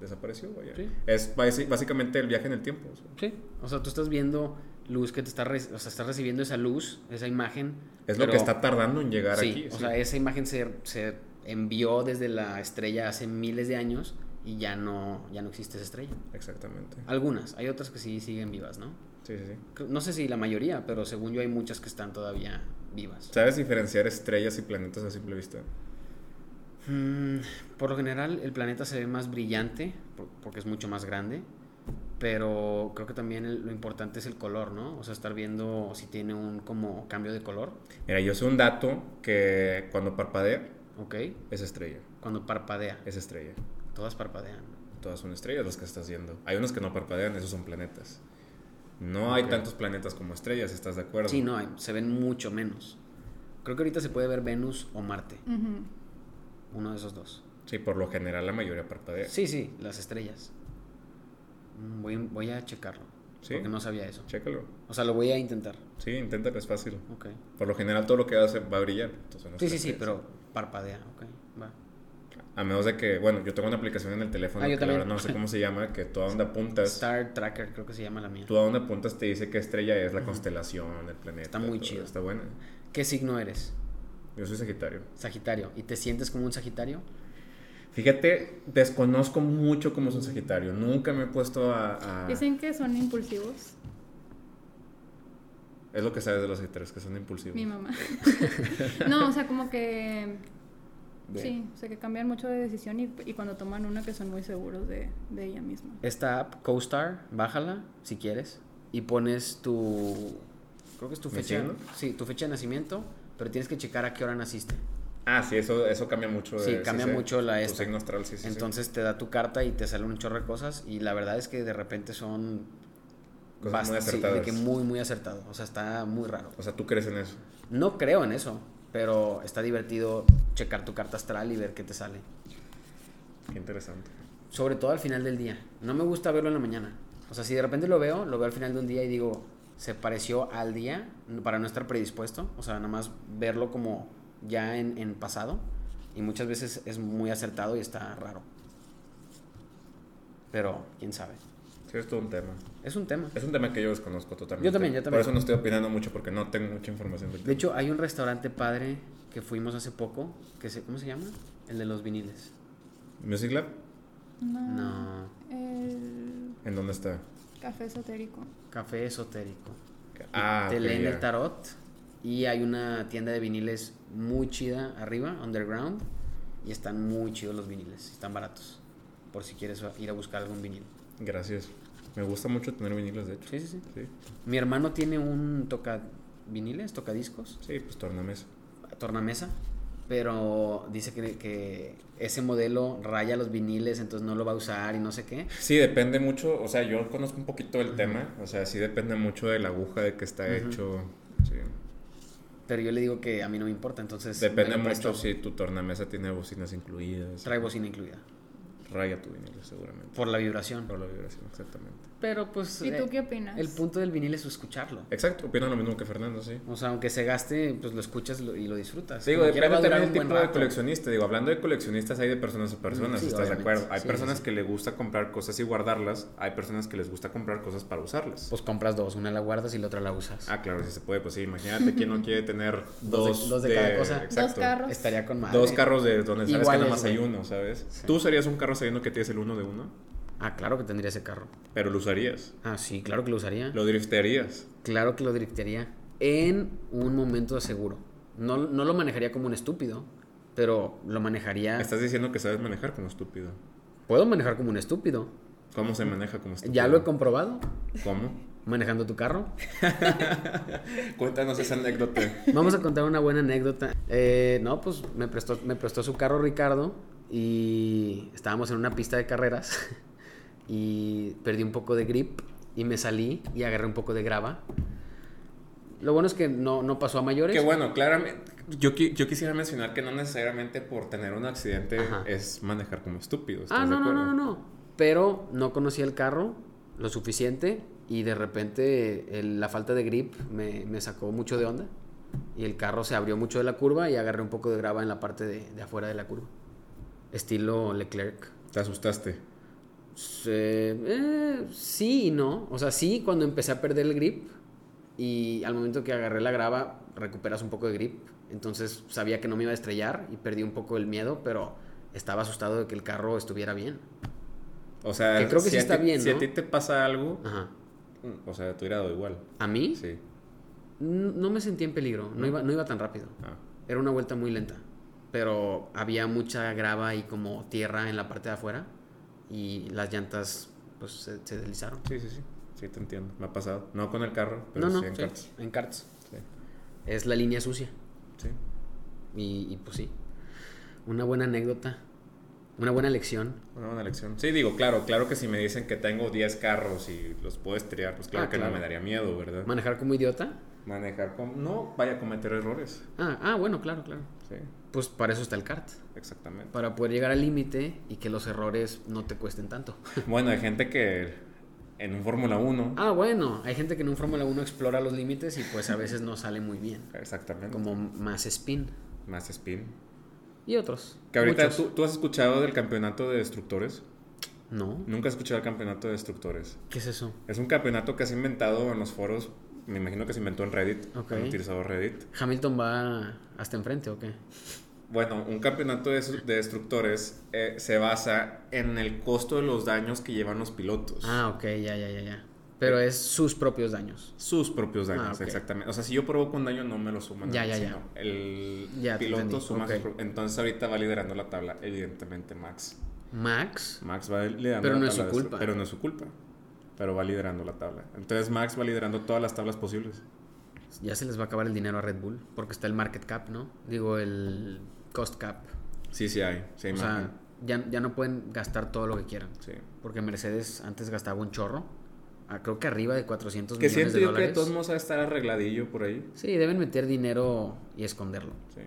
D: desapareció. o ya-
C: Sí.
D: Es basi- básicamente el viaje en el tiempo. o sea.
C: Sí, o sea, tú estás viendo luz que te está, re- o sea, estás recibiendo esa luz, esa imagen.
D: Es lo
C: pero-
D: que está tardando en llegar
C: sí,
D: aquí.
C: O
D: sí.
C: sea, esa imagen se, se envió desde la estrella hace miles de años y ya no, ya no existe esa estrella.
D: Exactamente.
C: Algunas, hay otras que sí siguen vivas, ¿no?
D: Sí, sí, sí.
C: Creo- No sé si la mayoría, pero según yo hay muchas que están todavía vivas.
D: ¿Sabes diferenciar estrellas y planetas a simple vista?
C: Mm, por lo general el planeta se ve más brillante por- porque es mucho más grande, pero creo que también el- lo importante es el color, ¿no? O sea, estar viendo si tiene un como cambio de color,
D: Mira, yo sé un dato que cuando parpadea
C: ¿ok?
D: es estrella.
C: Cuando parpadea,
D: Es estrella.
C: todas parpadean.
D: Todas son estrellas las que estás viendo. Hay unas que no parpadean, esos son planetas. No hay
C: Ok.
D: tantos planetas como estrellas, ¿estás de acuerdo?
C: Sí, no, hay- se ven mucho menos. Creo que ahorita se puede ver Venus o Marte,
A: Ujú.
C: uno de esos dos.
D: Sí, por lo general la mayoría parpadea.
C: Sí, sí, las estrellas. Mm, Voy, voy a checarlo,
D: Sí.
C: porque no sabía eso.
D: Chécalo.
C: O sea, lo voy a intentar.
D: Sí, inténtalo, es fácil.
C: Ok.
D: Por lo general todo lo que hace va a brillar. entonces no
C: Sí,
D: es
C: sí, sí,
D: estrellas.
C: pero parpadea, ok, va.
D: A menos de que, bueno, yo tengo una aplicación en el teléfono
C: Ah, yo
D: que la
C: también.
D: verdad no sé cómo se llama, que tú a dónde apuntas,
C: Star Tracker creo que se llama la mía.
D: tú a dónde apuntas te dice qué estrella es, la constelación, el planeta.
C: Está muy
D: todo,
C: chido.
D: Está buena.
C: ¿Qué signo eres?
D: Yo soy Sagitario.
C: Sagitario. ¿Y te sientes como un Sagitario?
D: Fíjate, desconozco mucho cómo es un Sagitario. Nunca me he puesto
C: Ah.
D: a... a-
A: Dicen que son impulsivos.
D: Es lo que sabes de los Sagitarios, que son impulsivos.
A: Mi mamá. no, o sea, como que.
D: Bien.
A: Sí, o sea, que cambian mucho de decisión y, y cuando toman una que son muy seguros de, de ella misma.
C: Esta app, CoStar, bájala si quieres y pones tu... Creo que es tu
D: ¿Mi
C: fecha.
D: signo?
C: Sí, tu fecha de nacimiento, pero tienes que checar a qué hora naciste.
D: Ah, sí, eso, eso cambia mucho. eh,
C: Sí, cambia
D: sé,
C: mucho la
D: tu
C: esta.
D: signo astral, sí, sí, sí.
C: Entonces te da tu carta y te salen un chorro de cosas y la verdad es que de repente son
D: Cosas muy
C: bast- sí, de
D: acertadas.
C: que muy muy acertado, o sea, está muy raro.
D: O sea, tú crees en eso.
C: No creo en eso, pero está divertido checar tu carta astral y ver qué te sale.
D: Qué interesante.
C: Sobre todo al final del día. No me gusta verlo en la mañana. O sea, si de repente lo veo, lo veo al final de un día y digo, se pareció al día para no estar predispuesto. O sea, nada más verlo como ya en, en pasado. Y muchas veces es muy acertado y está raro. Pero, quién sabe.
D: Sí, es todo un tema.
C: Es un tema.
D: Es un tema que yo desconozco totalmente.
C: Yo también, yo
D: Por
C: también.
D: eso no estoy opinando mucho porque no tengo mucha información del
C: De
D: tema.
C: hecho, hay un restaurante padre que fuimos hace poco, que se, ¿cómo se llama? El de los viniles.
D: ¿Music Lab?
A: No.
C: No,
A: El
D: ¿En dónde está?
A: café esotérico.
C: café esotérico.
D: Ah,
C: te
D: ok,
C: leen
D: ya.
C: el tarot y hay una tienda de viniles muy chida arriba, underground, y están muy chidos los viniles, están baratos, por si quieres ir a buscar algún vinil.
D: Gracias. Me gusta mucho tener vinilos, de hecho.
C: Sí, sí, sí.
D: Sí,
C: Mi hermano tiene un toca viniles, tocadiscos,
D: sí pues tornames.
C: tornamesa, pero dice que, que ese modelo raya los viniles, entonces no lo va a usar y no sé qué.
D: Sí, depende mucho. O sea, yo conozco un poquito del tema. O sea, sí depende mucho de la aguja de que está hecho. Sí.
C: Pero yo le digo que a mí no me importa, entonces... me
D: Depende
C: lo
D: mucho
C: prestó.
D: si tu tornamesa tiene bocinas incluidas.
C: Trae bocina incluida,
D: Raya tu vinilo, seguramente.
C: por la vibración.
D: Por la vibración, exactamente.
C: Pero pues...
A: ¿Y tú
C: eh,
A: qué opinas?
C: El punto del vinil es escucharlo.
D: Exacto, opino lo mismo que Fernando, sí.
C: O sea, aunque se gaste, pues lo escuchas lo- y lo disfrutas.
D: Digo,
C: Como quiera va
D: depende
C: a durar
D: también del
C: un buen
D: tipo de
C: rato. Mm,
D: coleccionista. Digo, hablando de coleccionistas, hay de personas a personas,
C: Sí,
D: ¿estás
C: obviamente.
D: de acuerdo? Hay
C: Sí, sí,
D: personas
C: sí.
D: que les gusta comprar cosas y guardarlas. Hay personas que les gusta comprar cosas para usarlas.
C: Pues compras dos, una la guardas y la otra la usas.
D: ah, claro, si se puede, pues sí. Imagínate quién no quiere tener
C: Dos de-
D: dos,
C: dos de cada cosa. Dos
D: Exacto.
A: Dos carros.
C: Estaría con madre.
D: Dos carros de donde sabes que
C: Iguales,
D: nada más hay
C: güey.
D: uno, ¿sabes? Tú serías un carro sabiendo que tienes el uno de uno,
C: Ah, claro que tendría ese carro.
D: pero lo usarías.
C: Ah, sí, claro que lo usaría.
D: Lo driftearías.
C: Claro que lo directaría en un momento seguro. No, no lo manejaría como un estúpido, pero lo manejaría...
D: Estás diciendo que sabes manejar como estúpido.
C: Puedo manejar como un estúpido.
D: ¿Cómo se maneja como estúpido?
C: Ya lo he comprobado.
D: ¿Cómo?
C: Manejando tu carro.
D: Cuéntanos esa anécdota.
C: Vamos a contar una buena anécdota. Eh, no, pues me prestó, me prestó su carro Ricardo y estábamos en una pista de carreras y perdí un poco de grip y me salí y agarré un poco de grava. Lo bueno es que no, no pasó a mayores.
D: Que bueno, claramente. Yo, qui- yo quisiera mencionar que no necesariamente por tener un accidente
C: Ajá.
D: es manejar como estúpido. ¿estás
C: Ah,
D: de
C: no, no,
D: acuerdo?
C: no, no, no. Pero no conocía el carro lo suficiente y de repente el- la falta de grip me, me sacó mucho de onda y el carro se abrió mucho de la curva y agarré un poco de grava en la parte de, de afuera de la curva. Estilo Leclerc.
D: Te asustaste.
C: Se- eh, sí y no. O sea, sí cuando empecé a perder el grip y al momento que agarré la grava recuperas un poco de grip. Entonces sabía que no me iba a estrellar y perdí un poco el miedo, pero estaba asustado de que el carro estuviera bien.
D: O sea,
C: Que creo que
D: si
C: sí
D: a
C: está
D: ti-
C: bien,
D: Si
C: ¿no?
D: a ti te pasa algo,
C: Ajá.
D: o sea, te hubiera dado igual.
C: ¿A mí?
D: Sí.
C: N- No me sentí en peligro, no iba, no iba tan rápido.
D: Ah.
C: Era una vuelta muy lenta, pero había mucha grava y como tierra en la parte de afuera y las llantas pues se, se deslizaron.
D: Sí, sí, sí. Sí, te entiendo. Me ha pasado. No con el carro, pero
C: No, no,
D: sí en
C: sí,
D: cartas.
C: en karts.
D: Sí.
C: Es la línea sucia
D: Sí.
C: y, y, pues sí, una buena anécdota, una buena lección.
D: Una buena lección. Sí, digo, claro, claro que si me dicen que tengo 10 carros y los puedo estrellar, pues claro
C: Ah,
D: que
C: claro.
D: no me daría miedo, ¿verdad?
C: Manejar como idiota.
D: Manejar como. No vaya a cometer errores.
C: Ah, ah, bueno, claro, claro.
D: Sí,
C: Pues para eso está el kart,
D: exactamente.
C: para poder llegar al límite y que los errores no te cuesten tanto.
D: Bueno, hay gente que en un Fórmula 1.
C: Ah, bueno, hay gente que en un Fórmula 1 explora los límites y pues a veces no sale muy bien,
D: Exactamente.
C: como más spin
D: Más spin.
C: y otros.
D: Que ahorita
C: muchos.
D: tú, tú has escuchado del campeonato de destructores.
C: No,
D: Nunca has escuchado el campeonato de destructores.
C: ¿qué es eso?
D: Es un campeonato que has inventado en los foros. Me imagino que se inventó en Reddit.
C: Ok.
D: En el utilizador Reddit.
C: ¿Hamilton va hasta enfrente o qué?
D: Bueno, un campeonato de, su- de destructores eh, se basa en el costo de los daños que llevan los pilotos.
C: Ah, ok, ya, ya, ya, ya. Pero es sus propios daños.
D: Sus propios daños,
C: Ah, ok.
D: exactamente. O sea, si yo provoco un daño, no me lo suman.
C: Ya,
D: a mí,
C: ya, ya.
D: sino El
C: Ya, te
D: piloto
C: entendí.
D: suma
C: Ok.
D: sus pro- Entonces, ahorita va liderando la tabla, evidentemente, Max.
C: Max,
D: Max va liderando
C: Pero
D: la
C: no es
D: tabla.
C: su
D: de-
C: culpa.
D: Pero no es su culpa. Pero va liderando la tabla. Entonces, Max va liderando todas las tablas posibles.
C: ya se les va a acabar el dinero a Red Bull porque está el market cap, ¿no? Digo, el cost cap.
D: Sí, sí hay. Sí, hay
C: O
D: margen.
C: sea, ya, ya no pueden gastar todo lo que quieran.
D: Sí.
C: Porque Mercedes antes gastaba un chorro. ah, creo que arriba de 400
D: Que
C: millones
D: siento
C: de
D: yo que de
C: dólares.
D: todos modos va a estar arregladillo por ahí.
C: Sí, deben meter dinero y esconderlo.
D: Sí.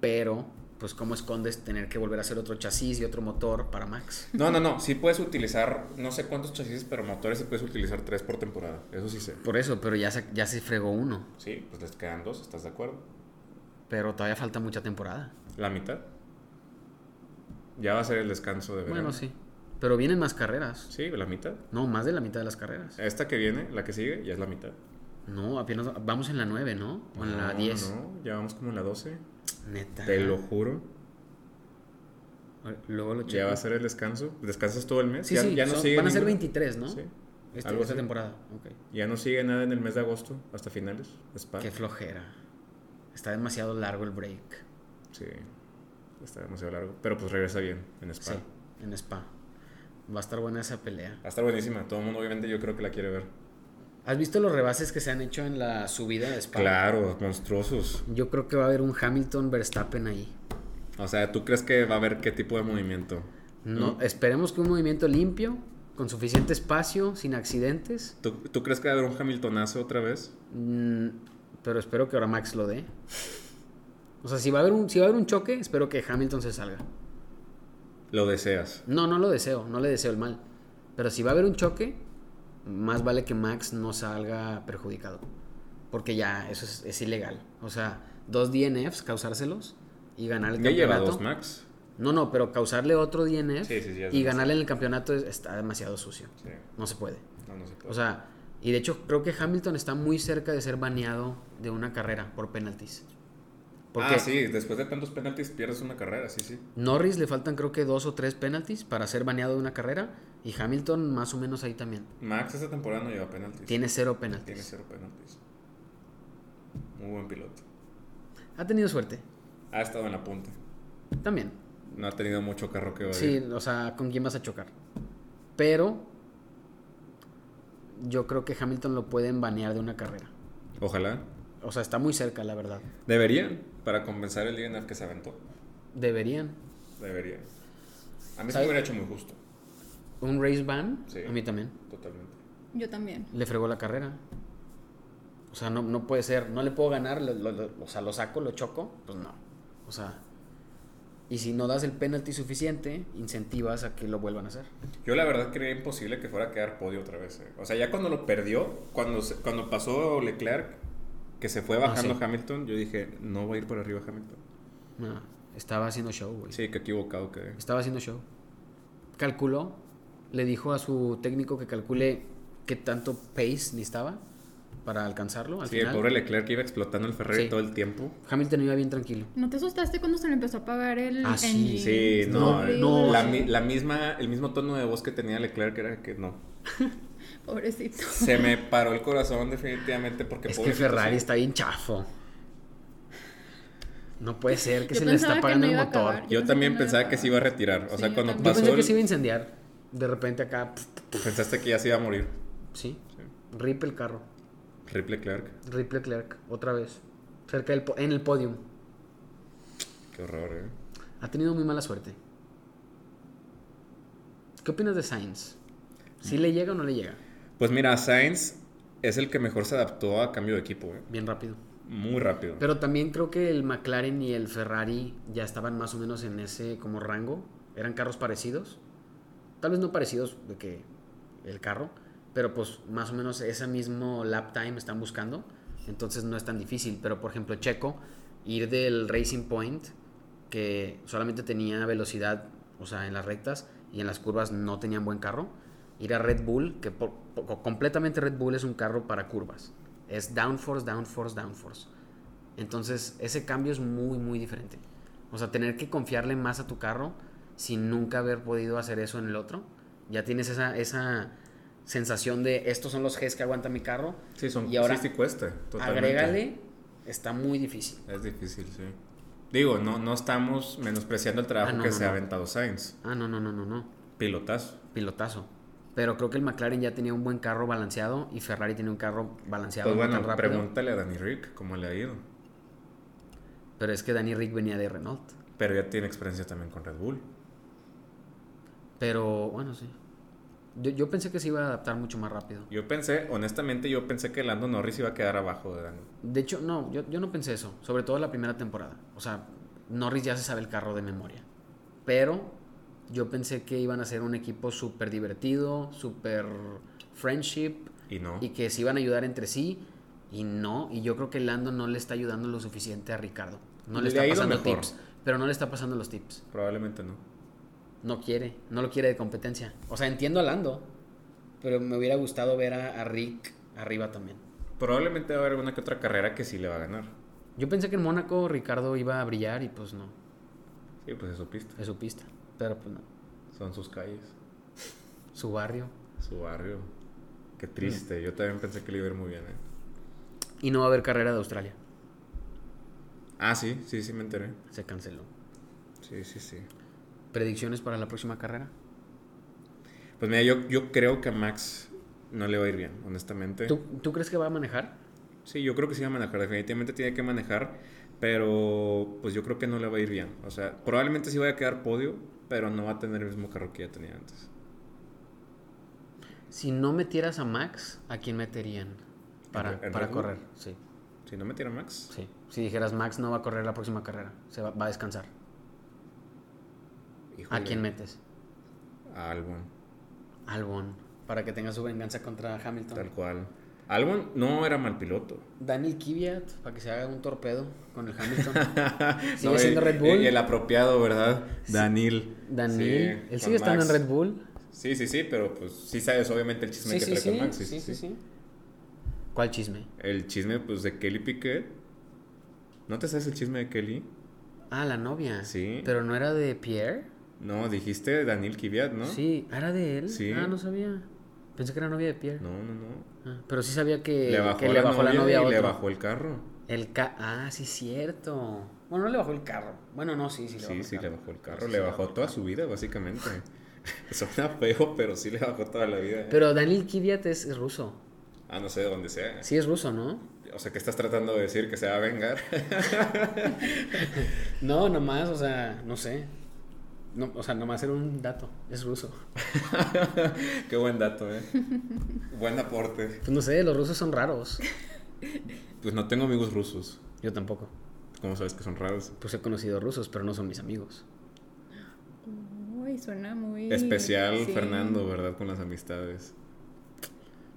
C: Pero, pues, ¿cómo escondes tener que volver a hacer otro chasis y otro motor para Max?
D: No, no, no. Sí puedes utilizar, no sé cuántos chasis, pero motores sí puedes utilizar tres por temporada. Eso sí sé.
C: Por eso, pero ya se, ya se fregó uno.
D: Sí, pues les quedan dos, ¿estás de acuerdo?
C: Pero todavía falta mucha temporada.
D: La mitad. Ya va a ser el descanso de verano.
C: Bueno, sí. Pero vienen más carreras.
D: Sí, la mitad.
C: No, más de la mitad de las carreras.
D: Esta que viene, la que sigue, ya es la mitad.
C: No, apenas vamos en la 9, ¿no? O en la
D: No,
C: 10.
D: No, ya vamos como en la 12.
C: Neta.
D: Te lo juro.
C: Luego lo checo.
D: Ya va a ser el descanso. Descansas todo el mes.
C: Sí,
D: ya,
C: sí,
D: ya no
C: son-
D: sigue
C: van a ser
D: ninguna.
C: 23, ¿no?
D: Sí.
C: Este-
D: algo
C: esta
D: así.
C: temporada. Ok.
D: Ya no sigue nada en el mes de agosto hasta finales. Spa.
C: Qué flojera. Está demasiado largo el break.
D: Sí. Está demasiado largo. Pero pues regresa bien en Spa.
C: Sí, en Spa. Va a estar buena esa pelea.
D: Va a estar buenísima. Todo el mundo obviamente yo creo que la quiere ver.
C: ¿Has visto los rebases que se han hecho en la subida de Spa?
D: Claro, monstruosos.
C: Yo creo que va a haber un Hamilton Verstappen ahí.
D: O sea, ¿tú crees que va a haber qué tipo de movimiento? Mm.
C: No, esperemos que un movimiento limpio, con suficiente espacio, sin accidentes.
D: ¿Tú, tú crees que va a haber un Hamiltonazo otra vez?
C: Mm, pero espero que ahora Max lo dé. O sea, si va a haber un, si va a haber un choque, espero que Hamilton se salga.
D: Lo deseas.
C: No, no lo deseo, no le deseo el mal. Pero si va a haber un choque, más vale que Max no salga perjudicado. Porque ya eso es, es ilegal. O sea, dos DNFs, causárselos y ganar el
D: Ya lleva
C: campeonato.
D: dos Max.
C: no, no, pero causarle otro DNF
D: Sí, sí, sí, ya es
C: y
D: demasiado.
C: ganarle en el campeonato es- está demasiado sucio.
D: Sí.
C: No se puede.
D: No, no se puede.
C: O sea, y de hecho creo que Hamilton está muy cerca de ser baneado de una carrera por penaltis. Porque
D: ah, sí, después de tantos penaltis pierdes una carrera, sí, sí.
C: Norris le faltan creo que dos o tres penaltis para ser baneado de una carrera y Hamilton más o menos ahí también.
D: Max esta temporada no lleva penaltis.
C: Tiene cero
D: Tiene
C: penaltis.
D: cero penaltis. Muy buen piloto.
C: Ha tenido suerte.
D: Ha estado en la punta.
C: También.
D: No ha tenido mucho carro que va
C: Sí, o sea, ¿con quién vas a chocar? Pero yo creo que Hamilton lo pueden banear de una carrera.
D: Ojalá.
C: O sea, está muy cerca, la verdad.
D: Deberían, para compensar el DNF que se aventó.
C: Deberían.
D: Deberían. A mí se me
C: ¿Sabes?
D: hubiera hecho muy justo.
C: Un race ban,
D: Sí.
C: a mí también.
D: Totalmente.
A: Yo también.
C: Le fregó la carrera. O sea, no, no puede ser. No le puedo ganar. lo- lo- lo- o sea, lo saco, lo choco. Pues no. O sea. Y si no das el penalti suficiente, incentivas a que lo vuelvan a hacer.
D: Yo la verdad creía imposible que fuera a quedar podio otra vez. eh. O sea, ya cuando lo perdió, cuando, se- cuando pasó Leclerc, que se fue bajando
C: Ah, sí.
D: Hamilton, yo dije, no va a ir por arriba Hamilton.
C: No, estaba haciendo show, güey.
D: Sí, qué equivocado quedé.
C: Estaba haciendo show. Calculó. Le dijo a su técnico que calcule qué tanto pace necesitaba para alcanzarlo. Al
D: Sí, el
C: final,
D: pobre Leclerc iba explotando el Ferrari
C: Sí.
D: todo el tiempo.
C: Hamilton iba bien tranquilo.
A: ¿No te asustaste cuando se le empezó a apagar el
C: Ah, sí.
A: engine?
D: Sí, no,
A: Horrible.
C: no,
D: la, mi- la misma, el mismo tono de voz que tenía Leclerc era que no.
A: Pobrecito.
D: Se me paró el corazón definitivamente porque
C: Es que
D: pobrecito,
C: Ferrari
D: sí.
C: está bien chafo. No puede ser que
A: Yo
C: se le
A: pensaba
C: está
A: que
C: apagando
A: no
C: el
A: iba a
C: motor.
A: acabar.
C: Yo,
D: Yo,
A: pensé
D: también
A: que no le
D: pensaba
A: iba a
D: que se iba a retirar. O
A: Sí,
D: sea,
A: yo
D: cuando
A: también.
D: pasó,
C: pensé que
D: el-
C: se iba a incendiar. De repente acá, pf,
D: pensaste que ya se iba a morir.
C: sí. Rip el carro.
D: Rip Leclerc,
C: Rip Leclerc, otra vez. Cerca del po- en el podium.
D: qué horror, eh.
C: Ha tenido muy mala suerte. ¿Qué opinas de Sainz? ¿Si le llega o no le llega?
D: Pues mira, Sainz es el que mejor se adaptó a cambio de equipo, eh.
C: Bien rápido.
D: Muy rápido.
C: Pero también creo que el McLaren y el Ferrari ya estaban más o menos en ese como rango. Eran carros parecidos. Tal vez no parecidos de que el carro, pero pues más o menos ese mismo lap time están buscando. Entonces no es tan difícil. Pero por ejemplo, Checo, ir del Racing Point, que solamente tenía velocidad, o sea, en las rectas y en las curvas no tenían buen carro. Ir a Red Bull, que por- por- completamente Red Bull es un carro para curvas. Es downforce, downforce, downforce. Entonces, ese cambio es muy, muy diferente. O sea, tener que confiarle más a tu carro sin nunca haber podido hacer eso en el otro. Ya tienes esa, esa sensación de estos son los Gs que aguanta mi carro.
D: sí, son,
C: y ahora
D: sí, sí cuesta. totalmente.
C: agrégale, está muy difícil.
D: Es difícil, sí. Digo, no, no estamos menospreciando el trabajo
C: Ah, no,
D: que
C: no,
D: se ha
C: no.
D: aventado Sainz.
C: Ah, no, no, no, no, no.
D: Pilotazo.
C: Pilotazo. Pero creo que el McLaren ya tenía un buen carro balanceado y Ferrari tenía un carro balanceado
D: Pues
C: no tan
D: bueno,
C: rápido.
D: pregúntale a Danny Rick cómo le ha ido.
C: Pero es que Danny Rick venía de Renault.
D: Pero ya tiene experiencia también con Red Bull.
C: Pero bueno, sí. Yo, yo pensé que se iba a adaptar mucho más rápido.
D: Yo pensé, honestamente, yo pensé que Lando Norris iba a quedar abajo de Dani.
C: De hecho, no, yo, yo no pensé eso. Sobre todo la primera temporada. O sea, Norris ya se sabe el carro de memoria. Pero yo pensé que iban a ser un equipo súper divertido, súper friendship.
D: Y no.
C: y que se iban a ayudar entre sí y no y yo creo que Lando no le está ayudando lo suficiente a Ricardo no le,
D: Le ha
C: está
D: ido
C: pasando
D: mejor.
C: tips pero no le está pasando los tips
D: Probablemente no.
C: no quiere no lo quiere de competencia o sea entiendo a Lando pero me hubiera gustado ver a, a Rick arriba también
D: Probablemente va a haber una que otra carrera que sí le va a ganar.
C: yo pensé que en Mónaco Ricardo iba a brillar y pues no
D: Sí, pues es su pista.
C: es su pista pero pues no
D: Son sus calles,
C: su barrio
D: su barrio. Qué triste. Yo también pensé que le iba a ir muy bien. ¿eh?
C: y no va a haber carrera de Australia
D: Ah, sí, sí, sí me enteré.
C: se canceló
D: Sí, sí, sí.
C: predicciones para la próxima carrera
D: Pues mira, yo, yo creo que a Max no le va a ir bien, honestamente.
C: ¿Tú, tú crees que va a manejar
D: Sí, yo creo que sí va a manejar, definitivamente tiene que manejar, pero pues yo creo que no le va a ir bien. O sea, probablemente sí vaya a quedar podio, pero no va a tener el mismo carro que ya tenía antes.
C: si no metieras a Max a quién meterían para,
D: ¿En- en
C: para
D: Red Bull?
C: correr sí
D: Si no metiera a Max,
C: Sí. Si dijeras Max no va a correr la próxima carrera, se va, va a descansar.
D: híjole,
C: ¿A quién metes?
D: A Albon,
C: Albon. Para que tenga su venganza contra Hamilton.
D: tal cual. Albon no era mal piloto.
C: Daniel Kiviat, para que se haga un torpedo con el Hamilton. Sigue
D: No,
C: siendo
D: y-
C: Red Bull.
D: Y el apropiado, ¿verdad? Daniel.
C: Daniel,
D: Sí,
C: él
D: con
C: sigue estando
D: Max.
C: en Red Bull.
D: Sí, sí, sí, pero pues sí sabes obviamente el chisme que trae con Max.
C: ¿Cuál chisme?
D: El chisme pues de Kelly Piquet. ¿No te sabes el chisme de Kelly?
C: Ah, la novia.
D: Sí.
C: Pero no era de Pierre.
D: No, dijiste Daniel Kiviat, ¿no?
C: Sí, era de él.
D: ¿Ah? Sí.
C: Ah, no sabía. Pensé que era novia de Pierre.
D: No, no, no.
C: Ah, pero sí sabía que
D: le bajó,
C: que
D: la, novia
C: a
D: y le
C: otro.
D: bajó el carro.
C: El ca ah, sí, cierto. Bueno, no le bajó el carro. Bueno, no, sí, sí le bajó.
D: Sí,
C: el
D: sí, le
C: carro.
D: bajó el
C: Sí,
D: carro.
C: sí
D: Le bajó toda su vida, básicamente. Suena feo, pero sí le bajó toda la vida. ¿eh?
C: Pero Daniel Kiviat es, es ruso.
D: Ah, no sé de dónde sea.
C: Sí, es ruso, ¿no?
D: O sea, ¿qué estás tratando de decir? ¿Que se va a vengar?
C: No, nomás, o sea, no sé. No, o sea, nomás era un dato. Es ruso.
D: Qué buen dato, ¿eh? buen aporte.
C: Pues no sé, los rusos son raros.
D: Pues no tengo amigos rusos.
C: Yo tampoco.
D: ¿Cómo sabes que son raros?
C: Pues he conocido rusos, pero no son mis amigos.
A: Uy, suena muy...
D: Especial
A: sí.
D: Fernando, ¿verdad? Con las amistades.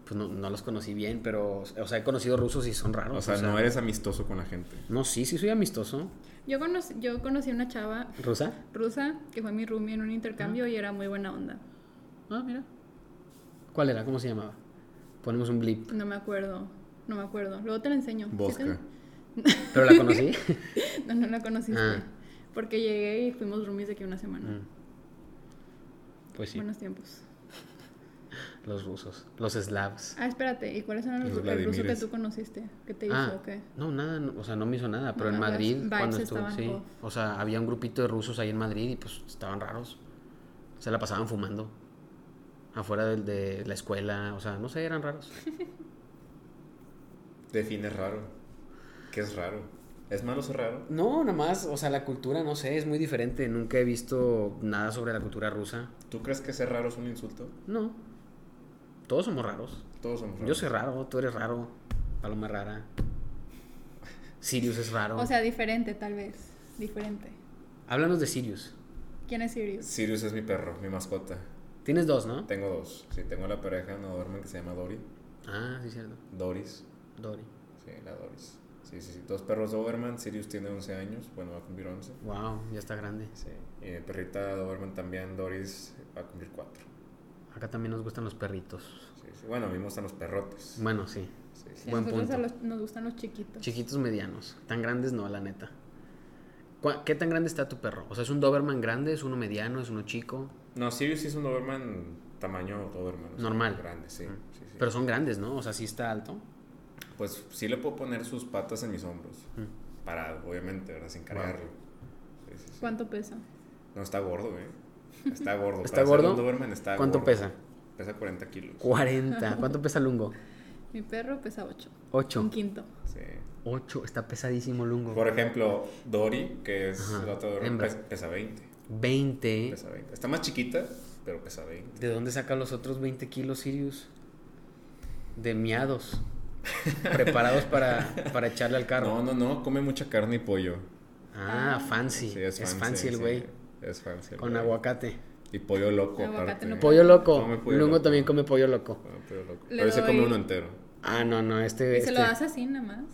C: Pues no, no los conocí bien, pero, o sea, he conocido rusos y son raros.
D: O sea, Ah, no pues, eres amistoso con la gente.
C: No, sí, sí soy amistoso.
A: Yo conocí, yo conocí una chava
C: ¿Rusa?
A: rusa que fue mi roomie en un intercambio y era muy buena onda.
C: Ah, mira. ¿Cuál era? ¿Cómo se llamaba? Ponemos un blip.
A: No me acuerdo, no me acuerdo. Luego te la enseño. ¿Sí te-
D: Bosca.
C: ¿Pero la conocí?
A: No, no la conociste.
C: Ah.
A: Porque llegué y fuimos roomies de aquí una semana.
C: Mm. Pues sí,
A: Buenos tiempos.
C: los rusos, los eslavs.
A: Ah, espérate, ¿y cuáles eran los,
D: Los
A: el ruso que
D: Vladimires.
A: tú conociste? ¿Qué te hizo
C: Ah,
A: o qué?
C: no, nada, no- o sea, no me hizo nada, pero
A: No,
C: en
A: las
C: Madrid
A: vibes
C: cuando estuve,
A: estaban
C: sí,
A: off.
C: o sea, había un grupito de rusos ahí en Madrid y pues estaban raros. Se la pasaban fumando afuera del- de, la escuela, o sea, no sé, eran raros.
D: Define raro. ¿Qué es raro? ¿Es malo ser raro?
C: No, nada más, o sea, la cultura, no sé, es muy diferente, nunca he visto nada sobre la cultura rusa.
D: ¿Tú crees que ser raro es un insulto?
C: No. Todos somos raros.
D: Todos somos raros.
C: Yo soy raro, tú eres raro, Paloma es rara. Sirius es raro.
A: O sea, diferente tal vez. Diferente.
C: Háblanos de Sirius.
A: ¿Quién es Sirius?
D: Sirius es mi perro, mi mascota.
C: Tienes dos, ¿no?
D: Tengo dos. Sí, tengo la pareja no duermen que se llama Dory.
C: Ah, sí, cierto.
D: Doris.
C: Dory.
D: Sí, la Doris. Sí, sí, sí. Dos perros Doberman. Sirius tiene 11 años. Bueno, va a cumplir 11.
C: Wow, ya está grande.
D: Sí. Y mi perrita Doberman también, Doris, va a cumplir 4.
C: Acá también nos gustan los perritos.
D: Sí, sí. Bueno, a mí me gustan los perrotes.
C: Bueno, sí.
D: Sí,
A: Sí,
D: sí.
A: a
C: Buen
A: nosotros
C: punto.
A: a los- nos gustan los chiquitos.
C: Chiquitos medianos. Tan grandes no, la neta. ¿Cuá- ¿Qué tan grande está tu perro? O sea, ¿es un Doberman grande? ¿Es uno mediano? ¿Es uno chico?
D: No, Sirius sí es un Doberman tamaño Doberman. o sea,
C: Normal.
D: Grande, sí. sí, sí.
C: Pero son grandes, ¿no? O sea, sí está alto.
D: Pues sí le puedo poner sus patas en mis hombros. Parado, obviamente, ¿verdad? Sin cargarlo. Sí, sí, sí.
A: ¿Cuánto pesa?
D: No, está gordo, ¿eh? Está gordo.
C: ¿Está
D: Para ser un
C: gordo?
D: Doberman está
C: ¿Cuánto
D: gordo.
C: pesa?
D: Pesa 40 kilos.
C: 40. ¿Cuánto pesa Lungo?
A: Mi perro pesa 8. Un
C: Ocho.
A: quinto.
D: Sí.
C: Ocho. Está pesadísimo, Lungo.
D: Por ejemplo, Dory, que es
C: Ajá,
D: la otra Dory,
C: hembra.
D: pes- pesa 20.
C: Veinte.
D: Pesa 20. Está más chiquita, pero pesa 20.
C: ¿De dónde saca los otros 20 kilos, Sirius? De miados. Preparados para, para echarle al carro.
D: No, no, no, come mucha carne y pollo.
C: Ah, fancy.
D: Sí,
C: es, fancy el
D: sí,
C: güey.
D: es fancy. el
C: Con
D: güey.
C: aguacate.
D: Y pollo loco,
A: Aguacate
D: aparte.
A: no
C: Pollo loco.
D: Come pollo
C: Lungo
D: loco.
C: también come pollo loco.
D: Come pollo loco.
A: Le
D: Pero se come
A: doy-
D: uno entero.
C: Ah, no, no, este.
A: Y se
C: este-
A: lo das así nada más.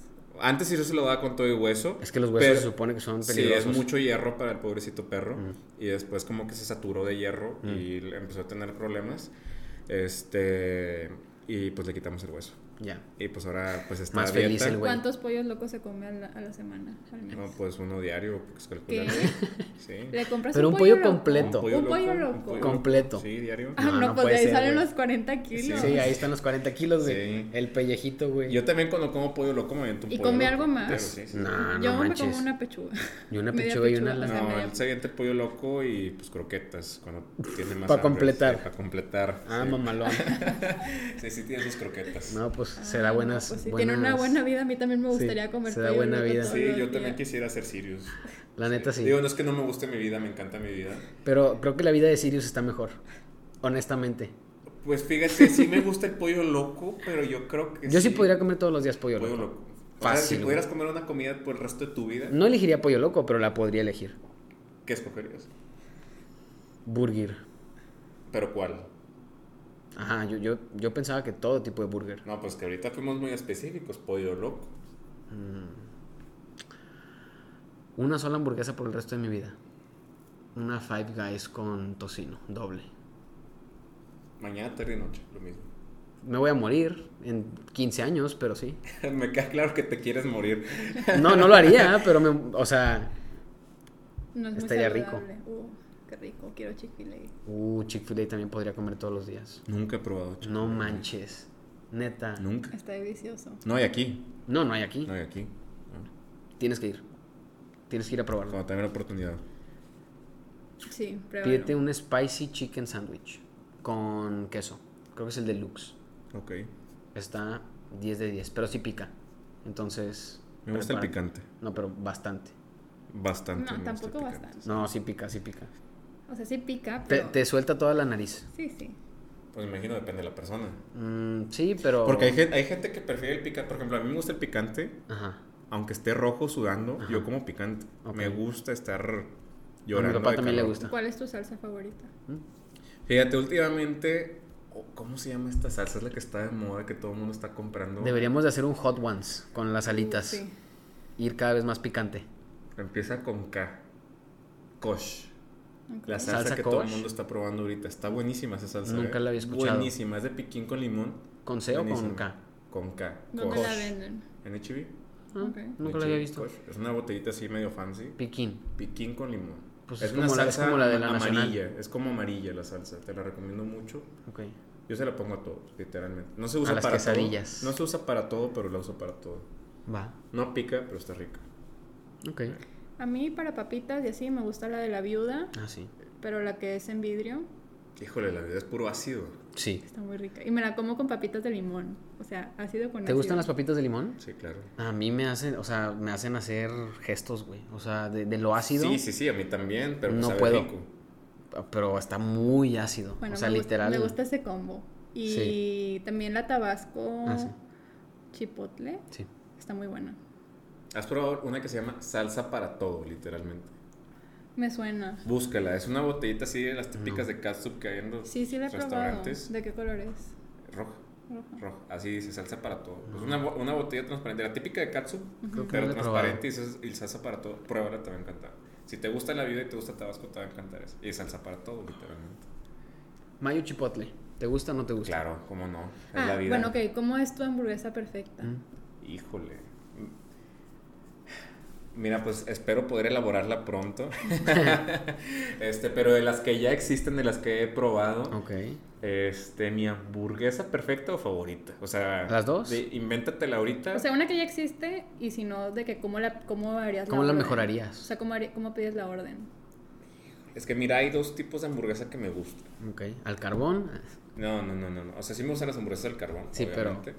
D: Antes sí se lo daba con todo y hueso.
C: Es que los huesos
D: pero-
C: se supone que son
D: Sí,
C: peligrosos.
D: es mucho hierro para el pobrecito perro. Y después como que se saturó de hierro y le- empezó a tener problemas. Este... Y pues le quitamos el hueso.
C: Ya.
D: Y pues ahora pues está
C: Más
D: a dieta.
C: feliz el güey.
A: ¿Cuántos pollos locos se come a la, a la semana? Al mes?
D: No, pues uno diario, porque es
A: ¿Qué?
D: calculable. Sí.
A: ¿Le compras
C: Pero
A: un
C: un
A: pollo,
C: pollo
A: loco?
C: completo.
A: Un pollo, loco.
C: Completo.
D: Sí, diario.
A: Ah,
C: No,
A: no,
C: no
A: pues
C: puede
A: de ahí
C: ser,
A: salen
C: güey.
A: los 40 kilos.
C: Sí, ahí están los 40 kilos, güey.
D: Sí.
C: El pellejito, güey.
D: Yo también cuando como pollo loco me aviento un
A: ¿Y
D: pollo
A: come
D: loco
A: algo más?
D: entero, sí, sí.
C: Ah, No,
A: Yo
C: no
A: me
C: manches.
A: como una pechuga.
C: Y una
A: Media
C: pechuga y una
A: pechuga, o sea,
D: No,
A: media-
D: él se avienta el pollo loco y pues croquetas cuando tiene más
C: Pa'
D: hambre,
C: completar.
D: sí, para completar.
C: Ah,
D: sí.
C: mamalón.
D: Sí, sí tiene sus croquetas.
C: No, pues se da buenas.
A: Pues si
C: buenas-
A: tiene una buena vida, a mí también me
C: Sí,
A: gustaría comer
C: se da
A: pollo
C: buena
A: loco
C: vida.
A: todos
D: Sí,
A: los
D: yo también
A: días.
D: quisiera ser Sirius.
C: La neta sí.
D: Digo, no es que no me guste mi vida, me encanta mi vida.
C: Pero creo que la vida de Sirius está mejor. Honestamente.
D: Pues fíjate, sí me gusta el pollo loco, pero yo creo que
C: Yo sí podría comer todos los días pollo
D: pollo
C: loco.
D: loco. O sea,
C: Fácil,
D: si
C: güey.
D: pudieras comer una comida por el resto de tu vida,
C: No elegiría pollo loco, pero la podría elegir.
D: ¿qué escogerías?
C: Burger.
D: ¿Pero cuál?
C: Ajá, yo, yo, yo pensaba que todo tipo de burger.
D: No, pues que ahorita fuimos muy específicos, pollo loco.
C: Una sola hamburguesa por el resto de mi vida. Una Five Guys con tocino, doble.
D: Mañana, tarde y noche, lo mismo.
C: Me voy a morir en 15 años, pero sí.
D: me queda claro que te quieres morir.
C: No, no lo haría, pero me, o sea,
A: No es muy
C: Estaría
A: saludable. Uh, qué rico, quiero chick-fil-a.
C: uh, Chick-fil-A también podría comer todos los días.
D: Nunca he probado.
C: No manches. Neta.
D: Nunca.
A: Está delicioso.
D: No hay aquí.
C: No, no hay aquí.
D: hay aquí.
C: Tienes que ir. Tienes que ir a probarlo.
D: Cuando tenga la oportunidad.
A: Sí, pruébalo.
C: Pídete un spicy chicken sandwich con queso. Creo que es el deluxe.
D: Ok.
C: Está 10 de 10, pero sí pica. Entonces.
D: Me gusta el
C: prepárate.
D: picante.
C: No, pero bastante.
D: Bastante.
A: No,
D: me gusta el
A: tampoco
D: picante.
A: bastante.
C: No, sí pica, sí pica.
A: O sea, sí pica,
C: Te,
A: pero...
C: te suelta toda la nariz.
A: Sí, sí.
D: Pues me imagino depende de la persona.
C: Mm, sí, pero.
D: Porque hay gente, hay gente que prefiere el picante. Por ejemplo, a mí me gusta el picante.
C: Ajá.
D: Aunque esté rojo sudando,
C: Ajá.
D: yo como picante.
C: Ok.
D: Me gusta estar llorando.
C: a mi papá
D: de
C: también le
D: calor.
C: gusta.
A: ¿Cuál es tu salsa favorita? Uh,
D: Fíjate, últimamente. oh, ¿Cómo se llama esta salsa? Es la que está de moda que todo el mundo está comprando.
C: Deberíamos de hacer un hot ones con las alitas.
A: Uh, Sí.
C: Ir cada vez más picante.
D: Empieza con K. Kosh.
A: Ok.
D: La salsa,
C: Salsa
D: que todo el
C: Kosh.
D: mundo está probando ahorita. Está buenísima esa salsa.
C: Nunca
D: ¿eh?
C: la había escuchado.
D: Buenísima. Es de piquín con limón.
C: ¿Con C o con
D: Buenísima.
C: K?
D: Con K.
A: ¿Dónde
D: Kosh.
A: la venden?
D: En HB.
C: Ah,
A: Ok.
C: Nunca la había visto.
D: Es una botellita así medio fancy.
C: Piquín.
D: Piquín con limón.
C: Pues es como la- es como la de la
D: amarilla.
C: Nacional.
D: Es como amarilla la salsa. Te la recomiendo mucho.
C: Ok.
D: Yo se la pongo a todo, literalmente. No se usa
C: las
D: para
C: quesadillas.
D: todo. No se usa para todo, pero la uso para todo.
C: Va.
D: No pica, pero está rica.
C: Ok.
A: A mí para papitas y así me gusta la de la viuda,
C: Ah, sí.
A: pero la que es en vidrio
D: Híjole, la vida es puro ácido.
C: Sí.
A: está muy rica. Y me la como con papitas de limón. O sea, ácido con
C: ¿Te gustan las
A: ácido.
C: papitas de limón?
D: Sí, claro.
C: A mí me hacen, o sea, me hacen hacer gestos, güey. O sea, de, de lo ácido,
D: Sí, sí, sí, a mí también, pero
C: No
D: sabe
C: puedo.
D: rico.
C: pero está muy ácido.
A: Bueno,
C: o sea,
A: me gusta-
C: literal.
A: me gusta ese combo. Y también la tabasco
C: Ah, sí.
A: chipotle
C: Sí.
A: está muy buena.
D: Has probado una que se llama salsa para todo, literalmente.
A: Me suena.
D: Búscala, es una botellita así de las típicas de catsup que hay en los
A: Sí, sí la he probado.
D: restaurantes.
A: ¿De qué color es?
D: Roja,
A: Roja.
D: roja, así dice salsa para todo. Es una, bo- una botella transparente, la típica de catsup,
C: Creo que
D: pero
C: no la he
D: transparente y sal- y salsa para todo. Pruébala, te va a encantar. Si te gusta la vida y te gusta Tabasco, te va a encantar eso. Y es salsa para todo, literalmente.
C: Mayo chipotle. ¿Te gusta o no te gusta?
D: Claro, cómo no, es
A: Ah,
D: la vida.
A: bueno, ok. ¿Cómo es tu hamburguesa perfecta?
C: Mm.
D: Híjole. Mira, pues espero poder elaborarla pronto. este, pero de las que ya existen, de las que he probado,
C: Ok.
D: este, mi hamburguesa perfecta o favorita. O sea,
C: ¿Las dos?
D: de- invéntatela ahorita.
A: O sea, una que ya existe y si no, de que cómo la cómo harías
C: ¿Cómo la
A: orden.
C: mejorarías?
A: O sea, cómo, haría- cómo pides la orden.
D: es que mira, hay dos tipos de hamburguesa que me gustan.
C: Ok. Al carbón.
D: No, no, no, no, no. O sea, sí me gustan las hamburguesas al carbón,
C: Sí, pero-
D: obviamente.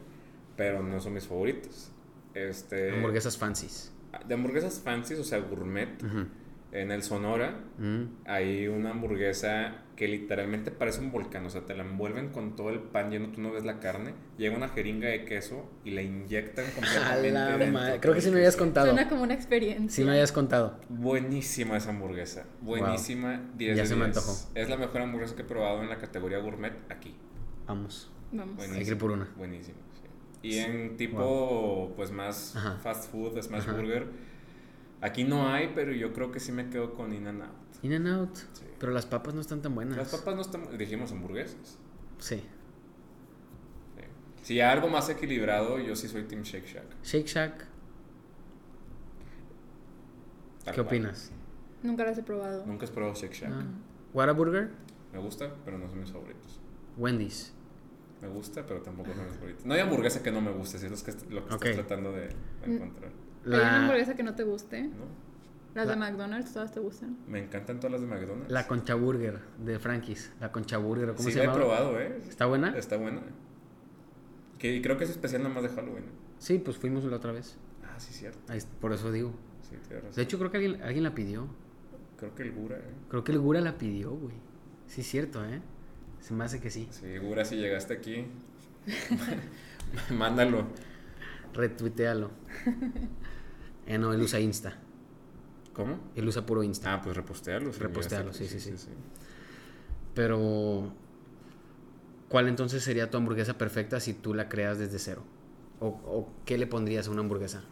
D: Pero... pero no son mis favoritas. Este,
C: Hamburguesas fancies.
D: De hamburguesas fancies, o sea, gourmet.
C: Ujú.
D: En el Sonora
C: Mm.
D: hay una hamburguesa que literalmente parece un volcán, o sea, te la envuelven con todo el pan lleno, tú no ves la carne, llega una jeringa de queso y la inyectan
C: A
D: completamente.
C: la
D: dentro
C: madre.
D: del
C: Creo que sí me habías
D: queso.
C: contado.
A: Suena como una experiencia.
C: Sí me habías contado.
D: Buenísima esa hamburguesa, buenísima, 10
C: Ya
D: de
C: se me
D: 10.
C: antojó.
D: Es la mejor hamburguesa que he probado en la categoría gourmet aquí.
C: Vamos.
A: Vamos.
D: Buenísima.
C: Hay que ir por una.
D: Buenísima, sí. Y en tipo, pues más
C: Ajá.
D: fast food, smash
C: Ajá.
D: burger, aquí no hay, pero yo creo que sí me quedo con In and Out.
C: In and out.
D: Sí.
C: Pero las papas no están tan buenas.
D: Las papas no están. Dijimos hamburguesas.
C: Sí.
D: Si hay algo más equilibrado, yo sí soy Team Shake Shack.
C: Shake Shack.
D: tal
C: ¿Qué
D: cual.
C: opinas?
A: Nunca las he probado.
D: Nunca he probado Shake Shack.
C: Ah. Whataburger.
D: Me gusta, pero no son mis favoritos.
C: Wendy's.
D: Me gusta, pero tampoco son mis favoritos. No hay hamburguesa que no me guste, si es lo que, est- lo que
C: Ok.
D: estás tratando de, de
A: Mm.
D: encontrar.
A: ¿Hay una
C: La,
A: hamburguesa que no te guste?
D: ¿no?
A: Las de
C: La-
A: McDonald's todas te gustan.
D: Me encantan todas las de McDonald's.
C: la Concha Burger de Frankie's. La Concha Burger. ¿Cómo
D: sí,
C: se
D: la he
C: llama?
D: probado, ¿eh?
C: ¿Está buena?
D: Está buena. Que y creo que es especial nada más de Halloween.
C: Sí, pues fuimos la otra vez.
D: Ah, sí, cierto.
C: Ahí es- Por eso digo.
D: Sí, tienes razón.
C: De hecho, creo que alguien, alguien la pidió.
D: Creo que el Gura, ¿eh?
C: Creo que el Gura la pidió, güey. Sí, es cierto, ¿eh? Se me hace que sí.
D: Sí, Gura, si llegaste aquí, mándalo.
C: Retuitealo. eh, no, él usa Insta.
D: ¿Cómo?
C: Él usa puro Insta.
D: Ah, pues repostearlo. sí,
C: Repostearlo,
D: ya
C: sí,
D: sé,
C: sí, Pero, ¿cuál entonces sería tu hamburguesa perfecta si tú la creas desde cero? ¿O, o qué le pondrías a una hamburguesa?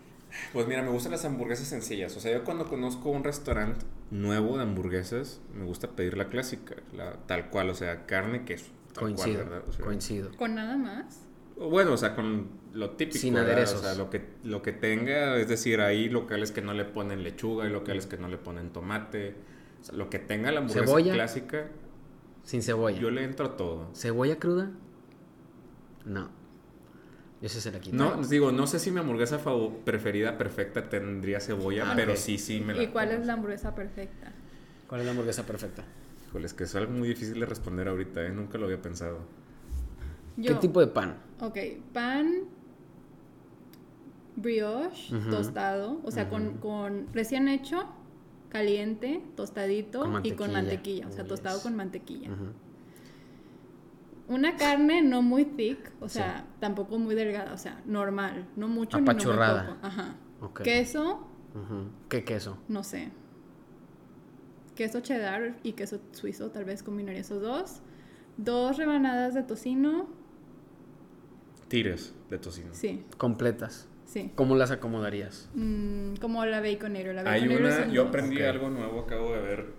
D: Pues mira, me gustan las hamburguesas sencillas. O sea, yo cuando conozco un restaurante nuevo de hamburguesas, me gusta pedir la clásica, la tal cual, o sea, carne, queso. tal cual,
C: Coincido,
D: ¿verdad? O sea,
C: coincido.
A: ¿Con nada más?
D: o Bueno, o sea, con lo típico.
C: Sin
D: ¿verdad?
C: aderezos.
D: O sea, lo que, lo que tenga, es decir, hay locales que no le ponen lechuga, hay locales que no le ponen tomate. O sea, lo que tenga la hamburguesa
C: Cebolla.
D: clásica,
C: Sin cebolla.
D: yo le entro a todo.
C: ¿Cebolla cruda? No. Yo sé se la quito.
D: No, digo, no sé si mi hamburguesa fav- preferida perfecta tendría cebolla,
C: Ah,
D: pero
C: ok.
D: sí, sí me la
A: ¿Y cuál
D: como.
A: es la hamburguesa perfecta?
C: ¿Cuál es la hamburguesa perfecta?
D: Híjole, es que es algo muy difícil de responder ahorita, ¿eh? Nunca lo había pensado.
C: ¿Qué tipo de pan?
A: Ok, pan, brioche,
C: Ujú.
A: tostado, o sea, con, con recién hecho, caliente, tostadito
C: Con
A: y con
C: mantequilla.
A: mantequilla, o sea,
C: Oh,
A: tostado
C: yes.
A: con mantequilla.
C: Ujú.
A: Una carne no muy thick, o sea, tampoco muy delgada, o sea, normal, no mucho ni no muy
C: Apachurrada.
A: poco. Ajá.
C: Ok.
A: Queso,
C: Ujú. ¿Qué queso?
A: no sé. Queso cheddar y queso suizo, tal vez combinaría esos dos. Dos rebanadas de tocino,
D: Tires de tocino.
A: sí,
C: Completas.
A: sí.
C: ¿Cómo las acomodarías?
A: Mm, como la baconero, la
D: Hay
A: baconero
D: una,
A: son
D: yo
A: dos.
D: aprendí
C: Ok.
D: algo nuevo, acabo de ver,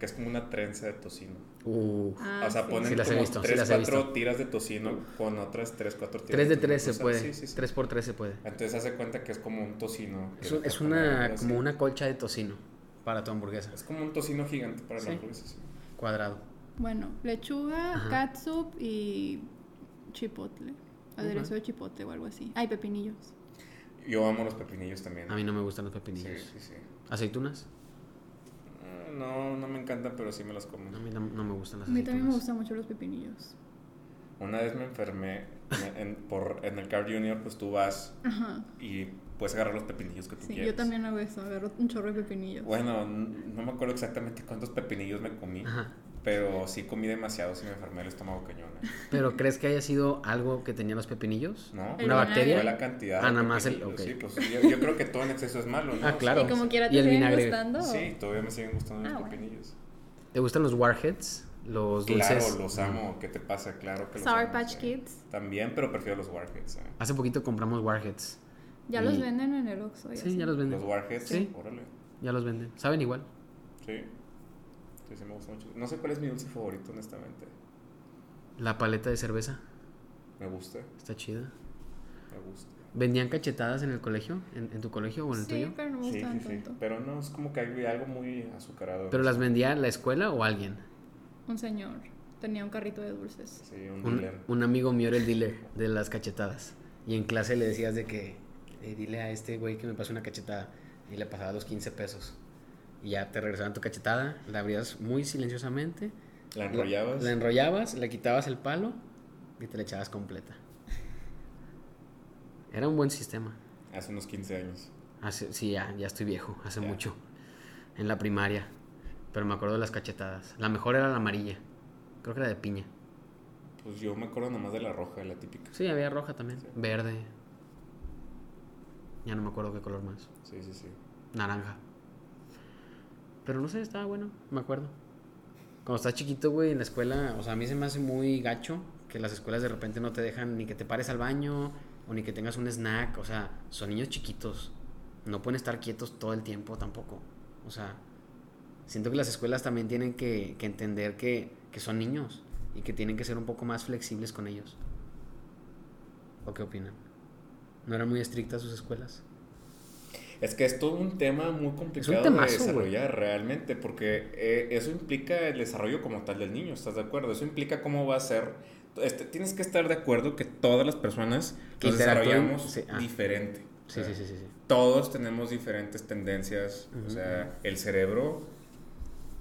D: que es como una trenza de tocino.
C: Uh,
A: Ah,
D: o sea,
A: sí.
D: ponen
C: Sí las he
D: como
C: visto, sí
D: tres,
C: las he
D: cuatro
C: visto.
D: tiras de tocino con otras tres, cuatro tiras.
C: 3 de 3
D: tocino
C: se
D: cruzadas.
C: puede.
D: Sí, sí, sí.
C: 3 por 3 se puede.
D: Entonces hace cuenta que es como un tocino. que
C: Es,
D: le
C: un- es
D: cortan
C: una,
D: algo así.
C: como una colcha de tocino para tu hamburguesa.
D: Es como un tocino gigante para
C: Sí.
D: la hamburguesa. sí.
C: Cuadrado.
A: Bueno, lechuga,
C: Ajá.
A: catsup y chipotle. Aderezo de chipotle o algo así. Ay, pepinillos.
D: Yo amo los pepinillos también.
C: A mí no me gustan los
D: Sí,
C: pepinillos.
D: sí, sí.
C: ¿Aceitunas?
D: Ah, No, no me encantan, pero sí me las como.
C: A mí no, no me gustan las
A: A mí también me
C: aceitunas.
A: gustan mucho los pepinillos.
D: Una vez me enfermé en, en- por, en el Car Junior, pues tú vas
A: Ajá.
D: y puedes agarrar los pepinillos que tú
A: Sí,
D: quieras.
A: yo también hago eso. Agarro un chorro de pepinillos.
D: Bueno, n- no me acuerdo exactamente cuántos pepinillos me comí,
C: Ajá.
D: pero sí comí demasiado, sí me enfermé el estómago cañón. ¿eh?
C: ¿Pero crees que haya sido algo que tenían los pepinillos?
D: ¿No?
A: El
C: ¿Una
A: vinagre.
C: bacteria?
D: Fue la cantidad.
C: Ah,
D: de
C: nada más el-
D: pepinillos,
C: ok.
D: Sí, pues yo, yo creo que todo en exceso es malo, ¿no?
C: Ah,
D: O sea,
C: claro.
A: Y como quiera
C: Y
A: te
C: el
A: siguen
C: vinagre.
A: gustando.
D: Sí, todavía me siguen gustando
A: Ah,
D: los
A: bueno.
D: pepinillos.
C: ¿Te gustan los Warheads? Los
D: Claro,
C: dulces.
D: los amo. ¿Qué te pasa? Claro que los
A: Sour
D: amo,
A: Patch
D: sí.
A: Kids.
D: También, pero prefiero los Warheads. ¿eh?
C: Hace poquito compramos Warheads.
A: Ya
C: Y-
A: los venden en el Oxxo. y
C: Sí,
A: así.
C: ya los
D: Los
C: venden.
D: Warheads,
C: Sí.
D: órale.
C: Ya los venden. Saben igual.
D: Sí. Sí, sí, me gusta mucho. No sé cuál es mi dulce favorito, honestamente.
C: La paleta de cerveza.
D: Me gusta,
C: Está chida.
D: me gusta.
C: ¿Vendían cachetadas en el colegio? ¿En, en tu colegio o en el
A: Sí,
C: tuyo?
A: pero no me
D: Sí,
A: gustan
D: sí, sí.
A: tanto.
D: Pero no, es como que hay algo muy azucarado.
C: ¿Pero las vendía la escuela o alguien?
A: Un señor tenía un carrito de dulces.
D: Sí, un
C: Un,
D: dealer.
C: un amigo mío era el dealer de las cachetadas. Y en clase le decías de que, "Eh, dile a este güey que me pase una cachetada. Y le pasaba los 15 pesos. Y ya te regresaban tu cachetada, la abrías muy silenciosamente.
D: ¿La enrollabas?
C: La enrollabas, le quitabas el palo y te la echabas completa. Era un buen sistema.
D: Hace unos 15 años.
C: Hace, sí, ya, ya estoy viejo, hace
D: Ya.
C: mucho. En la primaria. Pero me acuerdo de las cachetadas. La mejor era la amarilla. Creo que era de piña.
D: Pues yo me acuerdo nomás de la roja, la típica.
C: Sí, había roja también.
D: Sí.
C: Verde. Ya no me acuerdo qué color más.
D: Sí, sí, sí.
C: Naranja. Pero no sé, estaba bueno, me acuerdo. Cuando estás chiquito, güey, en la escuela, o sea, a mí se me hace muy gacho que las escuelas de repente no te dejan ni que te pares al baño o ni que tengas un snack. O sea, son niños chiquitos. No pueden estar quietos todo el tiempo tampoco. O sea, siento que las escuelas también tienen que, que entender que, que son niños y que tienen que ser un poco más flexibles con ellos. ¿O qué opinan? ¿No eran muy estrictas sus escuelas?
D: Es que es todo un tema muy complicado
C: temazo,
D: de
C: güey.
D: desarrollar realmente, porque eh, eso implica el desarrollo como tal del niño, ¿estás de acuerdo? Eso implica cómo va a ser. este, tienes que estar de acuerdo que todas las personas
C: Que
D: nos
C: interactúen,
D: desarrollamos
C: sí, ah.
D: diferente. O
C: Sí,
D: sea,
C: sí, sí, sí. sí.
D: Todos tenemos diferentes tendencias,
C: Ujú.
D: o sea, el cerebro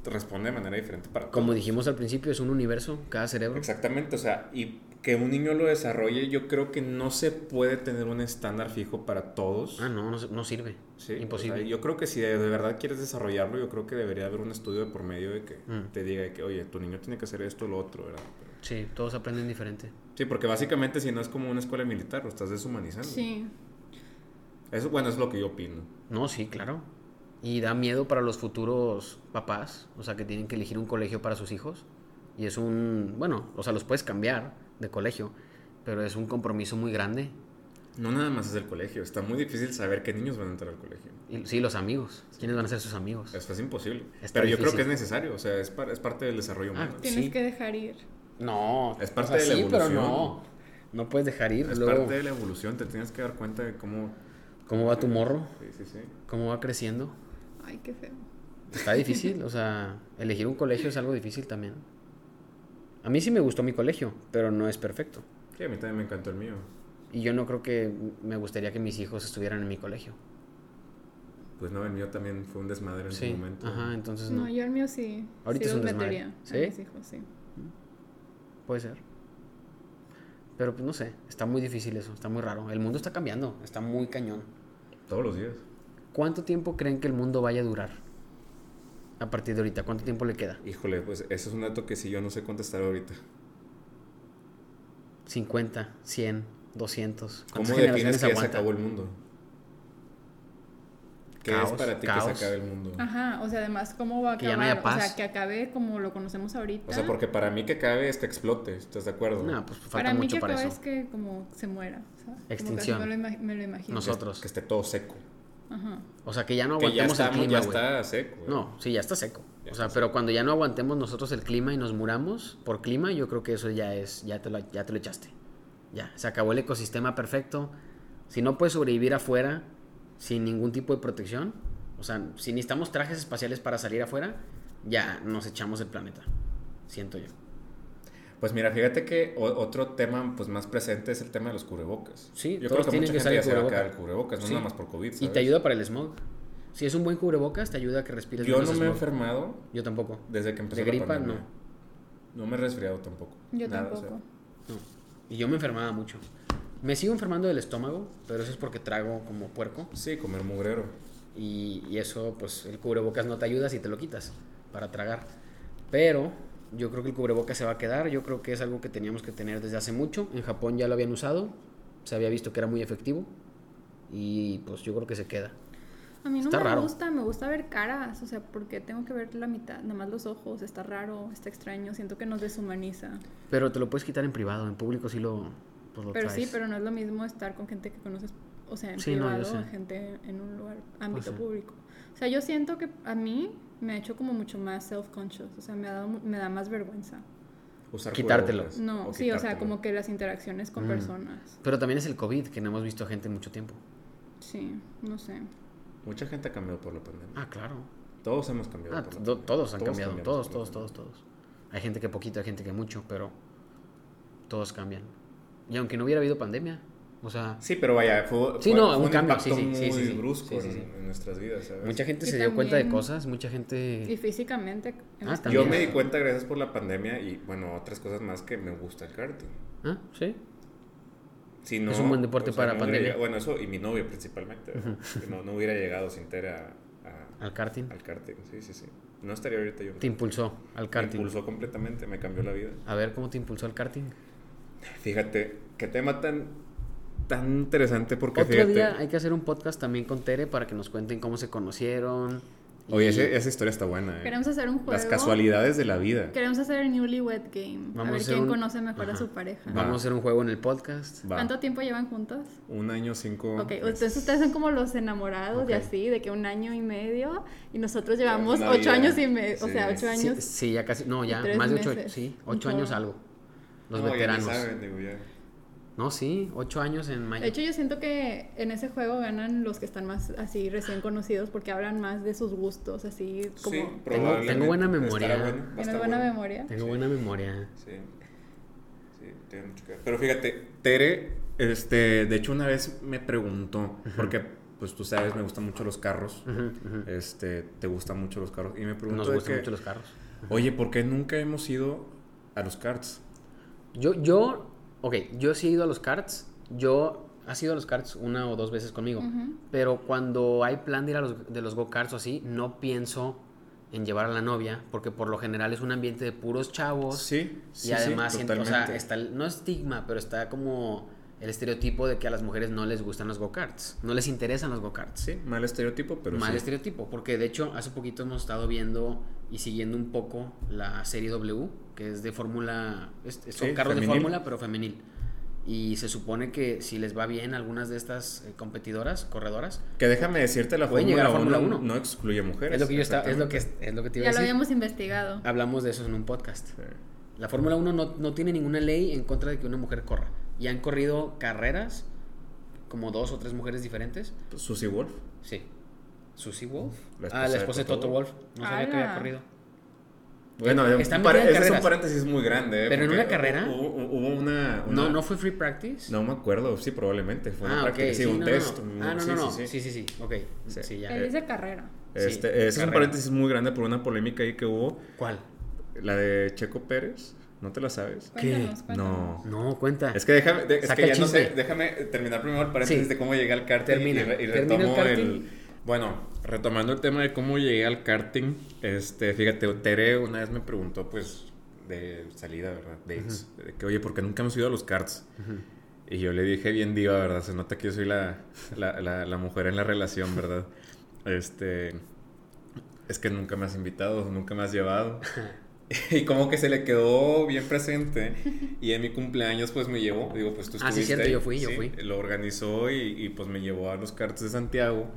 D: responde de manera diferente para todo.
C: Como dijimos al principio, es un universo, cada cerebro.
D: Exactamente, o sea, y que un niño lo desarrolle, yo creo que no se puede tener un estándar fijo para todos.
C: Ah, no, no, se- no sirve.
D: Sí,
C: Imposible.
D: o sea, yo creo que si de, de verdad quieres desarrollarlo, yo creo que debería haber un estudio de por medio de que
C: Mm.
D: te diga de que, oye, tu niño tiene que hacer esto o lo otro, ¿verdad? Pero-
C: Sí, todos aprenden diferente.
D: sí, porque básicamente si no es como una escuela militar, lo estás deshumanizando.
A: Sí.
D: Eso, bueno, es lo que yo opino.
C: No, sí, claro. Y da miedo para los futuros papás, o sea, que tienen que elegir un colegio para sus hijos. Y es un, bueno, o sea, los puedes cambiar de colegio, pero es un compromiso muy grande.
D: No nada más es el colegio, está muy difícil saber qué niños van a entrar al colegio.
C: Y, sí, los amigos. ¿Quiénes van a ser sus amigos?
D: Esto es imposible.
C: Está
D: Pero yo creo
C: difícil.
D: que es necesario, o sea, es, par- es parte del desarrollo
C: Ah,
D: humano.
A: Tienes
C: Sí.
A: que dejar ir.
C: No,
D: Es
C: o
D: parte
C: sea,
D: de la
C: sí, pero
D: evolución.
C: no. No puedes dejar ir.
D: Es
C: Luego,
D: parte de la evolución, te tienes que dar cuenta de cómo...
C: ¿Cómo va tu morro?
D: Sí, sí, sí.
C: ¿Cómo va creciendo?
A: Ay, qué feo.
C: Está difícil, o sea, elegir un colegio es algo difícil también. A mí sí me gustó mi colegio, pero no es perfecto.
D: Sí, a mí también me encantó el mío.
C: Y yo no creo que me gustaría que mis hijos estuvieran en mi colegio.
D: Pues no, el mío también fue un desmadre en
C: Sí,
D: su momento.
C: ajá, entonces no.
A: No, yo el mío sí.
C: Ahorita es
A: sí los
C: un desmadre.
A: metería a
C: ¿Sí?
A: mis hijos, sí.
C: Puede ser. Pero pues no sé, está muy difícil eso, está muy raro. El mundo está cambiando, está muy cañón.
D: Todos los días.
C: ¿Cuánto tiempo creen que el mundo vaya a durar? A partir de ahorita, ¿cuánto tiempo le queda?
D: Híjole, pues eso es un dato que si yo no sé contestar ahorita.
C: ¿50, 100, 200?
D: ¿Cómo
C: ¿Cuántas
D: defines que ya se
C: aguanta?
D: acabó el mundo? ¿Qué
C: Caos,
D: es para ti que
C: caos.
D: se acabe el mundo?
A: Ajá, o sea, además, ¿cómo va a
C: Que ya
A: acabar?
C: no haya
A: O
C: paz.
A: sea, que acabe como lo conocemos ahorita.
D: O sea, porque para mí que acabe es que explote, ¿estás de acuerdo?
C: No, pues falta
A: para mí
C: mucho
A: que
C: para
A: acabe
C: eso.
A: es que como se muera. o sea, como que así
C: Extinción.
A: me, lo ima- me lo imagino.
C: Nos-
D: Que-
C: nosotros.
D: Que esté todo seco.
A: Ajá.
C: O sea, que ya no
D: que ya,
C: aguantemos el
D: estamos-
C: clima,
D: ya
C: güey.
D: está seco. güey.
C: No, sí, ya está seco.
D: Ya
C: o sea,
D: está
C: pero cuando ya no aguantemos nosotros el clima y nos muramos por clima, yo creo que eso ya es, ya te lo, ya te lo echaste. Ya, se acabó el ecosistema perfecto. Si no puedes sobrevivir afuera sin ningún tipo de protección, o sea, si necesitamos trajes espaciales para salir afuera, ya nos echamos el planeta. Siento yo.
D: Pues mira, fíjate que o- otro tema pues más presente es el tema de los cubrebocas.
C: Sí,
D: yo creo
C: todos
D: que
C: tienen
D: mucha
C: que
D: gente
C: usar el
D: ya se va a
C: cubreboca.
D: quedar el cubrebocas, no
C: Sí.
D: nada más por COVID.
C: Y
D: ¿sabes?
C: te ayuda pues, para el smog. Si es un buen cubrebocas, te ayuda a que respires
D: Yo
C: menos
D: no me he
C: smog.
D: enfermado
C: Yo tampoco.
D: desde que empezó
C: De
D: la
C: gripa,
D: pandemia.
C: no.
D: No me he resfriado tampoco.
A: Yo
D: Nada, o sea,
A: tampoco.
C: No. Y yo me enfermaba mucho. Me sigo enfermando del estómago, pero eso es porque trago como puerco.
D: Sí, comer mugrero.
C: Y, y eso, pues, el cubrebocas no te ayuda si te lo quitas para tragar. Pero yo creo que el cubrebocas se va a quedar. Yo creo que es algo que teníamos que tener desde hace mucho. En Japón ya lo habían usado. Se había visto que era muy efectivo. Y pues yo creo que se queda.
A: A mí no
C: Está
A: me
C: raro.
A: gusta, me gusta ver caras, o sea, porque tengo que ver la mitad, nada más los ojos, está raro, está extraño, siento que nos deshumaniza.
C: Pero te lo puedes quitar en privado. En público sí lo, pues, lo
A: Pero
C: traes.
A: sí, pero no es lo mismo estar con gente que conoces, o sea, en
C: Sí, no, yo
A: privado,
C: sé.
A: gente en un lugar, ámbito
C: sí.
A: público. O sea, yo siento que a mí me ha hecho como mucho más self-conscious, o sea, me, ha dado, me da más vergüenza.
D: Usar
C: Quitártelo.
D: cubrebocas
A: No, sí, o sea,
D: quitártelo.
A: como que las interacciones con
C: Mm.
A: personas.
C: Pero también es el COVID, que no hemos visto gente en mucho tiempo.
A: Sí, no sé.
D: Mucha gente ha cambiado por la pandemia.
C: Ah, claro.
D: Todos hemos cambiado.
C: Ah,
D: por la
C: do-
D: pandemia.
C: todos han cambiado,
D: cambiamos
C: todos,
D: por la
C: todos, todos, todos. Hay gente que poquito, hay gente que mucho, pero todos cambian. Y aunque no hubiera habido pandemia, o sea,
D: pandemia. Sí, pero vaya, fue,
C: Sí,
D: fue-
C: no,
D: fue
C: un cambio, sí,
D: impacto
C: sí, sí,
D: muy
C: sí, sí.
D: brusco
C: Sí, sí, sí.
D: En, en nuestras vidas, ¿sabes?
C: mucha gente
A: Y
C: se dio cuenta de
A: también-
C: cosas, mucha
A: Y
C: gente...
A: físicamente... este
C: Ah,
A: hemos
C: también.
D: Yo
A: cambiado.
D: me di cuenta gracias por la pandemia y, bueno, otras cosas más que me gusta el karting.
C: Ah, sí.
D: Si no,
C: Es un buen deporte
D: o sea,
C: para
D: no hubiera
C: pandemia.
D: llegado- Bueno, eso y mi novia principalmente. ¿verdad? Que no, no hubiera llegado sin Tere a- a-
C: Al karting.
D: al karting. Sí, sí, sí. No estaría ahorita yo.
C: Te impulsó al
D: Me
C: karting.
D: impulsó completamente, me cambió la vida.
C: A ver cómo te impulsó al karting.
D: Fíjate, qué tema tan, tan interesante porque
C: Otro
D: fíjate.
C: día hay que hacer un podcast también con Tere para que nos cuenten cómo se conocieron. y-
D: Oye, ese- esa historia está buena. ¿eh?
A: Queremos hacer un juego.
D: Las casualidades de la vida.
A: Queremos hacer el Newlywed Game.
C: Vamos
A: a
C: a
A: ver
C: hacer
A: quién
C: un-
A: conoce mejor a
C: Ajá.
A: su pareja.
D: Va.
C: Vamos a hacer un juego en el podcast.
D: Va.
A: ¿Cuánto tiempo llevan juntos?
D: Un año, cinco.
A: Ok, ustedes, ustedes son como los enamorados de
C: Ok.
A: así, de que un año y medio, y nosotros llevamos
D: Una
A: ocho
D: vida.
A: años y medio, o
D: Sí.
A: sea, ocho
C: Sí,
A: años.
C: sí, ya casi. No, ya,
A: tres
C: más de ocho.
A: meses.
C: Sí, ocho
A: Ujú.
C: años algo. Los
D: No, ya ni
C: veteranos.
D: saben, ¿eh? digo, ya.
C: No, sí, ocho años en mayo.
A: De hecho, yo siento que en ese juego ganan los que están más así recién conocidos porque hablan más de sus gustos, así como...
D: Sí,
A: ¿Tienes
D: probablemente
C: tengo buena
D: estará
C: memoria.
D: bueno, va a estar
A: buena
D: bueno.
A: memoria?
C: Tengo buena memoria.
D: Sí. Sí, tiene mucho que ver. Pero fíjate, Tere, este, de hecho una vez me preguntó, porque pues tú sabes, me gustan mucho los carros.
C: Ujú, ujú.
D: Este, te gustan mucho los carros. Y me preguntó
C: Nos
D: de
C: gustan
D: que,
C: mucho los carros.
D: Oye, ¿por qué nunca hemos ido a los karts?
C: Yo, yo, ok, yo sí he ido a los karts. Yo, has ido a los karts una o dos veces conmigo.
A: Ujú.
C: Pero cuando hay plan de ir a los, de los go-karts o así, no pienso en llevar a la novia, porque por lo general es un ambiente de puros chavos.
D: Sí,
C: y además, siento- o sea, está el- no estigma, pero está como el estereotipo de que a las mujeres no les gustan los go-karts, no les interesan los go-karts.
D: Sí, mal estereotipo, pero
C: Mal
D: sí.
C: estereotipo, porque de hecho hace poquito hemos estado viendo y siguiendo un poco la serie W, que es de fórmula, es- es- son
D: Sí,
C: carros de
D: femenil.
C: fórmula, pero femenil. Y se supone que si les va bien a algunas de estas eh, competidoras, corredoras,
D: Que déjame decirte, la
C: Pueden llegar
D: Fórmula
C: a
D: 1,
C: Fórmula uno.
D: no excluye mujeres.
C: es lo que yo estaba, es lo que,
D: exactamente.
C: es lo que te iba
A: Ya
C: a
A: lo
C: decir.
A: habíamos investigado.
D: Ah,
C: Hablamos de eso en un podcast. La Fórmula 1 no, no tiene ninguna ley en contra de que una mujer corra. Y han corrido carreras, como dos o tres mujeres diferentes.
D: Sí. Susie Wolf.
C: Sí. Susie Wolf. ah,
D: La esposa
C: la
D: de
C: esposa de
D: Toto
C: Toto Wolf. No sabía que había
A: ¡Hala!
C: corrido.
D: Bueno,
C: Está
D: un par-
C: metida en
D: ese es un
C: carreras.
D: paréntesis muy grande. ¿eh?
C: Pero en
D: porque
C: una carrera-
D: Hubo, hubo una,
C: No,
D: una-
C: no fue free practice.
D: No me acuerdo, sí, probablemente. Fue una
C: ah, ok.
D: práctica, sí, un
C: no, no,
D: test.
C: no.
D: un-
C: Ah, no,
D: sí,
C: no, no.
D: sí, sí.
C: sí, sí. Ok. Sí,
D: Sí.
C: ya.
A: Él dice carrera.
D: Este,
C: Sí,
D: ese es un
C: carrera.
D: paréntesis muy grande por una polémica ahí que hubo.
C: ¿Cuál?
D: La de Checo Pérez. ¿No te la sabes?
C: ¿Qué?
A: Cuéntanos, cuéntanos.
D: No.
C: No, cuenta.
D: Es que déjame, de- es
C: Saca
D: que
C: el
D: ya no sé,
C: chisme.
D: déjame terminar primero el paréntesis
C: Sí.
D: de cómo llegué al karting
C: Termina.
D: y, re- y
C: Termina el
D: retomo el,
C: karting.
D: bueno, retomando el tema de cómo llegué al karting, este, fíjate, Tere una vez me preguntó pues de salida, ¿verdad? De, de que oye, ¿por qué nunca hemos ido a los karts? Y yo le dije bien diva, ¿verdad? Se nota que yo soy la, la, la- la mujer en la relación, ¿verdad? Este, es que nunca me has invitado, nunca me has llevado. Y como que se le quedó bien presente. Y en mi cumpleaños, pues me llevó. Digo, pues tú
C: Ah, sí,
D: estuviste
C: cierto,
D: ahí,
C: yo fui, yo
D: sí.
C: fui.
D: Lo organizó y, y, pues me llevó a los cartes de Santiago.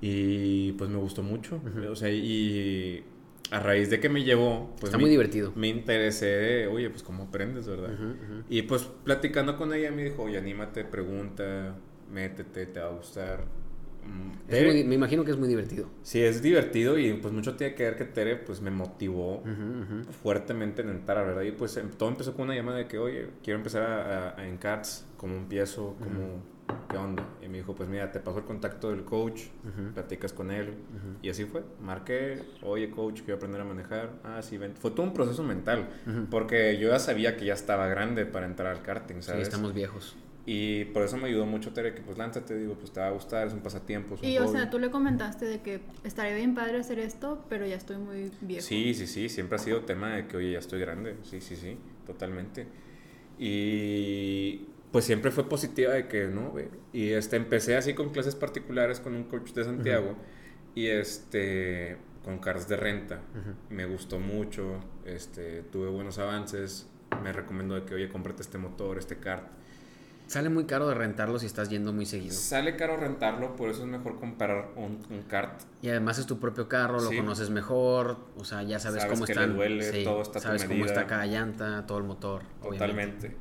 D: Y pues me gustó mucho. O sea, y a raíz de que me llevó, pues.
C: Está
D: me-
C: muy divertido.
D: Me interesé de, oye, pues cómo aprendes, ¿verdad?
C: Ujú, ujú.
D: Y pues platicando con ella me dijo, oye, anímate, pregunta, métete, te va a gustar. Mm,
C: Es
D: Tere-
C: muy- me imagino que es muy divertido.
D: Sí, es divertido y pues mucho tiene que ver que Tere pues me motivó
C: Ujú, ujú.
D: fuertemente en entrar, ¿verdad? Y pues em- todo empezó con una llamada de que, oye, quiero empezar a, a- a- en CARTS, ¿cómo empiezo? ¿Cómo, ¿Qué onda? Y me dijo, pues mira, te paso el contacto del coach, platicas con él. Y así fue. Marqué, oye, coach, quiero aprender a manejar. Ah, sí, ven. Fue todo un proceso mental, porque yo ya sabía que ya estaba grande para entrar al karting,
C: Sí,
D: ¿sabes?
C: estamos viejos.
D: Y por eso me ayudó mucho Tere, que pues lánzate, digo, pues te va a gustar, es un pasatiempo, es un
A: Y o
D: hobby.
A: sea, tú le comentaste de que estaría bien padre hacer esto, pero ya estoy muy viejo.
D: Sí, sí, sí, siempre ha sido tema de que, oye, ya estoy grande, sí, sí, sí, totalmente. Y pues siempre fue positiva de que, no, ve. Y este, empecé así con clases particulares con un coach de Santiago y este, con cars de renta. Me gustó mucho, este, tuve buenos avances, me recomendó de que, oye, cómprate este motor, este kart.
C: Sale muy caro de rentarlo si estás yendo muy seguido.
D: Sale caro rentarlo, por eso es mejor comprar un, un kart
C: Y además es tu propio carro, lo
D: Sí.
C: conoces mejor, o sea, ya sabes,
D: Sabes
C: cómo
D: que le
C: están.
D: duele, todo está a tu
C: sabes cómo
D: medida.
C: está cada llanta, todo el motor. obviamente.
D: Totalmente.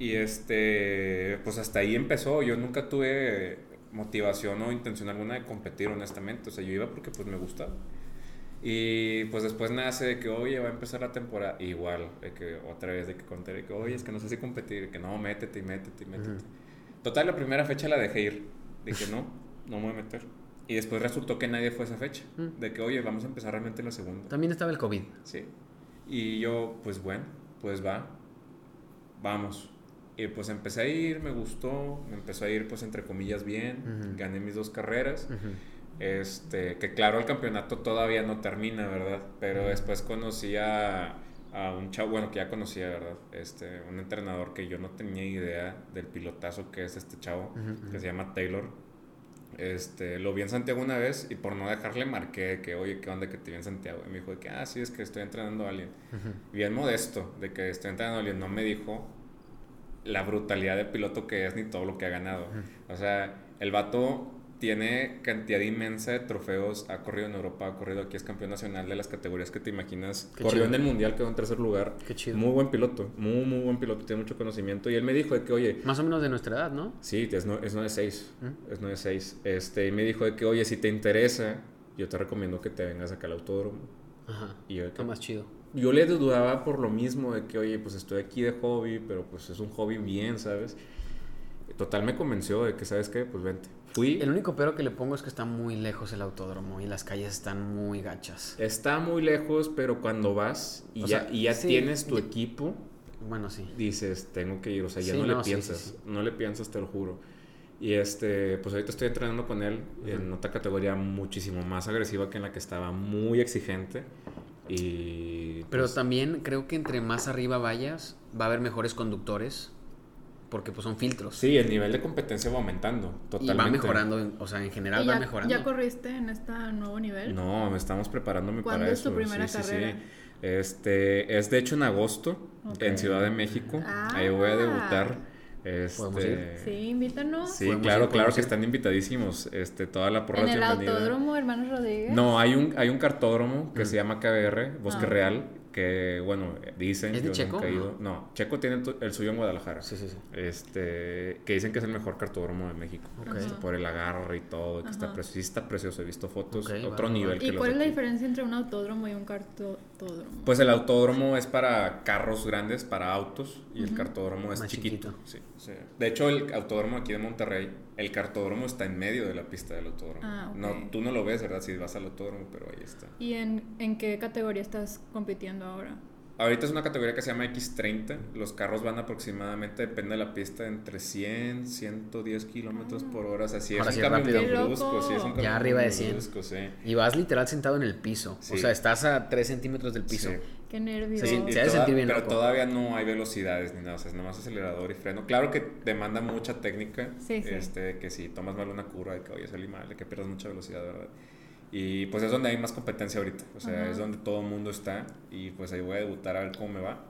D: Y, y, este, pues hasta ahí empezó. Yo nunca tuve motivación o intención alguna de competir, honestamente. O sea, yo iba porque pues me gustaba. Y pues después nace de que, oye, va a empezar la temporada. Igual, de que otra vez de que conté, de que, oye, es que no sé si competir, que no, métete y métete y métete. Total, la primera fecha la dejé ir. Dije, no, no me voy a meter. Y después resultó que nadie fue a esa fecha. De que, oye, vamos a empezar realmente la segunda.
C: También estaba el COVID.
D: Sí. Y yo, pues bueno, pues va, vamos. Y pues empecé a ir, me gustó, me empezó a ir pues entre comillas bien,
C: Ujú.
D: gané mis dos carreras.
C: Ujú.
D: Este, que claro, el campeonato todavía no termina, ¿verdad? Pero después conocí a, a un chavo, bueno, que ya conocía, ¿verdad? Este, un entrenador que yo no tenía idea del pilotazo que es este chavo,
C: Ujú,
D: que
C: ujú.
D: se llama Taylor. Este, lo vi en Santiago una vez y por no dejarle marqué de que, oye, ¿qué onda que te vi en Santiago? Y me dijo de que, ah, sí, es que estoy entrenando a alguien. Bien modesto, de que estoy entrenando a alguien. No me dijo la brutalidad de piloto que es ni todo lo que ha ganado. O sea, el vato tiene cantidad inmensa de trofeos. Ha corrido en Europa, ha corrido aquí, es campeón nacional de las categorías que te imaginas.
C: Qué
D: Corrió
C: chido.
D: en el mundial, quedó en tercer lugar.
C: Qué chido.
D: Muy buen piloto, muy, muy buen piloto, tiene mucho conocimiento. Y él me dijo de que, oye,
C: Más o menos de nuestra edad, ¿no?
D: Sí, es, no, es 9-6.
C: ¿Mm?
D: Es 9-6. Este, y me dijo de que, oye, si te interesa, yo te recomiendo que te vengas acá al autódromo.
C: Ajá.
D: Y yo, de que-
C: Está más chido.
D: yo le dudaba por lo mismo de que, oye, pues estoy aquí de hobby, pero pues es un hobby bien, ¿sabes? Total me convenció de que, ¿sabes qué? Pues vente. Fui.
C: El único pero que le pongo es que está muy lejos el autódromo y las calles están muy gachas.
D: Está muy lejos, pero cuando vas y
C: O
D: ya,
C: sea,
D: y ya
C: sí,
D: tienes tu
C: ya-
D: equipo,
C: Bueno, sí.
D: dices, tengo que ir, o sea, ya
C: Sí,
D: no,
C: no,
D: le
C: sí,
D: piensas,
C: sí, sí.
D: no le piensas, te lo juro. Y este, pues ahorita estoy entrenando con él en otra categoría muchísimo más agresiva que en la que estaba, muy exigente. Y.
C: Pero
D: pues,
C: también creo que entre más arriba vayas, va a haber mejores conductores porque pues son filtros.
D: sí, el nivel de competencia va aumentando, totalmente.
C: Y va mejorando, en- o sea, en general
A: ¿Y
C: va
A: ya,
C: mejorando.
A: ya corriste en este nuevo nivel?
D: No, me estamos preparándome
A: ¿Cuándo
D: para
A: es tu
D: eso.
A: primera
D: sí, sí, sí.
A: carrera?
D: Este, es de hecho en agosto, en
A: Ok.
D: Ciudad de México.
A: Ah.
D: Ahí voy a debutar. Este,
C: ¿Podemos ir?
A: Sí, invítanos.
D: Sí,
C: Podemos
D: claro,
C: ir,
D: claro
C: podemos
D: que
C: ir.
D: están invitadísimos. Este, toda la porra
A: en
D: es
A: el
D: bienvenida.
A: autódromo, hermanos Rodríguez.
D: No, hay un, hay un cartódromo que
C: Mm.
D: se llama KBR, Bosque
A: Ah.
D: Real, que, bueno, dicen...
C: ¿Es de
D: yo
C: Checo?
D: nunca he ido. No, Checo tiene tu- el suyo en Guadalajara.
C: Sí, sí, sí.
D: Este, que dicen que es el mejor cartódromo de México.
C: Ok.
D: Este, por el agarre y todo, que está
A: Ajá.
D: precioso. está precioso, he visto fotos.
C: Ok,
D: Otro
C: va, va,
D: nivel que
A: ¿Y
D: los
A: cuál
D: de
A: es la
D: aquí.
A: diferencia entre un autódromo y un cartódromo?
D: Pues el autódromo es para carros grandes, para autos, y el cartódromo es
C: Más
D: chiquito.
C: chiquito.
D: Sí, sí. De hecho, el autódromo aquí de Monterrey, el cartódromo está en medio de la pista del autódromo.
A: Ah, ok.
D: no, tú no lo ves, ¿verdad? Si vas al autódromo, pero ahí está.
A: ¿Y en, en qué categoría estás compitiendo ahora?
D: Ahorita es una categoría que se llama X30. Los carros van aproximadamente, depende de la pista, entre 100, 110 kilómetros
A: Ah.
D: por hora. O sea, si es
C: Ahora
D: un
C: sí es
D: camino
C: rápido.
D: muy
A: ¡Qué
D: brusco,
A: loco!
D: si es un
A: Ya
D: camino
C: arriba de
D: muy
C: 100.
D: brusco, sí.
C: Y vas literal sentado en el piso.
D: Sí.
C: O sea, estás a 3 centímetros del piso.
D: Sí.
A: Qué nervios.
C: Se siente-
D: Y
C: ha de
D: toda-
C: sentir bien
D: pero
C: loco.
D: todavía no hay velocidades ni nada, o sea, es nomás acelerador y freno. Claro que demanda mucha técnica,
A: Sí, sí.
D: Este, que si tomas mal una curva, de que oye, salí mal, de que pierdas mucha velocidad, ¿verdad? Y pues es donde hay más competencia ahorita, o sea,
A: Ajá.
D: es donde todo el mundo está y pues ahí voy a debutar a ver cómo me va.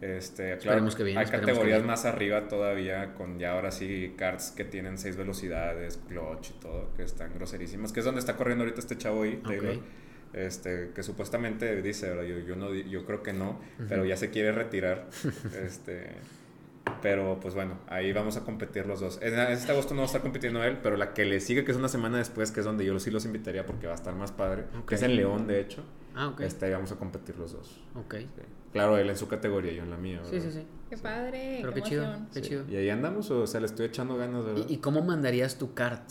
D: Este, claro,
C: Esperemos que bien,
D: hay
C: esperemos que
D: categorías
C: bien.
D: más arriba todavía con ya ahora sí karts que tienen seis velocidades, clutch y todo, que están groserísimas, que es donde está corriendo ahorita este chavo ahí, Taylor.
C: Ok.
D: Este, que supuestamente dice, ¿verdad? Yo, yo, no, di- yo creo que no, pero ya se quiere retirar. este, pero pues bueno, ahí vamos a competir los dos. En, en este agosto no va a estar compitiendo él, pero la que le sigue, que es una semana después, que es donde yo sí los invitaría porque va a estar más padre,
C: Ok.
D: que es en León, de hecho,
C: Ah, ok.
D: este, ahí vamos a competir los dos.
C: Ok.
D: Sí. Claro, él en su categoría, yo en la mía.
C: Sí, sí,
D: ¿verdad?
C: sí.
A: Qué padre,
C: Pero
A: qué,
C: qué chido.
A: emoción.
C: Qué
D: Sí.
C: chido.
D: Y ahí andamos, o sea, le estoy echando ganas, ¿verdad?
C: ¿Y, y cómo mandarías tu cart?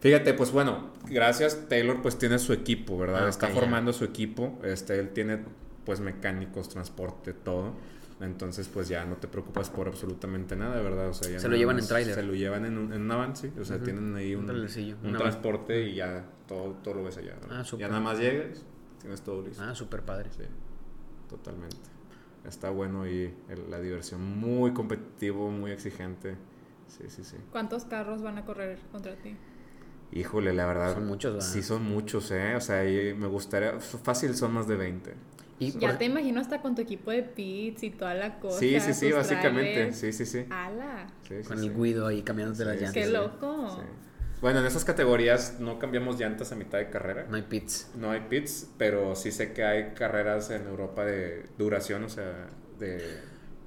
D: Fíjate, pues bueno, gracias Taylor, pues tiene su equipo, ¿verdad?
C: Ah,
D: Está
C: ok, ya.
D: formando su equipo, este, él tiene pues mecánicos, transporte, todo. Entonces, pues ya no te preocupas por absolutamente nada, ¿verdad? O sea, ya
C: Se lo
D: nada
C: llevan en
D: más
C: tráiler.
D: Se lo llevan en un, en un avance, o sea,
C: Ujú.
D: tienen ahí
C: Un
D: un,
C: trailercillo,
D: un
C: un avance.
D: transporte y ya todo, todo lo ves allá. ¿verdad?
C: Ah, súper.
D: ya nada más llegas, tienes todo listo.
C: Ah, súper padre.
D: Sí, totalmente. Está bueno y el- la diversión muy competitivo, muy exigente. Sí, sí, sí.
A: ¿Cuántos carros van a correr contra ti?
D: Híjole, la verdad.
C: Son muchos, ¿verdad?
D: Sí, son muchos, ¿eh? O sea, y me gustaría. f- Fácil son más de 20.
C: Y
A: Ya
C: por-
A: te imagino hasta con tu equipo de pits y toda la cosa.
D: Pues sí, sí, sí,
A: tus
D: básicamente.
A: trailers.
D: Sí, sí, sí.
A: ¡Ala!
D: Sí, sí,
C: con
D: sí.
C: el Guido ahí cambiándote las
D: Sí,
C: llantas.
A: Ah. ¡Qué
D: sí.
A: loco!
D: Sí. Bueno, en esas categorías no cambiamos llantas a mitad de carrera.
C: No hay pits.
D: No hay pits, pero sí sé que hay carreras en Europa de duración, o sea, de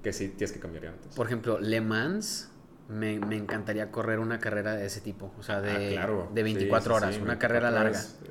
D: que sí tienes que cambiar llantas.
C: Por ejemplo, Le Mans, me, me encantaría correr una carrera de ese tipo. O sea, de,
D: Ah, claro.
C: de 24
D: Sí, sí,
C: horas,
D: sí,
C: una
D: 24
C: carrera larga.
D: horas, eh,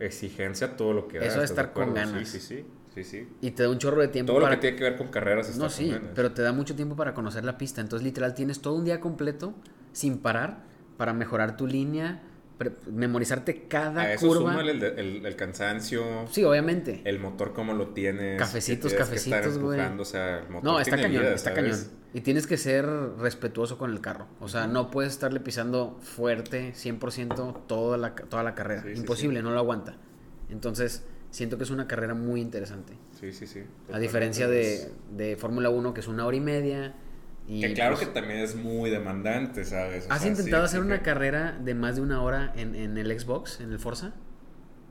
D: Exigencia todo lo que da.
C: Eso de
D: ¿estás de
C: estar con
D: acuerdo?
C: ganas.
D: Sí, sí, sí. sí, sí.
C: Y te da un chorro de tiempo
D: Todo lo
C: para...
D: que tiene que ver con carreras está
C: No,
D: con
C: sí,
D: ganas.
C: pero te da mucho tiempo para conocer la pista. Entonces, literal, tienes todo un día completo sin parar para mejorar tu línea, pre- memorizarte cada
D: A eso
C: curva.
D: suma el, el- el cansancio,
C: Sí, obviamente.
D: el motor cómo lo tienes.
C: Cafecitos,
D: que tienes que estar
C: cafecitos, güey.
D: empujando, O sea, el motor
C: No, está
D: tiene
C: cañón,
D: vida,
C: está
D: ¿sabes?
C: cañón. Y tienes que ser respetuoso con el carro. O sea, no puedes estarle pisando fuerte 100% toda la, ca- toda la carrera.
D: Sí, sí,
C: Imposible, no lo aguanta. Entonces, siento que es una carrera muy interesante.
D: Sí, sí, sí.
C: A
D: totalmente.
C: diferencia de, de Fórmula 1, que es una hora y media. Y
D: Que claro que
C: pues,
D: también es muy demandante, ¿sabes? O
C: ¿Has
D: sea,
C: intentado
D: sí,
C: hacer
D: sí,
C: una
D: que-
C: carrera de más de una hora en, en el Xbox, en el Forza?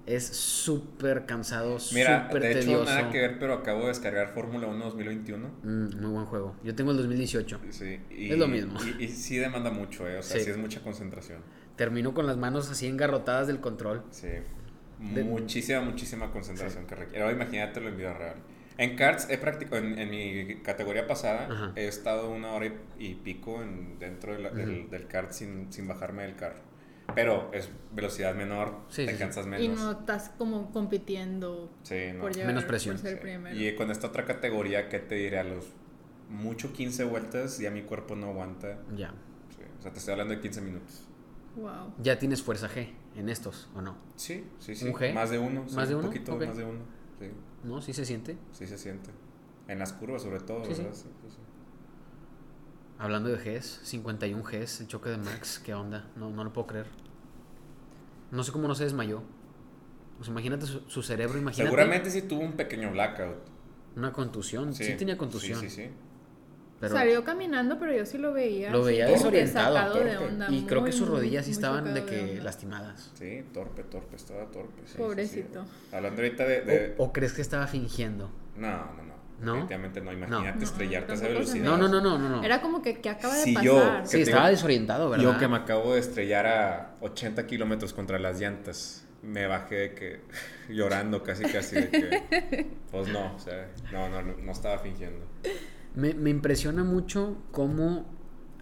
C: Es súper cansado,
D: Mira,
C: súper
D: de hecho,
C: tedioso.
D: nada que ver, pero acabo de descargar Fórmula 1 2021.
C: Mm, muy buen juego. Yo tengo el 2018.
D: Sí, y-
C: Es lo mismo.
D: Y, y sí demanda mucho, ¿eh? O sea,
C: Sí.
D: sí, es mucha concentración.
C: Termino con las manos así engarrotadas del control.
D: Sí. Muchísima, muchísima concentración que requiere. Ahora imagínatelo en vida real. En karts he practicado, en, en mi categoría pasada,
C: Ajá.
D: he estado una hora y, y pico en, dentro de la- del,
C: Ujú.
D: del kart sin, sin bajarme del carro. Pero es velocidad menor,
C: Sí,
D: te
C: sí, sí.
D: cansas
A: Y
D: menos.
A: no estás como compitiendo
D: sí, no.
A: por llegar,
C: Menos presión,
A: por ser
D: Sí.
A: primero.
D: Y con esta otra categoría, ¿qué te diré? A los mucho 15 vueltas ya mi cuerpo no aguanta.
C: Ya.
D: Sí, O sea, te estoy hablando de 15 minutos.
A: Wow.
C: ¿Ya tienes fuerza G en estos o no?
D: Sí, sí, sí.
C: ¿Un G?
D: Más de uno. sí,
C: ¿Más de
D: un
C: uno?
D: poquito
C: Ok.
D: más de uno. Sí,
C: ¿No? ¿Sí se siente?
D: sí se siente. En las curvas, sobre todo,
C: Sí, sí.
D: ¿verdad? Sí, sí, sí.
C: Hablando de Gs, 51 Gs, el choque de Max, ¿qué onda? No, no lo puedo creer. No sé cómo no se desmayó. O sea, imagínate su, su cerebro, imagínate
D: Seguramente sí tuvo un pequeño blackout.
C: una contusión. Sí, tenía contusión.
D: Sí, sí, sí.
C: Pero
A: Salió caminando, pero yo sí lo veía.
C: lo
A: así
C: veía
A: como que
C: desorientado.
A: sacado de
D: torpe.
A: onda,
C: y creo
A: muy,
C: que sus
A: muy,
C: rodillas sí
A: muy
C: estaban de
A: sacado
C: que
A: onda.
C: lastimadas.
D: Sí, torpe, torpe, estaba torpe. sí, sí, sí.
A: Pobrecito.
D: Hablando ahorita de... de-
C: O, o crees que estaba fingiendo?
D: No, no, no.
C: ¿No?
D: Definitivamente no. Imagínate
A: No,
D: estrellarte a esa
A: tampoco se me
D: velocidad.
A: Sí.
C: No, no, no, no, no. no.
A: Era como que, que acaba de
D: Si
A: pasar.
D: yo-
C: sí,
D: que te-
C: estaba desorientado, ¿verdad?
D: Yo que me acabo de estrellar a 80 kilómetros contra las llantas, me bajé de que llorando casi casi de que pues no, o sea, no, no, no, no estaba fingiendo.
C: Me, me impresiona mucho cómo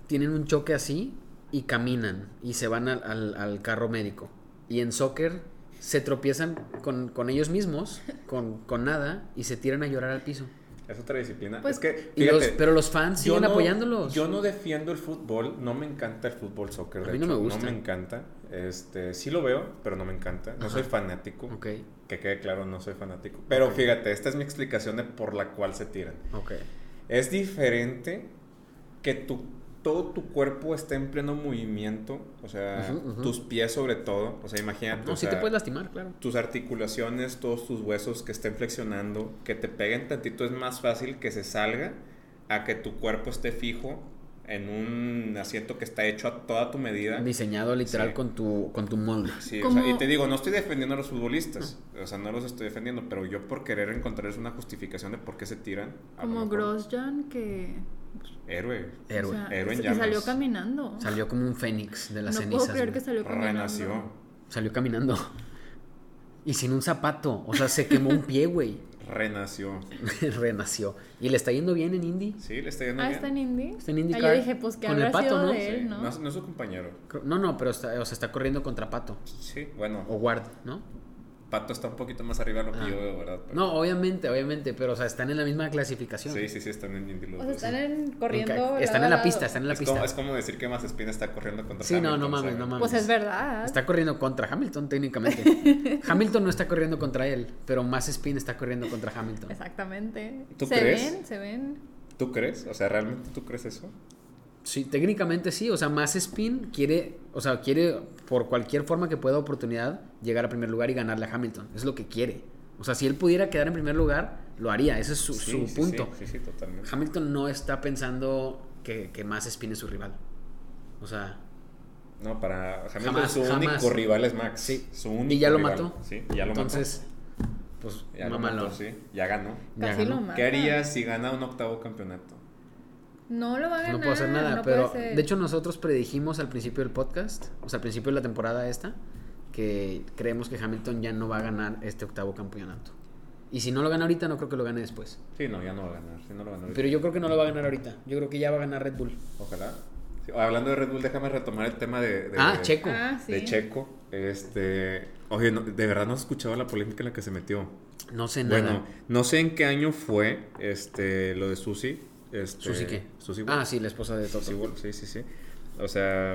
C: tienen un choque así y caminan y se van al, al- al carro médico. Y en soccer se tropiezan con, con ellos mismos, con, con nada, y se tiran a llorar al piso.
D: Es otra disciplina.
A: Pues,
D: es que
C: Y los-
D: fíjate,
C: pero los fans
D: yo
C: siguen
D: no-
C: apoyándolos.
D: Yo no defiendo el fútbol, no me encanta el fútbol soccer.
C: A
D: de
C: mí no
D: hecho,
C: me gusta.
D: No me encanta. Este, sí lo veo, pero no me encanta. No
C: Ajá.
D: soy fanático.
C: Ok,
D: Que quede claro, no soy fanático. Pero fíjate, esta es mi explicación de por la cual se tiran.
C: ok.
D: Es diferente que tu, todo tu cuerpo esté en pleno movimiento, o sea,
C: Ujú, ujú.
D: tus pies sobre todo, o sea, imagínate,
C: No,
D: o
C: sí te
D: sea,
C: puedes lastimar, claro.
D: tus articulaciones, todos tus huesos que estén flexionando, que te peguen tantito, es más fácil que se salga a que tu cuerpo esté fijo en un asiento que está hecho a toda tu medida.
C: Diseñado literal
D: Sí.
C: con, tu, con tu molde.
D: Sí, o
A: Como-
D: sea, y te digo, no estoy defendiendo a los futbolistas,
A: Ah.
D: o sea, no los estoy defendiendo, pero yo por querer encontrarles una justificación de por qué se tiran. a lo
A: Como
D: mejor,
A: Grosjean que.
D: Héroe.
A: o
C: Héroe.
A: sea,
D: Héroe en
A: y salió
D: llamas.
A: caminando.
C: Salió como un fénix de
A: no
C: las
A: puedo
C: cenizas.
A: creer
C: güey.
A: que salió caminando.
D: Renació.
C: Salió caminando. Y sin un zapato. O sea, se quemó un pie, güey.
D: Renació.
C: Renació. ¿Y le está yendo bien en Indy?
D: Sí, le está yendo
A: Ah,
D: bien.
A: está en Indy.
C: Está en IndyCar.
A: Ah, yo dije, pues que
C: Con el
A: habrá
C: pato,
A: sido
C: ¿no?
A: de
D: Sí,
A: él,
D: ¿no?
A: ¿no?
D: es- no es su compañero.
C: Creo- No, no, pero está, o sea, está corriendo contra Pato.
D: Sí, bueno.
C: O Ward, ¿no?
D: Pato está un poquito más arriba de lo que
C: Ah.
D: yo veo, ¿verdad? Pero-
C: No, obviamente, obviamente, pero o sea, están en la misma clasificación.
D: Sí, sí, sí, están en Indy los
A: O sea,
D: dos.
A: están en- corriendo.
C: En ca-
A: lado
C: están
A: a
C: en la
A: lado.
C: pista, están en la
D: es,
C: pista.
D: como, es como decir que más espina está corriendo contra
C: Sí, no, no
D: Hamilton,
C: mames,
D: ¿sabes?
C: no mames.
A: Pues es verdad.
C: Está corriendo contra Hamilton técnicamente. Hamilton no está corriendo contra él, pero más Spin está corriendo contra Hamilton.
A: Exactamente.
D: ¿Tú
A: se
D: crees?
A: ven, se ven.
D: ¿Tú crees? O sea, ¿realmente tú crees eso?
C: Sí, técnicamente sí, o sea, más Spin quiere, o sea, quiere por cualquier forma que pueda oportunidad llegar a primer lugar y ganarle a Hamilton. Es lo que quiere. O sea, si él pudiera quedar en primer lugar, lo haría. Ese es su,
D: Sí,
C: su
D: sí,
C: punto.
D: Sí, sí, sí, totalmente.
C: Hamilton no está pensando que, que más Spin es su rival. O sea,
D: No, para Hamilton
C: Jamás,
D: su único
C: jamás.
D: rival es Max.
C: Sí.
D: Su único
C: ¿Y ya lo
D: rival.
C: mató?
D: Sí, ya lo
C: entonces, pues,
D: mató. Ya lo
C: mamalón.
D: mató, sí. Ya ganó.
C: Ya
A: Casi
C: ganó.
A: lo mata.
D: ¿Qué harías si gana un octavo campeonato?
A: No lo va a ganar.
C: No puedo hacer nada,
A: no
C: pero
A: puede ser.
C: de hecho nosotros predijimos al principio del podcast, o sea, al principio de la temporada esta, que creemos que Hamilton ya no va a ganar este octavo campeonato. Y si no lo gana ahorita, no creo que lo gane después.
D: Sí, no, ya no va a ganar. Sí, no lo ganó.
C: Pero yo creo que no lo va a ganar ahorita. Yo creo que ya va a ganar Red Bull.
D: Ojalá. Sí, hablando de Red Bull, déjame retomar el tema de, de-
C: ah, Checo.
A: Ah, sí.
D: de Checo. Este, oye, no- de verdad no has escuchado la polémica en la que se metió.
C: No sé nada.
D: Bueno, no sé en qué año fue este lo de Susi. Este,
C: ¿Susi qué?
D: Susi Wolf.
C: ah, sí, la esposa de Toto.
D: Susi Wolf, sí, sí, sí. O sea,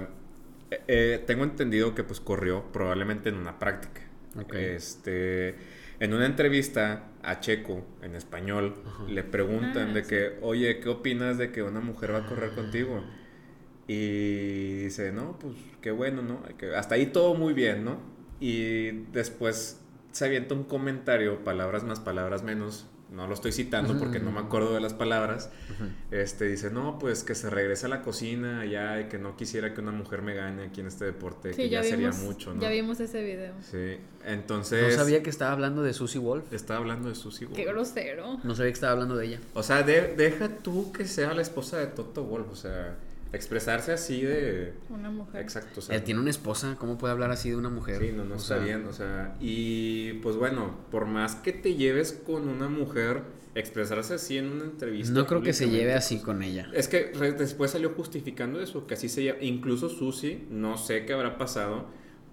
D: eh, eh, tengo entendido que pues corrió probablemente en una práctica.
C: Ok.
D: Este, en una entrevista a Checo en español le preguntan
A: Ah,
D: de
A: sí.
D: que, oye, ¿qué opinas de que una mujer va a
C: Ah.
D: correr contigo? Y dice, no, pues qué bueno, ¿no? Que hasta ahí todo muy bien, ¿no? Y después se avienta un comentario, palabras más, palabras menos. No lo estoy citando porque no
C: Mm.
D: me acuerdo de las palabras. Este dice, no, pues que se regrese a la cocina ya y que no quisiera que una mujer me gane aquí en este deporte, que ya, sería mucho, ¿no?
E: Ya vimos ese video.
D: Sí,
C: No
D: entonces
C: sabía que estaba hablando de Susie Wolf.
D: estaba hablando de Susi
E: Qué
D: Wolf.
E: grosero.
C: No sabía que estaba hablando de ella.
D: O sea, de- deja tú que sea la esposa de Toto Wolf, o sea, expresarse así de
E: Una mujer.
D: exacto, o sea,
C: Él Eh, tiene una esposa, ¿cómo puede hablar así de una mujer?
D: Sí, no, no
C: O
D: está
C: sea,
D: bien, o sea, y pues bueno, por más que te lleves con una mujer, expresarse así en una entrevista.
C: No creo que se
D: públicamente,
C: lleve así con ella.
D: Es que re- después salió justificando eso, que así se llama. Incluso Susi, no sé qué habrá pasado,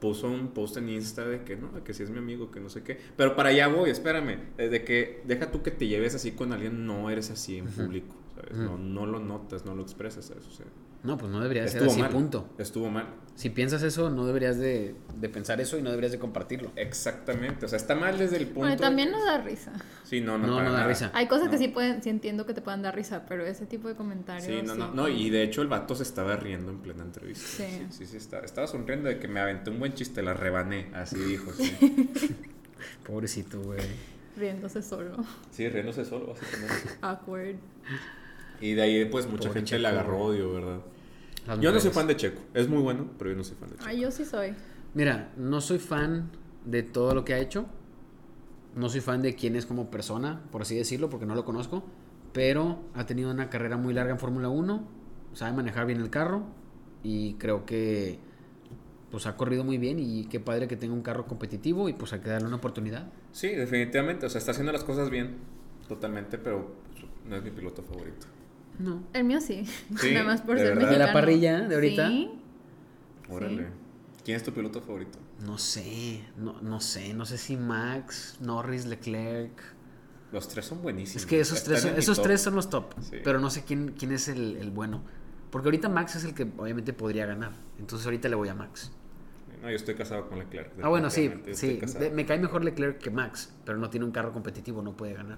D: puso un post en Insta de que no, que si es mi amigo, que no sé qué. Pero para allá voy, espérame. eh, De que deja tú que te lleves así con alguien, no eres así en público, ¿sabes? No,
C: Ujú.
D: no lo notas, no lo expresas, ¿sabes? O sea,
C: No, pues no debería ser
D: estuvo
C: así,
D: mal.
C: punto.
D: Estuvo mal.
C: Si piensas eso, no deberías de, de pensar eso y no deberías de compartirlo.
D: Exactamente, o sea, está mal desde el punto.
A: Bueno,
D: de
A: también
D: que-
A: nos da risa.
D: Sí, no, no,
C: No,
D: para
C: no da
D: nada.
C: risa.
A: Hay cosas que
D: No.
A: sí pueden, sí entiendo que te puedan dar risa, pero ese tipo de comentarios.
D: Sí, no, no, no, y de hecho el vato se estaba riendo en plena entrevista.
A: Sí.
D: Sí, sí, sí, estaba, estaba sonriendo de que me aventé un buen chiste, la rebané, así dijo. Sí,
C: Pobrecito, güey.
A: Riéndose solo.
D: sí riéndose solo, básicamente.
A: Awkward.
D: Y de ahí, pues, mucha
C: Pobre
D: gente
C: Checo,
D: le agarró
C: güey.
D: odio, ¿verdad?
C: Las
D: Yo no soy
C: mujeres.
D: fan de Checo, es muy bueno, pero yo no soy fan de Checo.
A: Ay, yo sí soy.
C: Mira, no soy fan de todo lo que ha hecho. No soy fan de quién es como persona, por así decirlo, porque no lo conozco. Pero ha tenido una carrera muy larga en Fórmula 1. Sabe manejar bien el carro. Y creo que pues ha corrido muy bien. Y qué padre que tenga un carro competitivo. Y pues hay que darle una oportunidad.
D: Sí, definitivamente, o sea, está haciendo las cosas bien, totalmente, pero pues, no es mi piloto favorito.
C: No.
A: El mío sí.
D: Sí,
A: Nada más por
D: de
A: ser
D: verdad.
A: mexicano.
C: De la parrilla de ahorita.
A: Sí.
D: Órale. ¿Quién es tu piloto favorito?
C: No sé. No, no sé. No sé si Max, Norris, Leclerc.
D: Los tres son buenísimos.
C: Es que esos,
D: Están
C: tres,
D: en mi
C: esos
D: top.
C: tres son los top.
D: Sí.
C: Pero no sé quién, quién es el, el bueno. Porque ahorita Max es el que obviamente podría ganar. Entonces ahorita le voy a Max.
D: No, yo estoy casado con Leclerc.
C: Ah, bueno, sí.
D: definitivamente, yo estoy
C: sí.
D: casado.
C: De- me cae mejor Leclerc que Max. Pero no tiene un carro competitivo, no puede ganar.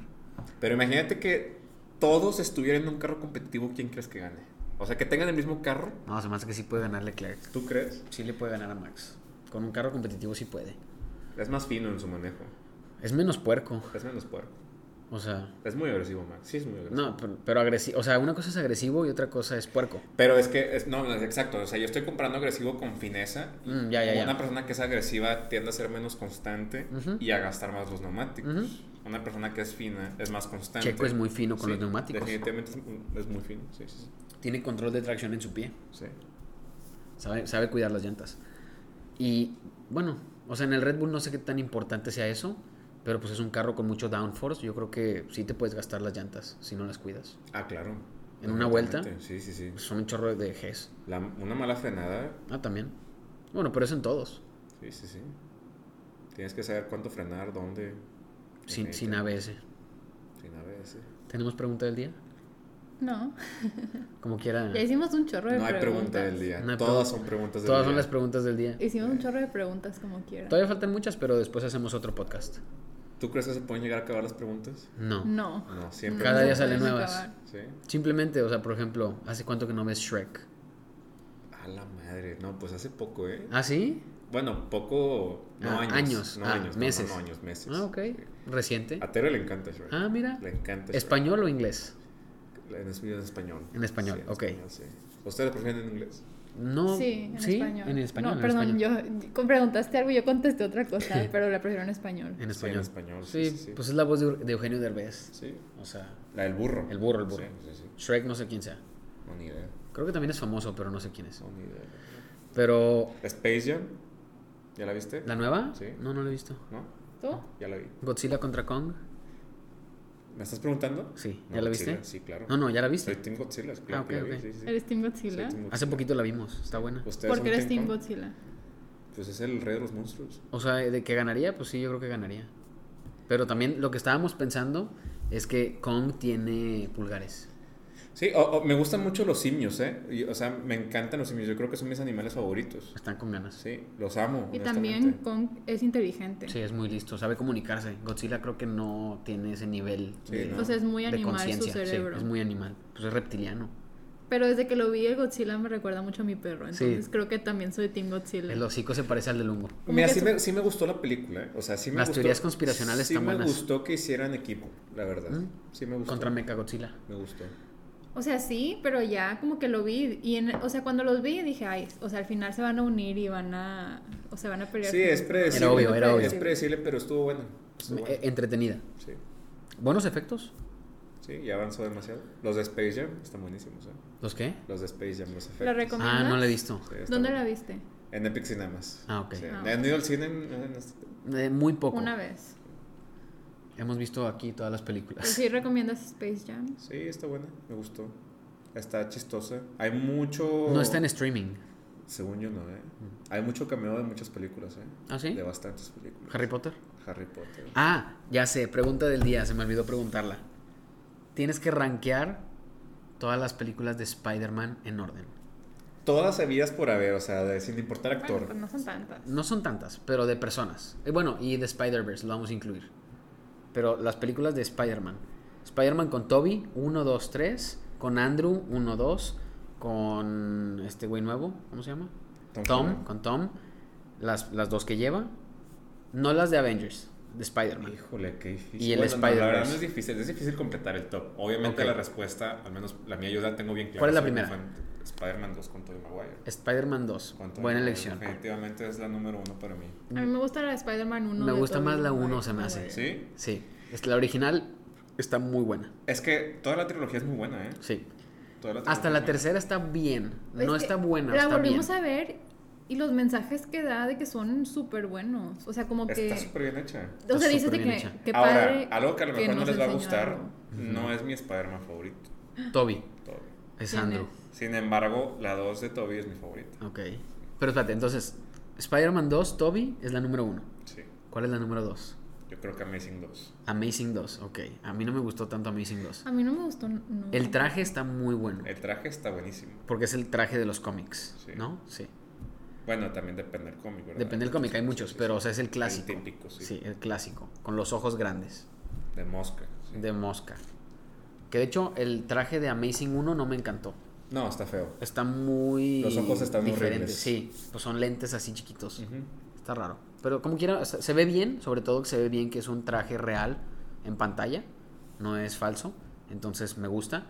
D: Pero imagínate que todos estuvieran en un carro competitivo, ¿quién crees que gane? O sea, que tengan el mismo carro,
C: No, se me hace que sí puede ganar Leclerc.
D: ¿tú crees?
C: Sí le puede ganar a Max. Con un carro competitivo sí puede.
D: Es más fino en su manejo,
C: Es menos puerco.
D: es menos puerco.
C: O sea.
D: Es muy agresivo, Max. Sí, es muy agresivo.
C: No, pero, pero agresivo. O sea, una cosa es agresivo y otra cosa es puerco.
D: Pero es que, es- no, no, es exacto. O sea, yo estoy comparando agresivo con fineza. y
C: Mm, ya, ya, ya.
D: Una persona que es agresiva tiende a ser menos constante
C: Ujú.
D: y a gastar más los neumáticos.
C: Ujú.
D: Una persona que es fina es más constante.
C: Checo es muy fino con
D: Sí,
C: los neumáticos.
D: Definitivamente es un- es muy fino. Sí, sí, sí.
C: Tiene control de tracción en su pie.
D: sí.
C: Sabe, sabe cuidar las llantas. Y bueno, o sea, en el Red Bull no sé qué tan importante sea eso, pero pues es un carro con mucho downforce. Yo creo que sí te puedes gastar las llantas si no las cuidas.
D: Ah, claro.
C: ¿En una vuelta?
D: Definitivamente. Sí, sí, sí.
C: Son un chorro de Gs.
D: La- una mala frenada
C: Ah, también. Bueno, pero eso en todos.
D: Sí, sí, sí. Tienes que saber cuánto frenar, dónde.
C: Sin,
D: Definitivamente.
C: sin ABS.
D: Sin ABS.
C: ¿Tenemos pregunta del día?
A: No.
C: Como quiera.
A: Ya hicimos un chorro de
D: No hay
A: preguntas.
D: pregunta del día.
C: No hay pregun-
D: Todas son preguntas del
C: Todas son
D: día.
C: las preguntas del día.
A: Hicimos un chorro de preguntas como quiera.
C: Todavía faltan muchas, pero después hacemos otro podcast.
D: ¿Tú crees que se pueden llegar a acabar las preguntas?
C: No.
A: No.
D: No, siempre.
C: Cada
A: No
C: día
A: se
C: salen
A: pueden
C: nuevas.
A: acabar.
D: Sí.
C: Simplemente, o sea, por ejemplo, ¿hace cuánto que no ves Shrek?
D: A la madre. No, pues hace poco, ¿eh?
C: ¿Ah, sí?
D: Bueno, poco. No
C: Ah,
D: años.
C: años.
D: No
C: Ah,
D: años. no,
C: meses.
D: No, no, años, meses.
C: Ah, ok. Reciente.
D: A Tere le encanta Shrek.
C: Ah, mira.
D: Le encanta Shrek.
C: ¿Español o inglés?
D: En es- en español.
C: En español,
D: Sí, en
C: ok.
D: español, sí. ¿Ustedes prefieren en inglés?
C: No.
A: Sí, en español.
C: En español.
A: No,
C: en
A: perdón,
C: español.
A: yo con- preguntaste algo y yo contesté otra cosa, pero la prefiero en español.
C: En
D: Sí, en
C: español.
D: español.
C: Sí,
D: Sí, sí, sí.
C: pues es la voz de, Ur- de Eugenio Derbez.
D: Sí.
C: O sea,
D: La del burro.
C: El burro, el burro.
D: Sí, sí, sí.
C: Shrek no sé quién sea.
D: No, ni idea.
C: Creo que también es famoso, pero no sé quién es.
D: No, ni idea.
C: Pero,
D: Space Jam. ¿Ya la viste?
C: ¿la nueva?
D: Sí.
C: No, no la he visto.
D: ¿No?
A: ¿Tú?
D: Ya la vi.
C: ¿Godzilla contra Kong?
D: ¿Me estás preguntando?
C: Sí,
D: No,
C: ¿ya la
D: Godzilla,
C: viste?
D: Sí, claro.
C: No, no, ¿ya la
D: Soy
C: viste?
D: Team Godzilla, claro
C: Ah,
D: que
C: ok,
D: la vi,
C: ok.
D: sí, sí, sí.
A: ¿Eres Team
D: Soy
A: Godzilla?
D: Team
C: Hace
D: Godzilla.
C: poquito la vimos, está buena.
D: ¿Ustedes
A: ¿Por
D: son
A: qué eres Team
D: Kong?
A: Godzilla?
D: Pues es el rey de los monstruos.
C: O sea, de que ganaría, pues sí, yo creo que ganaría. Pero también lo que estábamos pensando es que Kong tiene pulgares.
D: Sí, o- o me gustan mucho los simios, ¿eh? Y, o sea, me encantan los simios. Yo creo que son mis animales favoritos.
C: Están con ganas.
D: Sí, los amo.
A: Y también
D: honestamente.
A: Kong es inteligente.
C: Sí, es muy listo, sabe comunicarse. Godzilla creo que no tiene ese nivel
D: Sí,
C: de,
D: no.
A: O sea, es muy
C: de
A: animal su
C: conciencia. sí,
A: cerebro.
C: es muy animal, pues es reptiliano.
A: Pero desde que lo vi, el Godzilla me recuerda mucho a mi perro.
C: Sí.
A: Entonces creo que también soy Team Godzilla.
C: El hocico se parece al del hongo.
A: como
D: Mira,
A: que
D: sí
A: su-
D: me, sí me gustó la película, ¿eh? O sea, sí me
C: Las
D: gustó-
C: teorías conspiracionales
D: sí
C: están
D: me
C: buenas.
D: gustó que hicieran equipo, la verdad.
C: ¿Mm?
D: Sí me gustó.
C: Contra Mecha Godzilla.
D: Me gustó.
A: O sea, sí, pero ya como que lo vi. Y en- o sea, cuando los vi dije, ay, o sea, al final se van a unir y van a. O sea, van a pelear.
D: Sí,
A: juntos".
D: es predecible.
C: Era obvio, era obvio.
D: Es predecible, pero estuvo bueno. Estuvo
C: Eh,
D: Pues, bueno.
C: Entretenida.
D: Sí,
C: Buenos efectos.
D: sí, ya avanzó demasiado. Los de Space Jam están buenísimos, ¿eh?
C: ¿Los qué?
D: Los de Space Jam, los efectos.
A: ¿La recom-
C: Ah, no la he visto.
D: Sí, está
A: ¿Dónde
D: bueno.
A: la viste?
D: En Epic Cinemas.
C: Ah, ok.
D: Sí.
A: Ah,
D: ¿Han ido al cine? en- en este-
C: Eh, muy poco.
A: Una vez.
C: Hemos visto aquí todas las
A: Pero
C: películas.
A: sí, recomiendas Space Jam.
D: Sí, está buena. Me gustó. Está chistosa. Hay mucho...
C: No está en streaming.
D: Según yo no, ¿eh? Hay mucho cameo de muchas películas, ¿eh?
C: ¿Ah, sí?
D: De bastantes películas.
C: Harry Potter.
D: Harry Potter.
C: Ah, ya sé, pregunta del día, se me olvidó preguntarla. Tienes que rankear todas las películas de Spider-Man en orden.
D: Todas habidas por haber, o sea, de- sin importar actor.
A: Bueno, pues no son tantas.
C: No son tantas, pero de personas. Eh, bueno, y de Spider-Verse lo vamos a incluir. Pero las películas de Spider-Man. Spider-Man con Toby, 1, 2, 3. Con Andrew, 1, 2. Con este güey nuevo, ¿cómo se llama?
D: Tom
C: Tom,
D: Holland.
C: con Tom. Las, las dos que lleva. No las de Avengers, de Spider-Man.
D: Híjole, qué difícil.
C: Y el
D: Bueno, no, La verdad
C: Spider-Verse.
D: no es difícil, es difícil completar el top. Obviamente
C: Ok.
D: la respuesta, al menos la mía yo la tengo bien clara.
C: ¿Cuál es la
D: Soy muy
C: primera?
D: fan de Spider-Man 2 con Tobey Maguire.
C: Spider-Man 2.
D: Con Tobey
C: Buena
D: Maguire,
C: elección.
D: Definitivamente es la número uno para mí.
A: A mí me gusta la de Spider-Man 1.
C: Me
A: de
C: gusta
A: Tobey
C: más la
A: Maguire.
C: uno, se me hace.
D: ¿Sí?
C: Sí, es la original está muy buena.
D: Es que toda la trilogía es muy buena, ¿eh?
C: Sí.
D: Toda la
C: Hasta la
D: trilogía es muy buena.
C: tercera está bien.
A: Es
C: no
A: que
C: está buena,
A: La
C: está bien.
A: volvimos a ver y los mensajes que da de que son súper buenos. O sea, como que.
D: Está súper bien hecha.
A: O sea,
C: Está
A: dices
C: súper
A: de
C: bien
A: que,
C: hecha.
A: que
D: Ahora,
A: padre
D: algo que a lo
A: que
D: mejor no
A: nos
D: les va a
A: enseñó
D: gustar,
A: algo.
D: no es mi Spider-Man favorito.
C: Toby,
D: Tobey.
C: es
A: ¿Quién
C: Andrew.
D: Sin embargo, la 2 de Toby es mi favorita.
C: Ok. Pero espérate, entonces, Spider-Man 2, Toby es la número uno.
D: Sí.
C: ¿Cuál es la número 2?
D: Yo creo que Amazing 2.
C: Amazing 2, ok. A mí no me gustó tanto Amazing 2.
A: A mí no me gustó. No.
C: El traje está muy bueno.
D: El traje está buenísimo.
C: Porque es el traje de los cómics,
D: Sí.
C: ¿no? Sí.
D: Bueno, también depende del cómic, ¿verdad?
C: Depende del cómic, hay muchos,
D: Sí, sí,
C: pero
D: sí.
C: o sea, es el clásico.
D: típico, sí.
C: Sí, el clásico. Con los ojos grandes.
D: De mosca. sí.
C: de mosca. Que de hecho el traje de Amazing 1 no me encantó.
D: No, está feo.
C: Está muy
D: Los ojos están
C: diferentes.
D: horribles.
C: Sí, pues son lentes así chiquitos. Está raro. Pero como quiera, o sea, se ve bien, sobre todo que se ve bien que es un traje real en pantalla, no es falso, entonces me gusta,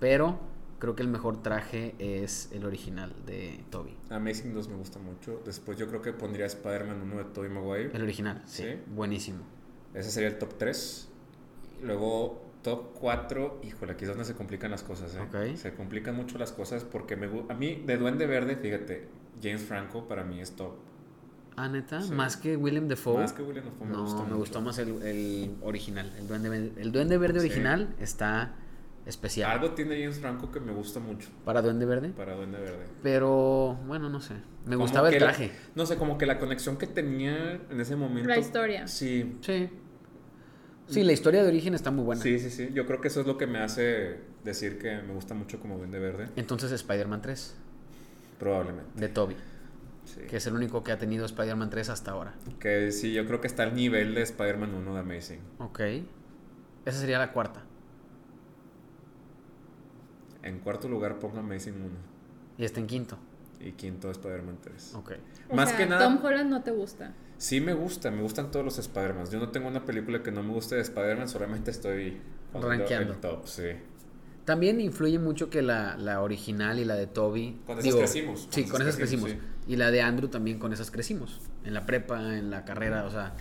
C: pero creo que el mejor traje es el original de Toby.
D: Amazing 2 me gusta mucho. Después yo creo que pondría Spider-Man 1 de Tobey Maguire.
C: El original, sí,
D: Sí.
C: buenísimo.
D: Ese sería el top 3. Luego, top 4. Híjole, aquí es donde se complican las cosas, ¿eh?
C: Ok.
D: Se complican mucho las cosas porque me gu- a mí, de Duende Verde, fíjate, James Franco para mí es top.
C: Ah, neta,
D: Sí.
C: más que Willem Dafoe.
D: Más que William Dafoe, me
C: no,
D: gustó
C: me
D: mucho.
C: gustó más el, el original. El duende, Verde- el duende verde
D: Sí.
C: original está especial.
D: Algo tiene James Franco que me gusta mucho
C: Para duende verde.
D: para Duende Verde.
C: Pero bueno, no sé. Me
D: Como
C: gustaba el
D: que la-
C: traje.
D: no sé, como que la conexión que tenía en ese momento.
A: La historia.
D: Sí.
C: Sí. Sí, la historia de origen está muy buena.
D: Sí, sí, sí. Yo creo que eso es lo que me hace decir que me gusta mucho como Duende Verde.
C: Entonces Spider-Man 3
D: Probablemente.
C: de Toby,
D: Sí.
C: que es el único que ha tenido Spider-Man 3 hasta ahora.
D: Que sí, yo creo que está al nivel de Spider-Man 1 de Amazing.
C: Ok. Esa sería la cuarta.
D: En cuarto lugar pongo Amazing 1.
C: Y está en quinto.
D: Y quinto Spider-Man 3.
C: Ok.
A: O
D: Más
A: sea,
D: que nada,
A: Tom Holland no te gusta.
D: sí me gusta, me gustan todos los Spider-Man. Yo no tengo una película que no me guste de Spider-Man, solamente estoy poniendo
C: Rankeando.
D: el top, sí.
C: También influye mucho que la, la original y la de Toby.
D: Con esas
C: digo,
D: crecimos, con
C: Sí,
D: esas
C: con esas
D: crecimos,
C: crecimos. Y la de Andrew también con esas crecimos. En la prepa, en la carrera, o sea,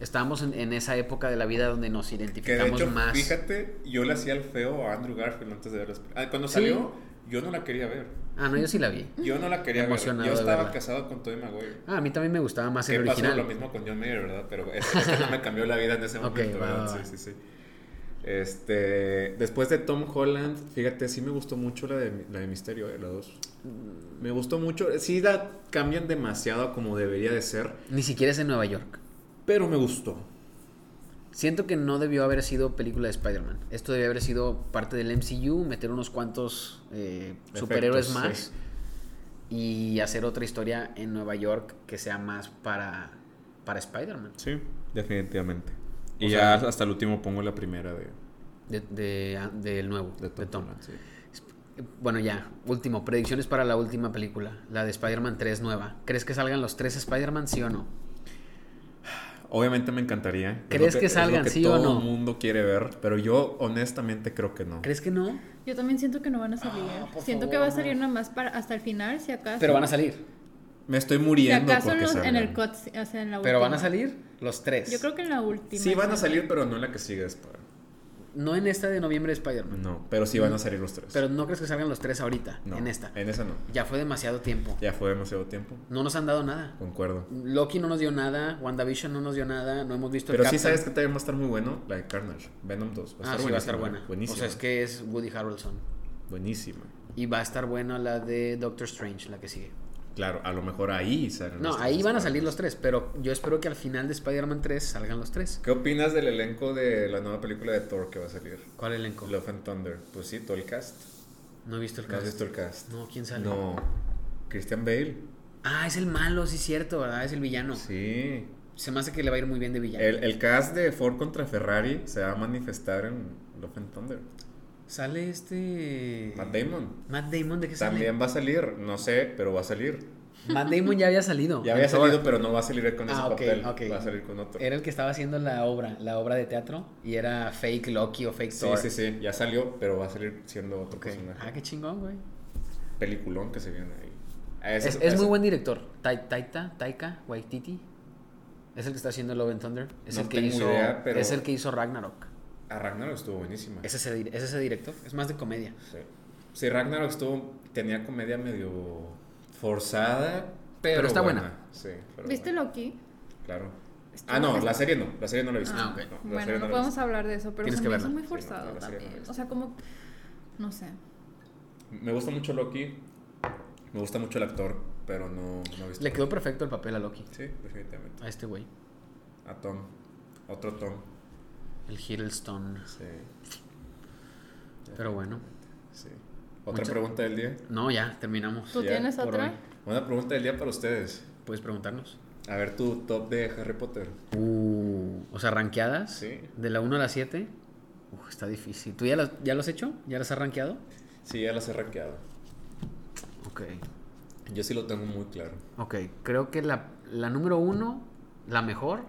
C: estábamos en, en esa época de la vida donde nos
D: Que de
C: identificamos
D: hecho,
C: más.
D: fíjate, yo le hacía el feo a Andrew Garfield antes de ver las- Ah, Cuando
C: Sí.
D: salió, yo no la quería ver.
C: Ah, no, yo sí la vi.
D: Yo no la quería
C: Emocionado
D: ver. Yo
C: de
D: estaba
C: verla.
D: casado con Tobey Maguire.
C: Ah, a mí también me gustaba más
D: Que
C: el
D: pasó
C: original.
D: lo mismo con John Mayer, ¿verdad? Pero es, es que no me cambió la vida en ese
C: Ok,
D: momento,
C: va,
D: ¿verdad?
C: va, va.
D: Sí, sí, sí. Este, después de Tom Holland, fíjate, sí me gustó mucho la de, la de Misterio, eh, la 2. Me gustó mucho. Sí la cambian demasiado a como debería de ser,
C: Ni siquiera es en Nueva York.
D: pero me gustó.
C: Siento que no debió haber sido película de Spider-Man. Esto debió haber sido parte del MCU, meter unos cuantos eh,
D: Efectos,
C: superhéroes
D: sí.
C: más y hacer otra historia en Nueva York que sea más para, para Spider-Man.
D: Sí, definitivamente. Y
C: O
D: ya
C: sea-
D: hasta el último pongo la primera de,
C: De, de- ah, del nuevo,
D: de Tom.
C: de Tom. Eh,
D: Holland, sí.
C: Bueno, ya, último. Predicciones para la última película, la de Spider-Man 3 nueva. ¿Crees que salgan los tres Spider-Man, sí o no?
D: Obviamente me encantaría. Es lo
C: ¿Crees que
D: es lo
C: salgan, sí o
D: Todo
C: no?
D: el mundo quiere ver, pero yo honestamente creo que no.
C: ¿Crees que no?
A: Yo también siento que no van a salir.
D: Ah,
C: por
A: siento
C: favor,
A: que va a
C: no.
A: salir nada más para hasta el final, si acaso.
C: Pero van a salir.
D: Me estoy
A: Si
D: muriendo
A: acaso en,
D: porque
A: los- en
D: salgan.
A: el cut, o sea, en la última.
C: Pero van a salir los tres.
A: Yo creo que en la última.
D: Sí van a salir, pero no en la que sigue después.
C: No en esta de noviembre de Spider-Man.
D: No, pero sí van a salir los tres.
C: Pero no crees que salgan los tres ahorita,
D: No,
C: en esta.
D: En esa no.
C: Ya fue demasiado tiempo.
D: Ya fue demasiado tiempo.
C: No nos han dado nada.
D: Concuerdo.
C: Loki no nos dio nada, WandaVision no nos dio nada, no hemos visto el
D: Pero sí
C: Captain.
D: sabes que también va a estar muy bueno la de Carnage. Venom 2. Va
C: Ah,
D: a estar
C: sí, va a estar
D: buenísima,
C: buena.
D: Buenísima.
C: O sea, es que es Woody Harrelson.
D: Buenísima.
C: Y va a estar buena la de Doctor Strange, la que sigue.
D: Claro, a lo mejor ahí salen
C: No,
D: los
C: ahí
D: tres
C: van a
D: Spider-Man.
C: salir los tres, pero yo espero que al final de Spider-Man 3 salgan los tres.
D: ¿Qué opinas del elenco de la nueva película de Thor que va a salir?
C: ¿Cuál elenco?
D: Love and Thunder. Pues sí, todo el cast.
C: No he visto el
D: ¿No has
C: cast.
D: visto el cast?
C: No, ¿quién sale?
D: No. Christian Bale.
C: Ah, es el malo, sí es cierto, ¿verdad? Es el villano.
D: Sí.
C: Se me hace que le va a ir muy bien de villano.
D: El, el cast de Ford contra Ferrari se va a manifestar en Love and Thunder.
C: Sale este...
D: Matt Damon.
C: Matt Damon, ¿de qué sale?
D: También va a salir, no sé, pero va a salir.
C: Matt Damon ya había salido.
D: Ya había
C: En Thor.
D: salido, pero no va a salir con ese
C: Ah, ok,
D: papel.
C: ok.
D: Va a salir con otro.
C: Era el que estaba haciendo la obra, la obra de teatro, y era fake Loki o fake
D: Sí,
C: Thor.
D: sí, sí. Ya salió, pero va a salir siendo otro
C: Ok.
D: personaje.
C: Ah, qué chingón, güey.
D: Peliculón que se viene ahí. A
C: Es,
D: ese-
C: es
D: a
C: muy
D: ese-
C: buen director. Tai- Taika, Taika Waititi. Es el que está haciendo Love and Thunder. Es
D: No
C: el que
D: tengo
C: hizo,
D: idea, pero-
C: es el que hizo Ragnarok.
D: A Ragnarok estuvo buenísima.
C: ¿Es ese, di- es ese director. Es más de comedia.
D: Sí. Sí, Ragnarok estuvo, tenía comedia medio forzada, pero,
C: Pero está buena.
D: Sí, pero
A: ¿Viste
D: buena,
A: Loki?
D: Claro.
A: Estuvo-
D: Ah, no,
A: estuvo-
D: la serie no, la serie no la he visto.
C: Ah, ok.
D: No, la serie
A: Bueno,
D: no
A: no
D: la he
A: podemos
D: visto.
A: hablar de eso, pero
C: Tienes
A: se
C: que
A: me hizo
C: verla.
A: muy
D: Sí, no,
A: forzado
D: no, la serie no la he
A: también.
D: visto.
A: O sea, como. No sé.
D: Me gusta mucho Loki, me gusta mucho el actor, pero no, no he visto.
C: Le quedó perfecto el papel a Loki.
D: Sí, definitivamente.
C: A este güey.
D: A Tom, otro Tom.
C: El Hiddleston.
D: Sí,
C: Pero bueno.
D: sí. Otra
C: Mucha-
D: pregunta del día.
C: No, ya, terminamos.
A: ¿Tú
D: Ya,
A: tienes
D: por
A: otra?
D: hoy. Una pregunta del día para ustedes.
C: Puedes preguntarnos.
D: A ver tu top de Harry Potter.
C: Uh, o sea, ranqueadas.
D: Sí.
C: De la 1 a la 7. Uh, está difícil. ¿Tú ya las, ya las has hecho? ¿Ya las has ranqueado?
D: Sí, ya las he rankeado.
C: Ok.
D: Yo sí lo tengo muy claro.
C: Ok, creo que la, la número 1, la mejor,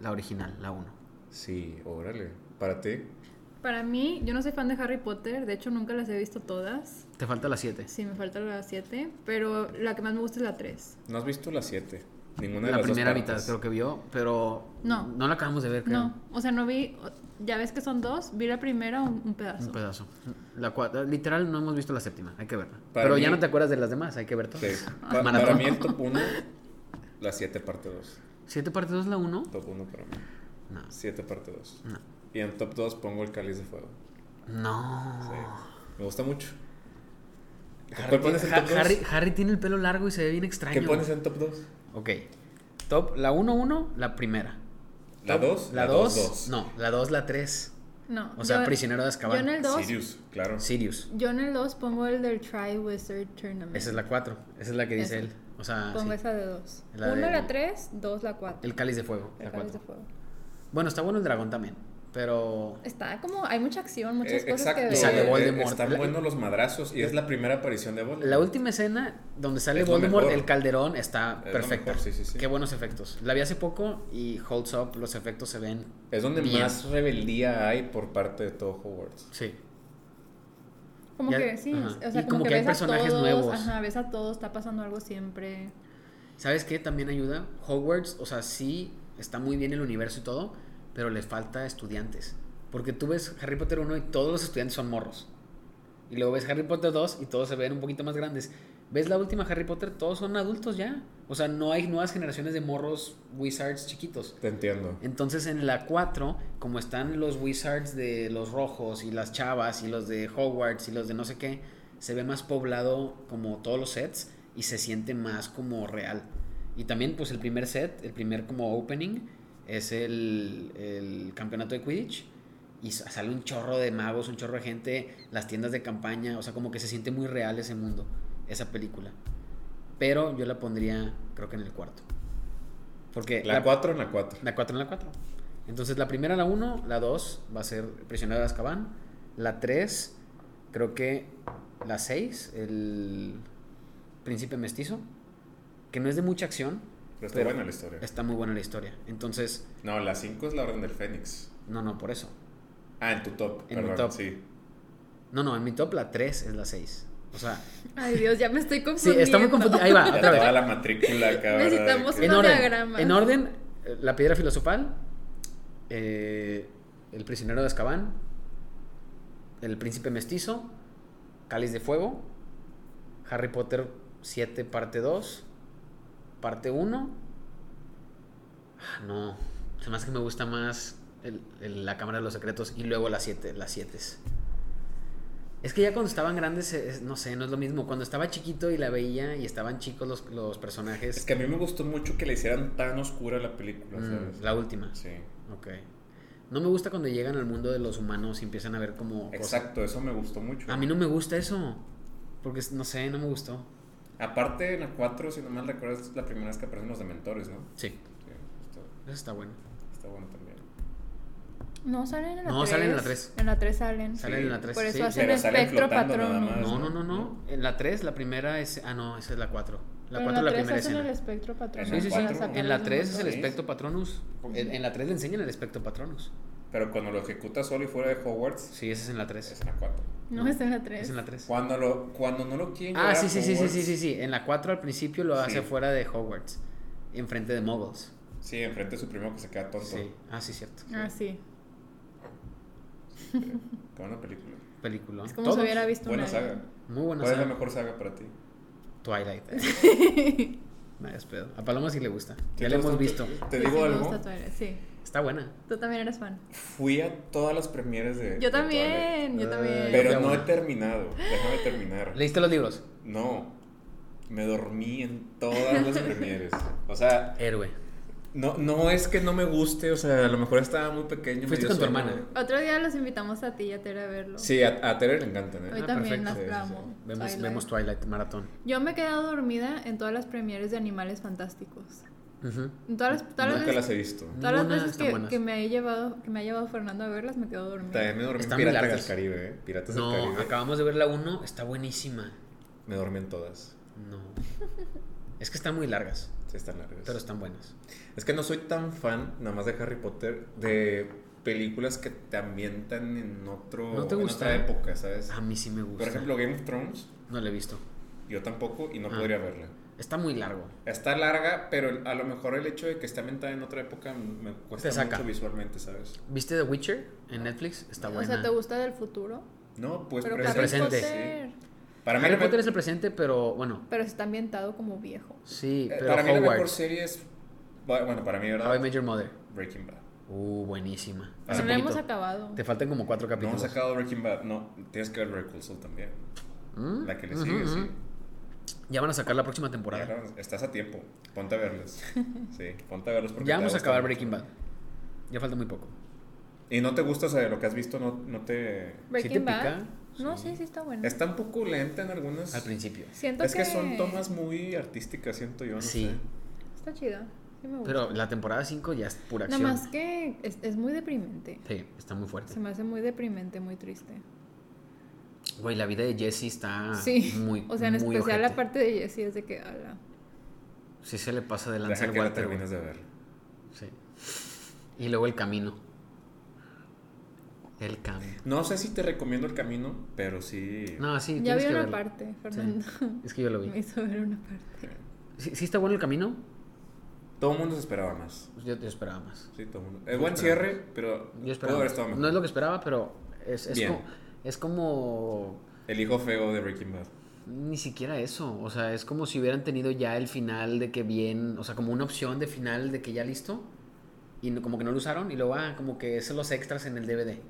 C: la original, la 1.
D: Sí, órale. Para ti,
A: Para mí, yo no soy fan de Harry Potter, de hecho nunca las he visto todas.
C: Te falta la 7.
A: Sí, me falta la 7, pero la que más me gusta es la 3.
D: no has visto la 7. Ninguna de
C: La
D: las dos
C: primera mitad
D: partes.
C: creo que vio, pero
A: No.
C: la acabamos de ver, creo.
A: No, o sea, no vi, ya ves que son dos, vi la primera un, un pedazo.
C: Un pedazo. La cua- literal no hemos visto la séptima, hay que verla.
D: Para
C: pero ya
D: mí-
C: no te acuerdas de las demás, hay que ver todas.
D: Sí. Pa-
C: Maratón.
D: para mí el top 1, la 7 parte 2.
C: 7 parte 2 la 1.
D: Top 1 para mí.
C: No.
D: 7 parte 2.
C: No.
D: Y en top 2 pongo el cáliz de fuego.
C: No.
D: Sí. Me gusta mucho.
C: Harry,
D: ¿Cuál pones en
C: Ha-
D: top 2?
C: Harry- Harry tiene el pelo largo y se ve bien extraño.
D: ¿Qué pones en top 2?
C: Ok. Top, la 1-1, la primera.
D: ¿La
C: Top-
D: 2?
C: La 2. No, la 2, la 3.
A: No,
C: O sea,
A: yo-
C: prisionero de
A: Yo en
C: Azkaban.
A: el 2,
D: Sirius, claro.
C: Sirius.
A: yo en el 2 pongo el del Tri Wizard Tournament.
C: Esa es la 4. Esa es la que dice
A: Esa.
C: él. O sea,
A: Pongo
C: sí.
A: esa de 2.
C: La
A: 1
C: del-
A: la 3, 2 la 4.
C: el cáliz de fuego.
A: El
C: la
A: cáliz de
C: cuatro.
A: fuego.
C: Bueno, está bueno el dragón también. Pero.
A: Está como, hay mucha acción, muchas
D: Eh,
A: cosas
D: exacto.
A: que
C: Y sale
A: ver.
D: eh,
C: Voldemort.
D: Están
C: La-
D: buenos los madrazos y es la primera aparición de Voldemort.
C: La última escena donde sale
D: Es lo
C: Voldemort,
D: mejor.
C: el calderón, está
D: Es lo
C: perfecta.
D: mejor, sí, sí, sí.
C: Qué buenos efectos. La vi hace poco y holds up, los efectos se ven.
D: Es donde
C: bien.
D: más rebeldía hay por parte de todo Hogwarts.
C: Sí.
A: Como
C: Ya-
A: que sí,
C: ajá.
A: o sea,
C: Y
A: como, que,
C: hay
A: ves
C: personajes
A: a todos,
C: nuevos.
A: ajá, ves a todos, está pasando algo siempre.
C: ¿Sabes qué? También ayuda. Hogwarts, o sea, sí está muy bien el universo y todo, pero le falta estudiantes. Porque tú ves Harry Potter 1 y todos los estudiantes son morros. Y luego ves Harry Potter 2 y todos se ven un poquito más grandes. ¿Ves la última Harry Potter? Todos son adultos ya. O sea, no hay nuevas generaciones de morros wizards chiquitos.
D: Te entiendo.
C: Entonces en la 4, como están los wizards de los rojos y las chavas y los de Hogwarts y los de no sé qué, se ve más poblado como todos los sets y se siente más como real. Y también pues el primer set, el primer como opening, es el, el campeonato de Quidditch y sa- sale un chorro de magos, un chorro de gente, las tiendas de campaña, o sea, como que se siente muy real ese mundo, esa película. Pero yo la pondría, creo que en el cuarto. Porque
D: La 4 en la 4.
C: la 4 en la 4. Entonces la primera la 1, la 2 va a ser Prisionero de Azkaban, la 3 creo que la 6, el Príncipe Mestizo, que no es de mucha acción,
D: Pero está
C: Pero-
D: buena la historia.
C: está muy buena la historia. Entonces,
D: No, la 5 es la Orden del Fénix.
C: no, no, por eso.
D: Ah, en tu top.
C: En mi
D: perdón,
C: top.
D: sí.
C: No, no, en mi top la 3 es la 6. O sea,
E: Ay, Dios, ya me estoy
A: Pues
C: sí,
E: confundiendo.
C: está muy confundida. Ahí va,
D: Ya
C: Ah, otra vez.
D: toda la matrícula acá. ¿verdad?
E: Necesitamos
D: De que-
C: En
E: Un
C: orden,
E: diagrama.
C: en orden, eh, la piedra filosofal, eh, el prisionero de Azkaban, el príncipe mestizo, cáliz de fuego, Harry Potter 7 parte 2, parte 1. Ah, no, se me hace que me gusta más el- el- la Cámara de los Secretos y luego las 7, las 7. Es que ya cuando estaban grandes, eh, es- no sé, no es lo mismo. Cuando estaba chiquito y la veía y estaban chicos los, los personajes.
D: Es que a mí me gustó mucho que le hicieran tan oscura la película,
C: Mm,
D: ¿sabes?
C: la última.
D: Sí.
C: Ok. No me gusta cuando llegan al mundo de los humanos y empiezan a ver como... cosas.
D: Exacto, eso me gustó mucho.
C: A mí no me gusta eso. Porque no sé, no me gustó.
D: Aparte, en la 4, si no mal recuerdo, es la primera vez que aparecen los dementores, ¿no?
C: Sí,
D: Sí, está,
C: eso está bueno.
D: está bueno también.
E: No, salen en la 3.
C: No, salen en la tres.
E: En la 3 salen.
D: Sí.
C: Salen en la 3.
E: Por eso
C: sí.
E: hacen
D: pero salen
E: espectro
D: flotando nada
E: patrón.
D: más.
C: No, no, no, no. En la 3, la primera es... Ah, no, esa es la 4. La
E: Pero
C: 4 es la
E: tres
C: primera
E: hacen el
C: escena.
E: espectro patrón.
D: En
C: Sí, sí, sí.
D: cuatro.
E: Sacan
C: En la
E: los
C: 3 es el
E: montones.
D: montones.
C: espectro patronus. En, en la 3 le enseñan el espectro patronus.
D: Pero cuando lo ejecuta solo y fuera de Hogwarts,
C: Sí, esa es en la
D: es
C: 3.
D: en la 4.
E: No, es en la 3.
C: Es en la 3.
D: Cuando, lo, cuando no lo quieren
C: Ah,
D: llevar
C: sí,
D: a
C: sí, sí, sí,
D: Hogwarts-
C: sí, sí, sí. En la 4 al principio lo hace
D: Sí.
C: fuera de Hogwarts. Enfrente de Muggles.
D: Sí, enfrente de su primo que se queda tonto.
C: Sí. Ah, sí, cierto.
E: Ah, sí.
D: Sí, Qué buena película.
C: Película.
E: Es como
C: Todos.
E: si hubiera visto
D: Buena
E: una.
D: saga.
C: Muy buena
D: ¿Cuál es la
C: saga.
D: mejor saga para ti?
C: Twilight. No, es pedo. A Paloma sí le gusta. Ya
D: ¿Te
C: la hemos
D: gusta?
C: visto.
D: Te
E: Sí, Pues sí,
D: digo
E: me
D: algo.
E: gusta Twilight, Sí.
C: Está buena.
E: Tú también eres fan.
D: Fui a todas las premieres de. de
E: Yo
D: Twilight,
E: también, yo
C: Ah,
E: también.
D: Pero
C: Fui a
D: no he
C: una.
D: terminado. Déjame terminar.
C: ¿Leíste los libros?
D: No. Me dormí en todas las premieres. O sea,
C: Héroe.
D: no, no es que no me guste. O sea, a lo mejor estaba muy pequeño. me
C: Fuiste
D: dio
C: con tu
D: sueño.
C: hermana.
E: Otro día los invitamos a ti y a Tere a verlo.
D: Sí, a, a Tere le encantan. ¿eh?
E: Hoy
C: Ah,
E: también
C: perfecto.
E: las
D: Sí, sí,
E: amo.
D: sí.
C: Vemos Twilight,
E: Twilight.
C: vemos Twilight Maratón.
E: Yo me he quedado dormida en todas las premieres de Animales Fantásticos.
C: Ujú.
E: En todas las, todas las
D: Nunca
E: veces-
D: las he visto.
E: Todas las
C: Ninguna
E: veces
C: están
E: que,
C: buenas.
E: que me he llevado, que me ha llevado Fernando a verlas, me quedo dormida.
D: También me dormí en
C: Están muy
D: Piratas del
C: largas.
D: Caribe. ¿eh? Piratas del
C: No,
D: Caribe.
C: acabamos de ver la 1. Está buenísima.
D: Me dormí en todas.
C: No. Es que están muy largas,
D: Sí, están largas.
C: pero están buenas.
D: Es que no soy tan fan, nada más de Harry Potter, de películas que te ambientan en otro
C: ¿No te
D: en
C: gusta?
D: otra época, ¿sabes?
C: A mí sí me gusta.
D: Por ejemplo, Game of Thrones,
C: no la he visto.
D: yo tampoco y no
C: Ah.
D: podría verla.
C: Está muy largo.
D: Está larga, pero el- a lo mejor el hecho de que esté ambientada en otra época me cuesta
C: Te saca.
D: mucho visualmente, ¿sabes?
C: ¿Viste The Witcher en Netflix? Está
E: o
C: buena.
E: sea, ¿te gusta del futuro?
D: No, pues
E: Pero
D: pre-
E: Harry
C: presente.
E: Potter.
D: Para mí,
C: Harry
D: la me-
C: Potter es el presente, pero bueno.
E: Pero está ambientado como viejo.
C: Sí,
D: eh,
C: pero
D: para mí la mejor
C: Hogwarts.
D: serie es bueno, para mí
C: How I Met
D: verdad
C: Your Mother.
D: Breaking Bad.
C: Uh, buenísima.
E: Pero
C: Hace
E: Ah. no hemos
C: poquito.
E: acabado.
C: Te faltan como cuatro
D: No han
C: capítulos.
D: sacado Breaking Bad, no, tienes que ver Reclusal también.
C: ¿Mm?
D: La que le
C: Ujú,
D: sigue,
C: ujú.
D: sí.
C: Ya van a sacar la próxima
D: Ya
C: temporada.
D: acabamos. estás a tiempo. Ponte a verlos. Sí, ponte a verlos porque
C: Ya
D: te
C: vamos a
D: va
C: acabar
D: gustar
C: Breaking Bad.
D: mucho.
C: Ya falta muy poco.
D: Y no te gusta, o sea, de lo que has visto, no, no te.
E: Breaking
C: te
E: Bad.
C: pica?
E: No, sí, sí está bueno.
D: Está un poco lenta en algunas.
C: Al principio.
E: Siento
D: Es que son tomas muy artísticas, siento yo. No
C: Sí.
D: sé.
E: Está chido. Sí me gusta.
C: Pero la temporada 5 ya es pura
E: Nada
C: acción.
E: más que es, es muy deprimente.
C: Sí, está muy
E: Se
C: fuerte.
E: me hace muy deprimente, muy triste.
C: Güey, la vida de Jesse está
E: sí.
C: Ah, muy
E: o sea, en
C: muy
E: especial la
C: ojete.
E: parte de Jessie es de que habla.
C: Sí se le pasa de lanza
D: Deja
C: al
D: que la
C: Walter.
D: termines
C: güey.
D: de ver.
C: Sí. Y luego el camino. El camino.
D: No sé si te recomiendo el camino, pero sí.
C: No, sí,
E: ya
C: tienes
E: vi
C: que
E: una
C: verlo.
E: parte,
C: Sí.
E: Fernando.
C: Es que yo lo
E: Me
C: vi.
E: hizo ver una parte.
C: ¿Sí, sí está bueno el camino?
D: eh, Todo el mundo se esperaba más.
C: Pues Yo, yo esperaba más.
D: Sí, todo el mundo. Es buen cierre, pero.
C: Yo
D: pudo
C: esperaba.
D: haber estado
C: más.
D: mejor.
C: No es lo que esperaba, pero es, es
D: Bien.
C: como- es como
D: El hijo feo de Breaking Bad.
C: Ni siquiera eso, o sea, es como si hubieran tenido ya el final de que bien, o sea, como una opción de final de que ya listo y no- como que no lo usaron y luego, ah, como que es los extras en el DVD,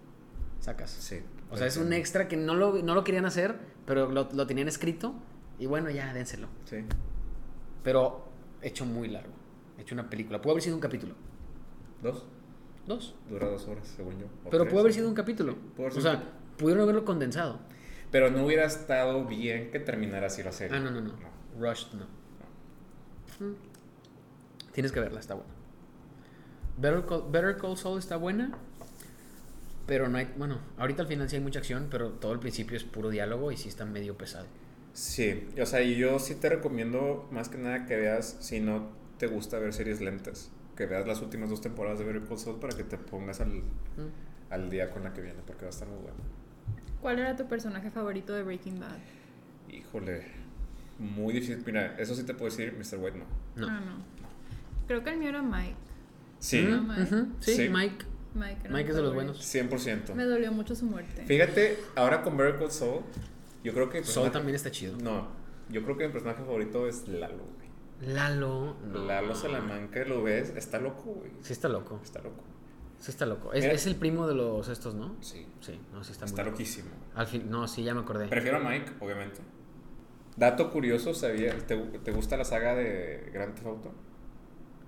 C: sacas.
D: Sí.
C: O sea, es un extra que no lo, no lo querían hacer, pero lo, lo tenían escrito y bueno, ya, dénselo.
D: Sí.
C: Pero hecho muy largo, hecho una película, pudo haber sido un capítulo.
D: Dos.
C: Dos.
D: Dura dos horas, según yo. o
C: Pero
D: tres.
C: pudo haber sido un capítulo.
D: Pudo haber
C: O
D: sido un
C: sea, pudieron haberlo condensado.
D: Pero no hubiera estado bien que terminara así la serie.
C: Ah, no, no, no. Rush, no. Mm. Tienes que verla, está buena. Better Call, Better Call Saul está buena. Pero no hay. Bueno, ahorita al final sí hay mucha acción, pero todo el principio es puro diálogo y sí está medio pesado.
D: Sí, o sea, y yo sí te recomiendo más que nada que veas, si no te gusta ver series lentas, que veas las últimas dos temporadas de Better Call Saul para que te pongas al,
C: Mm.
D: al día con la que viene, porque va a estar muy bueno.
E: ¿Cuál era tu personaje favorito de Breaking Bad?
D: Híjole, muy difícil. Mira, eso sí te puedo decir, Mr. White, no.
C: No.
E: Ah, no. Creo que el mío era Mike.
D: Sí,
C: Ujú,
E: Mike.
C: Mm, ujú, Sí,
D: Sí.
C: Mike.
E: Mike, era mi
C: Mike es de los
E: favorito.
C: buenos.
E: Me
D: 100%.
E: dolió mucho su muerte.
D: Fíjate, ahora con Better Call Saul, yo creo que... el
C: Saul
D: personaje-
C: también está chido.
D: Pues No, yo creo que mi personaje favorito es Lalo, güey.
C: Lalo. no.
D: Lalo Salamanca, lo ves, está loco, güey.
C: Sí está loco.
D: Está loco.
C: Sí está loco. Es,
D: Mira.
C: es el primo de los estos, ¿no?
D: Sí.
C: Sí, no, sí está,
D: Está,
C: muy loco.
D: loquísimo.
C: Al fin, no, sí, ya me acordé.
D: Prefiero a Mike, obviamente. Dato curioso, sabía, ¿te, te gusta la saga de Grand Theft Auto?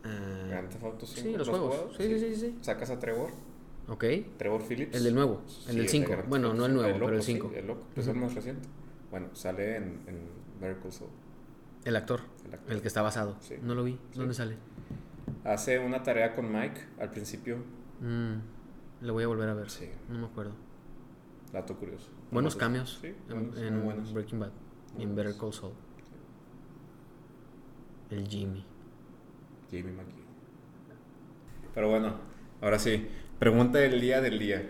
C: Ah,
D: Grand Theft Auto 5.
C: sí, los juegos. Sí, sí, sí, sí.
D: Sacas a Trevor,
C: Ah, Ok.
D: Trevor Phillips.
C: El del nuevo, el del
D: de
C: 5.
D: Grand
C: Bueno,
D: Theft
C: no el
D: Auto,
C: nuevo, pero el
D: loco, sí,
C: 5.
D: el loco, pues es el más reciente. Bueno, sale en, en Miracle Soul.
C: El actor,
D: El
C: el
D: actor.
C: que está basado.
D: Sí.
C: No lo vi.
D: Sí.
C: ¿Dónde sale?
D: Hace una tarea con Mike al principio.
C: Mm, lo voy a volver a ver.
D: Sí.
C: No me acuerdo.
D: Dato curioso.
C: Buenos
D: Sí,
C: cambios
D: Sí,
C: en,
D: buenos,
C: en
D: muy buenos.
C: Breaking Bad y en
D: Muy
C: Better Call
D: buenos.
C: Saul. El Jimmy.
D: Jamie McKee. Pero bueno, ahora sí. Pregunta del día del día.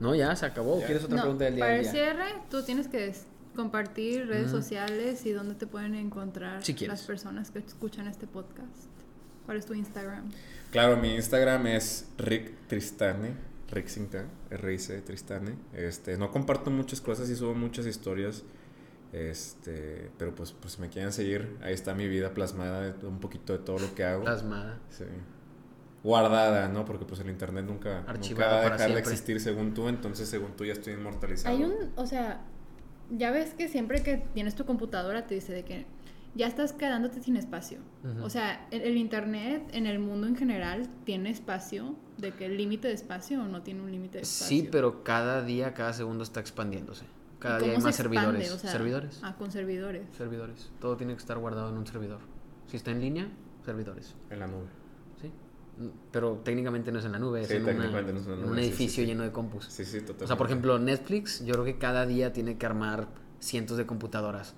C: No, ya se acabó.
D: Ya.
C: ¿Quieres otra
E: No,
C: pregunta del día?
E: para
C: del
E: el
C: día?
E: cierre, tú tienes que des- compartir redes
C: Ujú.
E: sociales y dónde te pueden encontrar
C: Si quieres.
E: las personas que escuchan este podcast. ¿Cuál es tu Instagram?
D: Claro, mi Instagram es Rick Tristane, Rick sin K, R-I-C Tristane. Este, no comparto muchas cosas y subo muchas historias. Este, pero pues, pues si me quieren seguir, ahí está mi vida plasmada, de un poquito de todo lo que hago.
C: Plasmada.
D: Sí. Guardada, ¿no? Porque pues el internet nunca, nunca
C: Archivada
D: va a
C: para
D: dejar de
C: siempre.
D: existir según tú, entonces según tú ya estoy inmortalizado.
A: Hay un, o sea, ya ves que siempre que tienes tu computadora te dice de que ya estás quedándote sin espacio.
C: Ujú.
A: O sea, el, el internet en el mundo en general tiene espacio, de que el límite de espacio o no tiene un límite de espacio.
C: Sí, pero cada día, cada segundo está expandiéndose.
A: ¿Y
C: Cada
A: cómo
C: día hay
A: se
C: más
A: expande?
C: servidores.
A: O sea,
C: servidores.
A: Ah, con servidores.
C: Servidores. Todo tiene que estar guardado en un servidor. Si está en línea, servidores.
D: En la nube.
C: ¿Sí? Mm, Pero técnicamente no es en la nube, es
D: Sí,
C: en, una-
D: técnicamente no es en la
C: en
D: nube,
C: un
D: sí, sí,
C: edificio
D: sí.
C: lleno de compus.
D: Sí, sí, totalmente.
C: O sea, por ejemplo, Netflix, yo creo que cada día tiene que armar cientos de computadoras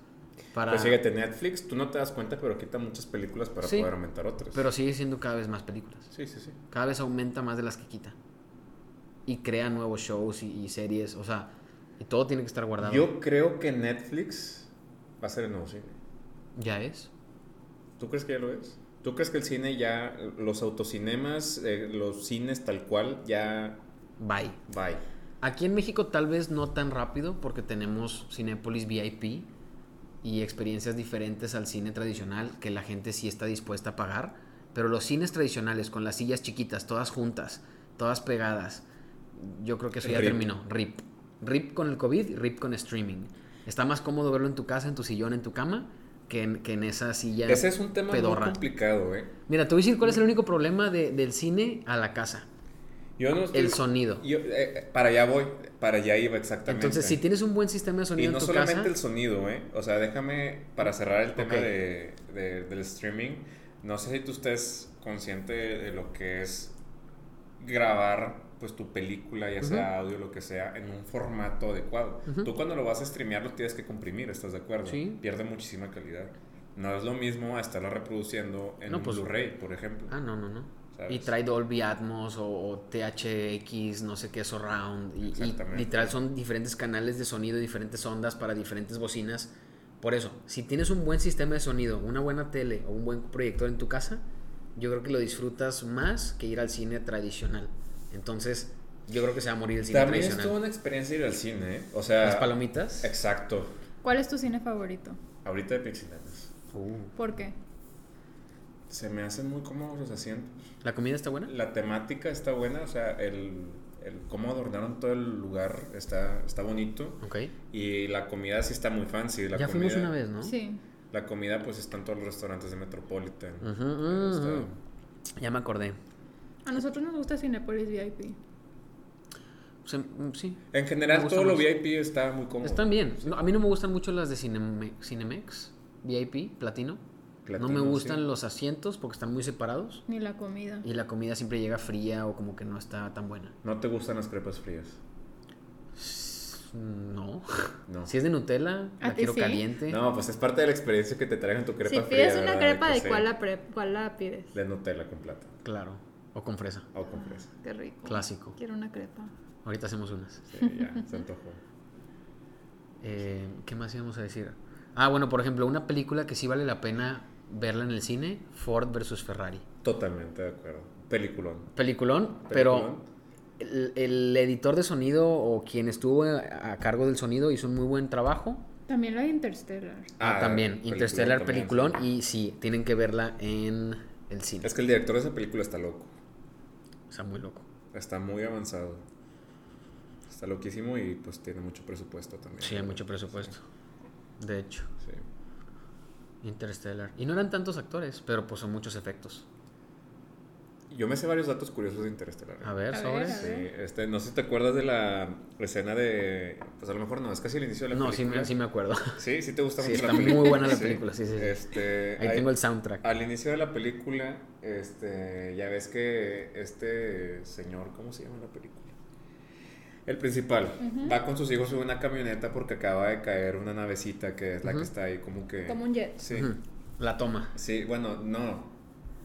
C: para...
D: Pues fíjate, Netflix, tú no te das cuenta, pero quita muchas películas para
C: Sí,
D: poder aumentar otras.
C: pero sigue siendo cada vez más películas.
D: Sí, sí, sí.
C: Cada vez aumenta más de las que quita. Y crea nuevos shows y, y series, o sea, y todo tiene que estar guardado.
D: Yo creo que Netflix va a ser el nuevo cine.
C: ¿Ya es?
D: ¿Tú crees que ya lo es? ¿Tú crees que el cine ya, los autocinemas, eh, los cines tal cual, ya
C: Bye.
D: bye?
C: Aquí en México tal vez no tan rápido porque tenemos Cinépolis VIP y experiencias diferentes al cine tradicional que la gente sí está dispuesta a pagar, pero los cines tradicionales con las sillas chiquitas, todas juntas, todas pegadas, yo creo que eso ya
D: Rip.
C: terminó, RIP. RIP con el COVID, RIP con streaming. Está más cómodo verlo en tu casa, en tu sillón, en tu cama, que en, que en esa silla.
D: Ese es un tema
C: pedorra.
D: muy complicado, ¿eh?
C: Mira, te voy a decir cuál es el único problema de- del cine a la casa,
D: Yo no estoy-
C: el sonido.
D: Yo, eh, para allá voy, para allá iba exactamente.
C: Entonces, si tienes un buen sistema de sonido
D: Y
C: en
D: no
C: tu
D: solamente
C: casa,
D: el sonido, ¿eh? O sea, déjame, para cerrar el tema
C: Ok.
D: de, de- del streaming, no sé si tú estés consciente de lo que es grabar pues tu película, ya sea audio, lo que sea, en un formato adecuado.
C: Ujú.
D: Tú cuando lo vas a streamear lo tienes que comprimir, ¿estás de acuerdo?
C: Sí.
D: Pierde muchísima calidad. No es lo mismo a estarla reproduciendo en
C: No,
D: un
C: pues-
D: Blu-ray, por ejemplo.
C: Ah, no, no, no.
D: ¿Sabes?
C: Y trae Dolby Atmos o, o THX, no sé qué, Surround. Y, y
D: Exactamente.
C: literal son diferentes canales de sonido, diferentes ondas para diferentes bocinas. Por eso, si tienes un buen sistema de sonido, una buena tele o un buen proyector en tu casa, yo creo que lo disfrutas más que ir al cine tradicional. Entonces, yo creo que se va a morir el cine
D: También es
C: tradicional.
D: toda una experiencia ir al cine, ¿eh? O sea...
C: Las palomitas.
D: Exacto.
E: ¿Cuál es tu cine favorito?
D: Ahorita de Pixilanes.
C: Uh.
E: ¿Por qué?
D: Se me hacen muy cómodos los asientos.
C: ¿La comida está buena?
D: La temática está buena, o sea, el, el cómo adornaron todo el lugar está, está bonito.
C: Ok.
D: Y la comida sí está muy fancy. La
C: ya
D: comida,
C: fuimos una vez, ¿no?
E: Sí.
D: La comida, pues están todos los restaurantes de Metropolitan.
C: Ujú, ujú,
D: Está-
C: ujú. Ya me acordé.
A: A nosotros nos gusta Cinepolis VIP.
C: O sea, mm, sí.
D: En
C: Me
D: general,
C: gusta
D: todo lo
C: más.
D: VIP está muy cómodo.
C: Están bien.
D: este
C: No, a mí no me gustan mucho las de Cineme- Cinemex, VIP, platino.
D: Platino,
C: no me gustan
D: sí.
C: los asientos porque están muy separados
E: Ni la comida.
C: y la comida siempre llega fría o como que no está tan buena.
D: No te gustan las crepas frías.
C: No.
D: No.
C: Si es de Nutella,
E: ¿A
C: la
E: ti
C: quiero
E: sí?
C: caliente.
D: No, pues es parte de la experiencia que te traigan tu crepa
A: si
D: fría.
A: pides una
D: ¿verdad?
A: crepa,
D: que
A: ¿de
D: sea
A: cuál la, pre- cuál la pides?
D: De Nutella con plata.
C: Claro. O con fresa.
D: O con fresa.
A: Qué rico.
C: Clásico.
A: Quiero una crepa.
C: Ahorita hacemos unas.
D: Sí, ya, se antojó.
C: Eh, ¿Qué más íbamos a decir? Ah, bueno, por ejemplo, una película que sí vale la pena verla en el cine, Ford versus Ferrari.
D: Totalmente de acuerdo. Peliculón.
C: Peliculón, pero el, el editor de sonido o quien estuvo a a cargo del sonido hizo un muy buen trabajo.
E: También la de Interstellar.
C: Ah, también,
D: peliculón
C: Interstellar,
D: también,
C: peliculón,
D: sí.
C: y sí, tienen que verla en el cine.
D: Es que el director de esa película está loco.
C: Está muy loco.
D: Está muy avanzado. Está loquísimo y pues tiene mucho presupuesto también.
C: Sí, hay mucho presupuesto. De hecho,
D: Sí.
C: Interstellar. Y no eran tantos actores, pero pues son muchos efectos.
D: Yo me sé varios datos curiosos de Interestelar. ¿eh?
C: A ver,
E: A ver,
C: sobre.
E: a
D: Sí, este, no sé si te acuerdas de la escena de. Pues a lo mejor no, es casi el inicio de la
C: No, sí,
D: película.
C: me- sí me acuerdo.
D: Sí, sí te gusta
C: Sí,
D: mucho
C: está
D: la película.
C: muy buena la película, sí, sí, sí.
D: Este,
C: Ahí tengo el soundtrack.
D: Al inicio de la película, este, ya ves que este señor, ¿cómo se llama en la película? El principal va con sus hijos en una camioneta porque acaba de caer una navecita que es la que
C: Ujú.
D: está ahí como que.
A: Como un jet.
D: Sí.
C: Ujú. La toma.
D: Sí, bueno, no.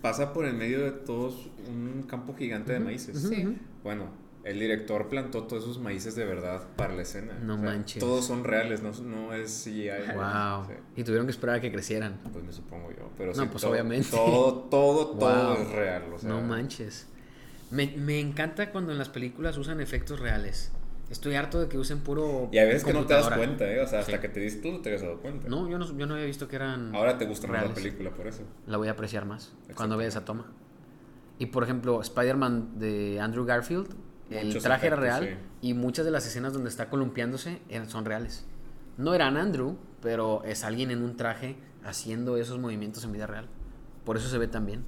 D: Pasa por el medio de todos un campo gigante de maíces.
E: Sí.
D: Bueno, el director plantó todos esos maíces de verdad para la escena.
C: No manches.
D: Todos son reales, no, no es CGI.
C: Wow.
D: Sí.
C: Y tuvieron que esperar a que crecieran.
D: Pues me supongo yo. Pero
C: No,
D: sí,
C: pues,
D: todo,
C: obviamente.
D: Todo, todo, todo
C: Wow.
D: es real. o sea,
C: No manches. Me, me encanta cuando en las películas usan efectos reales. Estoy harto de que usen puro.
D: Y a veces que no te das
C: computadora.
D: cuenta, ¿eh? O sea, hasta
C: Sí.
D: que te dices tú no te habías dado cuenta.
C: No yo, no, yo no había visto que eran.
D: Ahora te gusta más la
C: reales.
D: película por eso.
C: La voy a apreciar más cuando
D: Exacto.
C: vea esa toma. Y por ejemplo, Spider-Man de Andrew Garfield, el
D: Muchos
C: traje era
D: efectos,
C: real y muchas de las escenas donde está columpiándose eran- son reales. No eran Andrew, pero es alguien en un traje haciendo esos movimientos en vida real. Por eso se ve tan bien.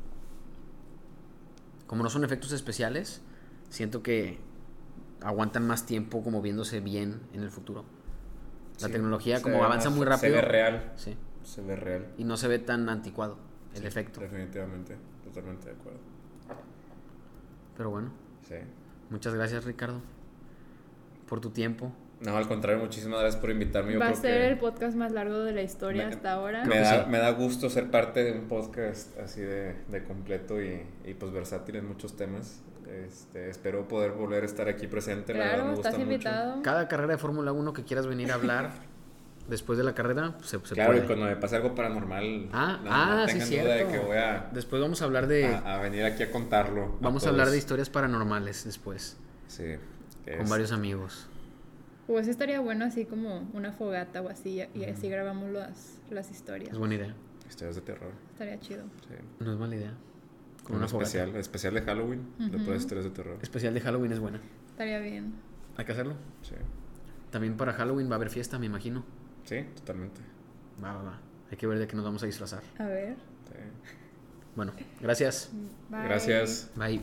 C: Como no son efectos especiales, siento que aguantan más tiempo como viéndose bien en el futuro. La
D: Sí,
C: tecnología
D: se
C: como
D: ve
C: avanza
D: más-
C: muy rápido.
D: Se ve real.
C: Sí.
D: Se ve real.
C: Y no se ve tan anticuado el
D: Sí,
C: efecto.
D: Definitivamente. Totalmente de acuerdo.
C: Pero bueno.
D: Sí.
C: Muchas gracias, Ricardo, por tu tiempo.
D: No, al contrario, muchísimas gracias por invitarme. Yo
E: Va a
D: creo
E: ser
D: que-
E: el podcast más largo de la historia
D: Me-
E: hasta ahora.
D: Me
C: que
D: da,
C: sí.
D: me da gusto ser parte de un podcast así de, de completo y, y, pues versátil en muchos temas. Este, espero poder volver a estar aquí presente. la verdad
E: Claro,
D: me gusta
E: estás
D: mucho.
E: invitado.
C: Cada carrera de Fórmula 1 que quieras venir a hablar después de la carrera, se, se
D: Claro,
C: puede.
D: y cuando me pase algo paranormal,
C: Ah,
D: no,
C: ah,
D: no
C: sí,
D: tengan
C: cierto.
D: duda de que voy a,
C: Después vamos a hablar de...
D: a- a venir aquí a contarlo.
C: vamos a hablar de
D: todos.
C: historias paranormales después,
D: Sí. que
C: con
D: es-
C: varios amigos.
E: Pues estaría bueno así como una fogata o así y y así grabamos las, las historias.
C: Es buena idea.
D: Historias de terror.
E: Estaría chido.
D: Sí.
C: No es mala idea. Con
D: Un
C: una fogata.
D: especial, especial de Halloween.
E: Ujú.
D: Después de historias de terror.
C: Especial de Halloween es buena.
E: Estaría bien.
C: Hay que hacerlo.
D: Sí.
C: También para Halloween va a haber fiesta, me imagino.
D: Sí, totalmente.
C: Va, va, va. Hay que ver de qué nos vamos a disfrazar.
E: A ver.
D: Sí.
C: Bueno, gracias.
E: Bye.
D: Gracias.
C: Bye.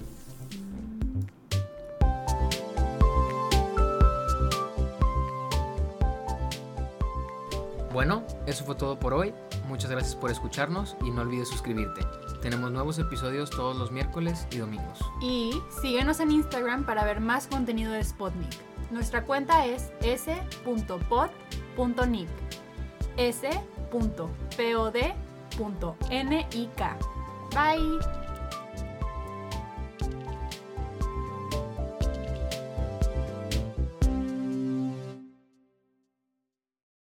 C: Bueno, eso fue todo por hoy. Muchas gracias por escucharnos y no olvides suscribirte. Tenemos nuevos episodios todos los miércoles y domingos.
A: Y síguenos en Instagram para ver más contenido de Spotnik. Nuestra cuenta es s.pod.nick. s.pod.nik. Bye.